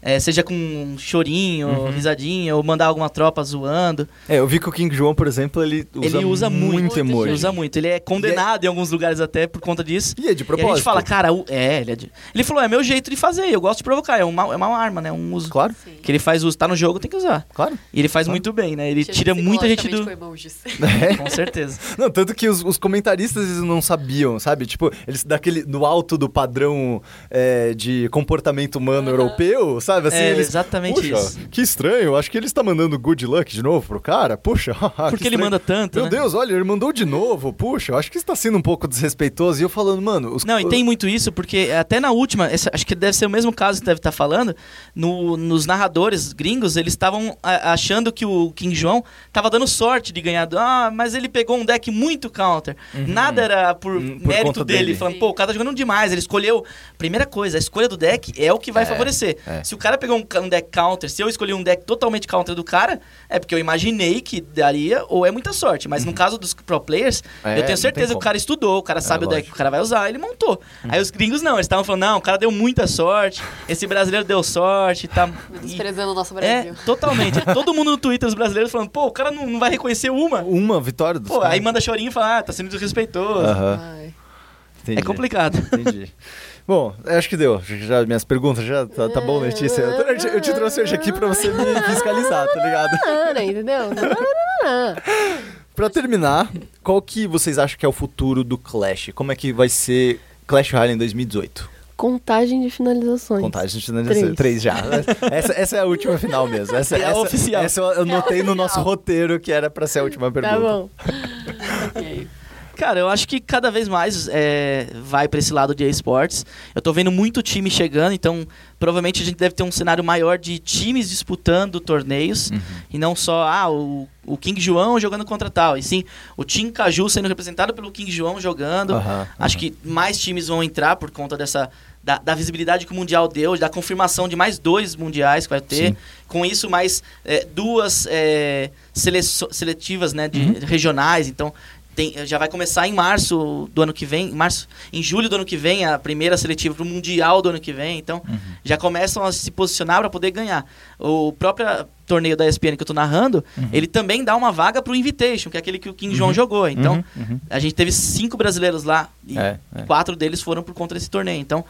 S4: é, seja com um chorinho, risadinha, ou mandar alguma tropa zoando.
S1: É, eu vi que o King João, por exemplo, ele usa,
S4: ele usa muito,
S1: muito emoji.
S4: Ele usa muito, ele é condenado em alguns lugares até por conta disso.
S1: E é de
S4: E a
S1: propósito.
S4: gente fala, cara, o- é, ele, é de- ele falou, é meu jeito de fazer, eu gosto de provocar, é uma, é uma arma, né, um uso.
S1: Claro,
S3: Sim.
S4: Que ele faz uso, tá no jogo, tem que usar.
S1: claro.
S4: E ele faz
S1: Claro.
S4: muito bem, né, ele tira muita gente do...
S1: É.
S3: psicologicamente com emojis.
S4: Com certeza.
S1: Não, tanto que os, os comentaristas eles não, não sabiam, sabe? Tipo, eles daquele, no alto do padrão é, de comportamento humano europeu, sabe? Assim,
S4: É,
S1: eles,
S4: exatamente
S1: "Puxa,
S4: isso.
S1: Que estranho, acho que ele está mandando good luck de novo pro cara. Puxa, haha, Ah, que
S4: Porque ele
S1: estranho.
S4: manda tanto,
S1: Meu
S4: né?
S1: Deus, olha, ele mandou de novo. Puxa, eu acho que está sendo um pouco desrespeitoso. E eu falando, mano, os
S4: Não, e tem muito isso, porque até na última, essa- acho que deve ser o mesmo caso que deve estar falando, no- nos narradores gringos, eles estavam a- achando que o King João estava dando sorte de ganhar. do- Ah, mas ele pegou um deck muito counter. Nada era por
S1: Uhum. Hum, por
S4: mérito
S1: conta
S4: dele.
S1: dele.
S4: Falando, pô, o cara tá jogando demais, ele escolheu. Primeira coisa, a escolha do deck é o que vai
S1: É,
S4: favorecer.
S1: é.
S4: Se o cara pegou um, ca- um deck counter, se eu escolhi um deck totalmente counter do cara, é porque eu imaginei que daria, ou é muita sorte. Mas no caso dos pro players,
S1: Uhum. É,
S4: eu
S1: não tem
S4: tenho certeza que o
S1: como. É,
S4: cara estudou, o cara sabe o deck
S1: lógico.
S4: o cara vai usar, ele montou.
S1: Uhum.
S4: Aí os gringos não, eles estavam falando, não, o cara deu muita sorte, esse brasileiro deu sorte, tá... E-
S3: Desprezando o nosso
S4: é,
S3: Brasil.
S4: totalmente. Todo mundo no Twitter, os brasileiros falando, pô, o cara não, não vai reconhecer uma.
S1: uma vitória dos
S4: Pô,
S1: caras.
S4: aí manda chorinho e fala, ah, tá sendo desrespeitoso.
S1: Aham,
S3: Ai.
S1: entendi.
S4: é complicado.
S1: Entendi. Bom, eu acho que deu. Já, já- minhas perguntas já tá, tá bom, Letícia. Eu, te- eu te trouxe hoje aqui pra você me fiscalizar, tá ligado?
S2: Ana, entendeu? Nananana.
S1: Pra terminar, qual que vocês acham que é o futuro do Clash? Como é que vai ser Clash Royale em 2018?
S2: Contagem de finalizações.
S1: Contagem de
S2: Três.
S1: três já. Essa, essa é a última final mesmo. Essa
S4: É a
S1: essa-
S4: oficial.
S1: Essa eu- eu notei no nosso roteiro que era pra ser a última pergunta.
S2: Tá bom.
S3: Ok.
S4: Cara, eu acho que cada vez mais é, vai pra esse lado de esportes. Eu tô vendo muito time chegando, então provavelmente a gente deve ter um cenário maior de times disputando torneios e não só ah, o, o King João jogando contra tal, e sim o Tim Caju sendo representado pelo King João jogando.
S1: Aham, Ah,
S4: Acho que mais times vão entrar por conta dessa da, da visibilidade que o Mundial deu, da confirmação de mais dois mundiais que vai ter.
S1: Sim.
S4: Com isso, mais é, duas é, sele- seletivas né, de,
S1: Uhum.
S4: regionais. Então, tem- já vai começar em março do ano que vem. Em, março, em julho do ano que vem, a primeira seletiva para o Mundial do ano que vem. Então,
S1: Uhum.
S4: já começam a se posicionar para poder ganhar. O próprio torneio da ESPN que eu estou narrando, ele também dá uma vaga para o Invitation, que é aquele que o Kim Jong jogou. Então,
S1: Uhum. Uhum, uhum.
S4: a gente teve cinco brasileiros lá e
S1: É, é.
S4: quatro deles foram por conta desse torneio. Então,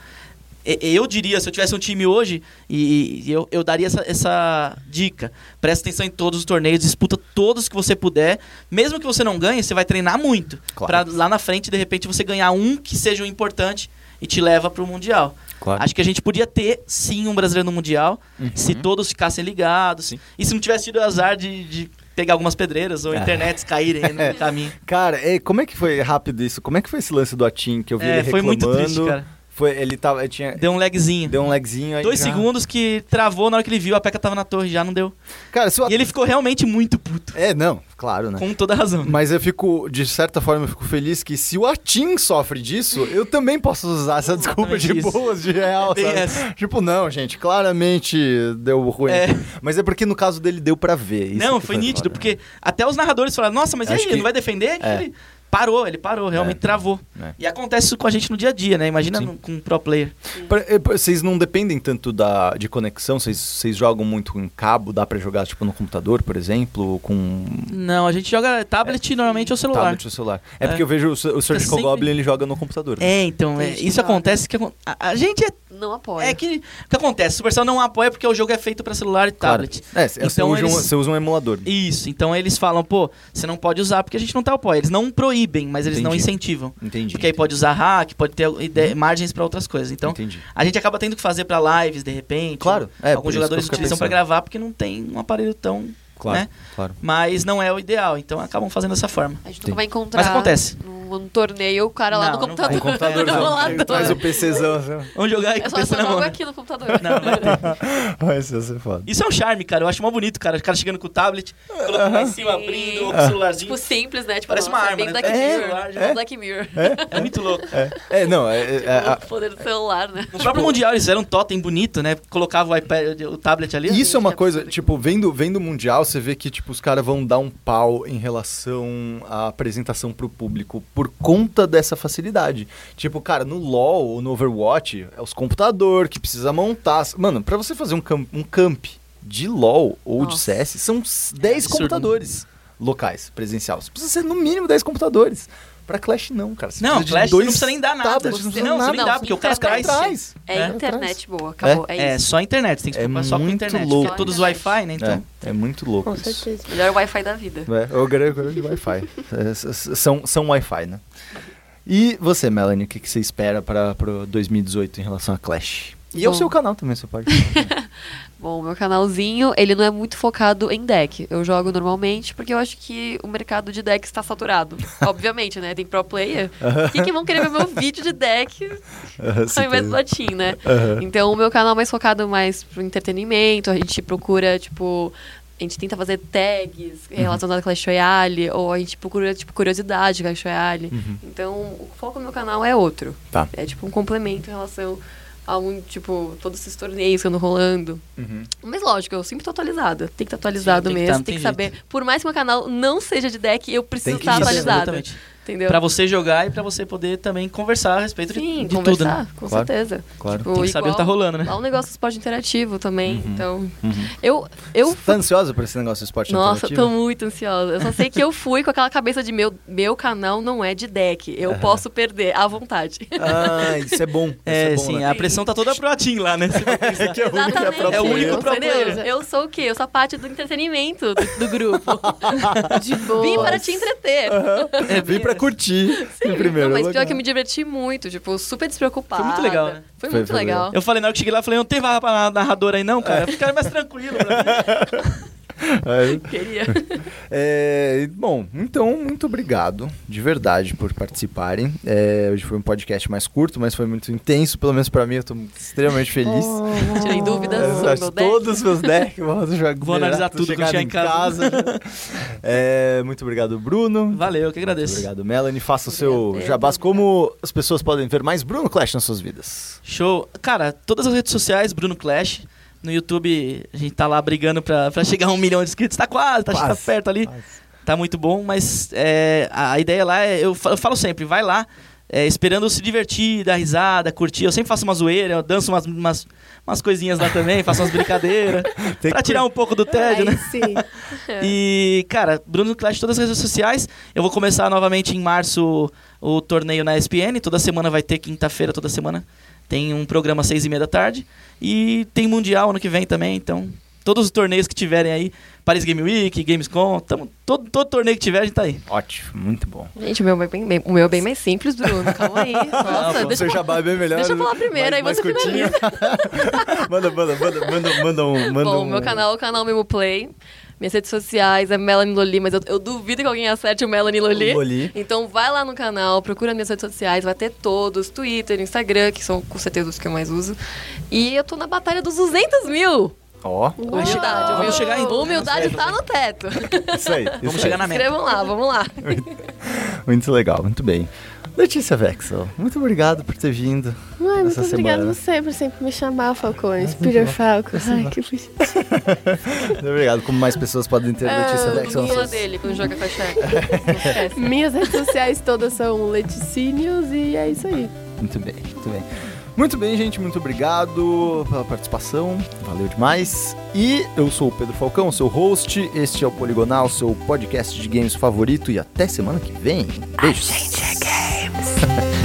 S4: e- eu diria, se eu tivesse um time hoje, e, e eu, eu daria essa, essa dica. Presta atenção em todos os torneios, disputa todos que você puder. Mesmo que você não ganhe, você vai treinar muito.
S1: Claro.
S4: Pra lá na frente, de repente, você ganhar um que seja o importante e te leva pro Mundial.
S1: Claro. Uhum.
S4: Acho que a gente podia ter, sim, um brasileiro no Mundial, se todos ficassem ligados.
S1: Sim. É.
S4: E se não tivesse tido azar de, de pegar algumas pedreiras ou internets caírem no caminho.
S1: Cara, é, como é que foi rápido isso? Como é que foi esse lance do Atim que eu vi
S4: É,
S1: ele
S4: foi
S1: reclamando?
S4: muito triste, cara.
S1: Foi, ele tava, ele tinha,
S4: Deu um lagzinho.
S1: deu um lagzinho aí
S4: Dois
S1: já-
S4: segundos que travou na hora que ele viu, a P.E.K.K.A. tava na torre, já não deu.
S1: Cara, se o
S4: E ele ficou realmente muito puto.
S1: É, não, claro, né?
S4: Com toda a razão.
S1: Mas eu fico, de certa forma, eu fico feliz que se o Atim sofre disso, eu também posso usar essa desculpa de
S4: isso.
S1: boas, de real,
S4: Bem
S1: sabe?
S4: essa.
S1: Tipo, não, gente, claramente deu ruim.
S4: É.
S1: Mas é porque no caso dele deu pra ver. isso
S4: não,
S1: que né?
S4: foi nítido,
S1: foda.
S4: porque até os narradores falaram, nossa, mas e aí,
S1: Acho que-
S4: não vai defender?
S1: É.
S4: Ele parou, ele parou, realmente
S1: É.
S4: travou.
S1: É.
S4: E acontece isso com a gente no dia a dia, né? Imagina
S1: Sim.
S4: no- com um pro player.
S1: Pra- é, pra- Vocês não dependem tanto da, de conexão, vocês, vocês jogam muito em cabo, dá pra jogar, tipo, no computador, por exemplo, ou com
S4: Não, a gente joga tablet normalmente ou celular.
S1: tablet ou celular. É, porque eu vejo o, Sur- o Surgical
S4: sempre-
S1: Goblin, ele joga no computador. né?
S4: É, então, é,
S3: A gente
S4: isso
S3: joga.
S4: acontece que... acon- A, a gente é...
S3: Não apoia.
S4: É que... O que acontece? O Supercell não apoia porque o jogo é feito pra celular e
S1: Claro.
S4: tablet.
S1: É, você,
S4: Então
S1: usa um,
S4: eles-
S1: você usa um emulador.
S4: Isso, então eles falam, pô, você não pode usar porque a gente não tá apoia. Eles não proíbem, mas eles não
S1: Entendi.
S4: incentivam.
S1: Entendi. Uhum.
S4: Porque aí pode usar hack, pode ter ide- margens para outras coisas. Então,
S1: Entendi.
S4: a gente acaba tendo que fazer para lives, de repente.
S1: Claro, é, por isso que eu
S4: Alguns jogadores
S1: fiquei
S4: utilizam para
S1: pensando.
S4: gravar porque não tem um aparelho tão...
S1: Claro,
S4: né?
S1: claro.
S4: Mas não é o ideal, então acabam fazendo dessa forma.
S3: A gente
S1: Tem.
S3: nunca vai encontrar.
S4: Mas acontece.
S3: Num, num torneio, o cara lá
S4: Não,
S3: no
S4: não vai.
S3: computador.
S1: Com o computadorzão.
S3: no
S1: Chega, Traz Um o
S3: computador.
S1: PCzão. assim.
S4: Vamos jogar aí
S3: Eu
S4: com o
S3: só, só
S4: PC na mão.
S3: jogo
S4: né?
S3: aqui no computador.
S4: Não, vai ter.
S1: Vai ser ser foda.
S4: Isso é um charme, cara. Eu acho mó bonito, cara. O cara chegando com o tablet, colocando lá em cima,
S3: Sim.
S4: abrindo, ou com o celularzinho.
S3: Tipo, simples, né? Tipo,
S4: Parece uma
S3: nossa,
S4: arma,
S3: bem
S4: né?
S3: Black
S4: É,
S3: Mirror.
S4: é.
S3: Black Mirror.
S4: É muito louco.
S1: É, não, é, é, é, a-
S3: O poder do celular, né?
S4: No próprio Mundial eles fizeram um totem bonito, né? Colocava o iPad, o tablet ali.
S1: isso é uma coisa,
S3: absurdo.
S1: tipo, vendo, vendo o Mundial, você vê que, tipo, os caras vão dar um pau em relação à apresentação pro público por conta dessa facilidade. Tipo, cara, no LoL ou no Overwatch, é os computador que precisa montar. Mano, pra você fazer um camp, um camp de LoL ou de
S3: Nossa.
S1: CS, são s- 10
S4: É absurdo.
S1: computadores locais, presencial. Você precisa ser, no mínimo, 10 computadores. Pra Clash, não, cara. Você
S4: Não,
S1: precisa de
S4: Clash
S1: dois
S4: não precisa nem dar nada.
S1: tablets,
S4: Você-
S1: não precisa
S4: não, você
S1: nada.
S4: nem dá, porque o cara
S1: Cara,
S4: traz.
S3: Internet.
S1: atrás.
S3: É,
S1: É,
S3: internet boa, acabou. É,
S4: É,
S3: isso.
S4: só a internet, tem que
S1: É
S4: preocupar só com a
S1: muito
S4: internet.
S1: louco.
S4: Porque todos os Wi-Fi, né? Então.
S1: É, é muito louco
S2: Com
S1: isso.
S2: certeza.
S3: Melhor Wi-Fi da vida.
S1: É, o grande grande Wi-Fi. É, s- s- são, são Wi-Fi, né? E você, Melanie, o que, que você espera para pro 2018 em relação a Clash? E é o
S3: Bom.
S1: seu canal também, você pode.
S3: Bom, meu canalzinho, ele não é muito focado em deck. Eu jogo normalmente porque eu acho que o mercado de deck está saturado. Obviamente, né? Tem pro player. O que, que vão querer ver meu vídeo de deck ao invés do latim, né? Então, o meu canal é mais focado mais pro entretenimento, a gente procura, tipo. A gente tenta fazer tags
S1: Uhum.
S3: relacionadas com a Clash Royale, ou a gente procura, tipo, curiosidade com a Clash Royale. Então, o foco do meu canal é outro.
S1: Uhum. Tá.
S3: É, tipo, um complemento em relação a, um, tipo, todos esses torneios que andam rolando.
S4: Uhum.
S3: Mas, lógico, eu sempre tô atualizada. Tem que estar atualizado
S4: Sim, tem que
S3: mesmo,
S4: tá, não
S3: tem
S4: tem
S3: que saber. Por mais que meu canal não seja de deck, eu preciso
S1: que
S3: estar
S1: saber,
S3: atualizada.
S4: exatamente.
S3: Entendeu?
S4: Pra você jogar e pra você poder também conversar a respeito de-
S3: Sim,
S4: de, tudo,
S3: conversar,
S4: né?
S3: com
S1: Claro,
S3: certeza.
S1: claro. Uhum.
S3: Tipo,
S4: Tem que saber o que tá
S3: igual-
S4: rolando, né?
S3: Lá um negócio do esporte interativo também. Então, eu. eu
S1: Tá ansiosa por esse negócio do esporte
S3: nossa, tô
S1: alternativo?
S3: muito ansiosa. Eu só sei que eu fui com aquela cabeça de meu, meu canal não é de deck. Eu posso perder à vontade.
S1: Ah, isso é bom. Isso é,
S4: É,
S1: bom,
S4: sim,
S1: né?
S4: a pressão tá toda pro Atim lá, né?
S1: É que é o único que é pro
S3: Exatamente.
S4: É o
S1: player.
S4: único né? pro
S3: Entendeu?
S4: player.
S3: Eu sou o quê? Eu sou a parte do entretenimento do, do grupo.
S2: De boa.
S3: Vim para te entreter. É
S1: É, Vem pra curtir em primeiro
S3: não, mas pior
S1: lugar.
S3: que eu me diverti muito, tipo, super despreocupada.
S4: Foi muito legal, né?
S3: Foi,
S1: Foi,
S3: muito
S1: foi
S3: legal.
S4: Eu falei, na hora que cheguei lá, eu falei, não tem vaga pra narradora aí não, cara? Fica mais tranquilo né?" pra mim.
S1: É,
S3: Queria.
S1: É, bom, então, muito obrigado de verdade por participarem. É, hoje foi um podcast mais curto, mas foi muito intenso, pelo menos pra mim. Eu tô extremamente feliz.
S2: Oh,
S3: Tirei dúvidas
S1: É,
S3: sobre o meu deck.
S1: todos os meus decks, vou, jogar-
S4: Vou analisar tudo
S1: chegar
S4: quando chegar em casa.
S1: É, muito obrigado, Bruno.
S4: Valeu, eu que agradeço.
S1: Muito obrigado, Melanie. Faça o seu
S3: Obrigada.
S1: jabás. Como as pessoas podem ver mais Bruno Clash nas suas vidas?
S4: Show. Cara, todas as redes sociais, Bruno Clash. No YouTube, a gente tá lá brigando pra, pra chegar a um milhão de inscritos. Tá quase, tá, tá
S1: Quase,
S4: perto ali. Tá muito bom, mas é, a, a ideia lá é. Eu, fa- eu falo sempre, vai lá. é, esperando se divertir, dar risada, curtir. Eu sempre faço uma zoeira, eu danço umas, umas, umas coisinhas lá também, faço umas brincadeiras.
S1: Tem
S4: pra
S1: que-
S4: tirar um pouco do tédio,
S2: Aí
S4: né?
S2: sim.
S3: É.
S4: E, cara, Bruno Clash, todas as redes sociais. Eu vou começar novamente em março o torneio na ESPN. Toda semana vai ter, quinta-feira, toda semana. Tem um programa às seis e meia da tarde. E tem Mundial ano que vem também, então... Todos os torneios que tiverem aí, Paris Game Week, Gamescom, tamo, todo, todo torneio que tiver a gente tá aí.
S1: Ótimo, muito bom.
S3: Gente, o meu é bem, bem- o meu é bem mais simples, Bruno. Calma aí.
S4: Tá
S3: Nossa,
S1: o
S3: deixa
S1: seu
S3: eu
S1: jabá é bem melhor.
S3: deixa eu falar primeiro, aí você
S1: curtinho. manda, manda, manda, manda, manda um. Manda
S3: Bom,
S1: um...
S3: meu canal é o canal Mimo Play. Minhas redes sociais é Melanie Loli, mas eu, eu duvido que alguém acerte o Melanie Loli.
S1: Loli.
S3: Então vai lá no canal, procura minhas redes sociais, vai ter todos, Twitter, Instagram, que são com certeza os que eu mais uso. E eu tô na batalha dos 200 mil!
S1: Ó,
S4: Vamos
S3: Humildade,
S4: chegar- vamos
S3: humildade,
S4: chegar em-
S3: humildade tá no teto.
S1: isso aí. isso
S4: Vamos
S1: aí.
S4: chegar na meta.
S3: Escrevam lá, vamos lá.
S1: Muito legal, muito bem. Letícia Vexel, muito obrigado por ter vindo.
S2: Ai, muito
S1: Essa
S2: obrigada
S1: semana.
S2: a você por sempre me chamar, Falcões. Peter Falcons. Ai, que bonitinho.
S1: Muito obrigado. Como mais pessoas podem ter
S4: é
S1: Letícia Vexel
S3: O
S1: nas
S3: fã
S1: suas
S3: dele quando joga com a Shaq. Não esquece.
S2: Minhas redes sociais todas são Leticínios e é isso aí.
S1: Muito bem, muito bem. Muito bem, gente, muito obrigado pela participação, valeu demais. E eu sou o Pedro Falcão, seu host, este é o Poligonal, seu podcast de games favorito, e até semana que vem. Beijos. gente é games.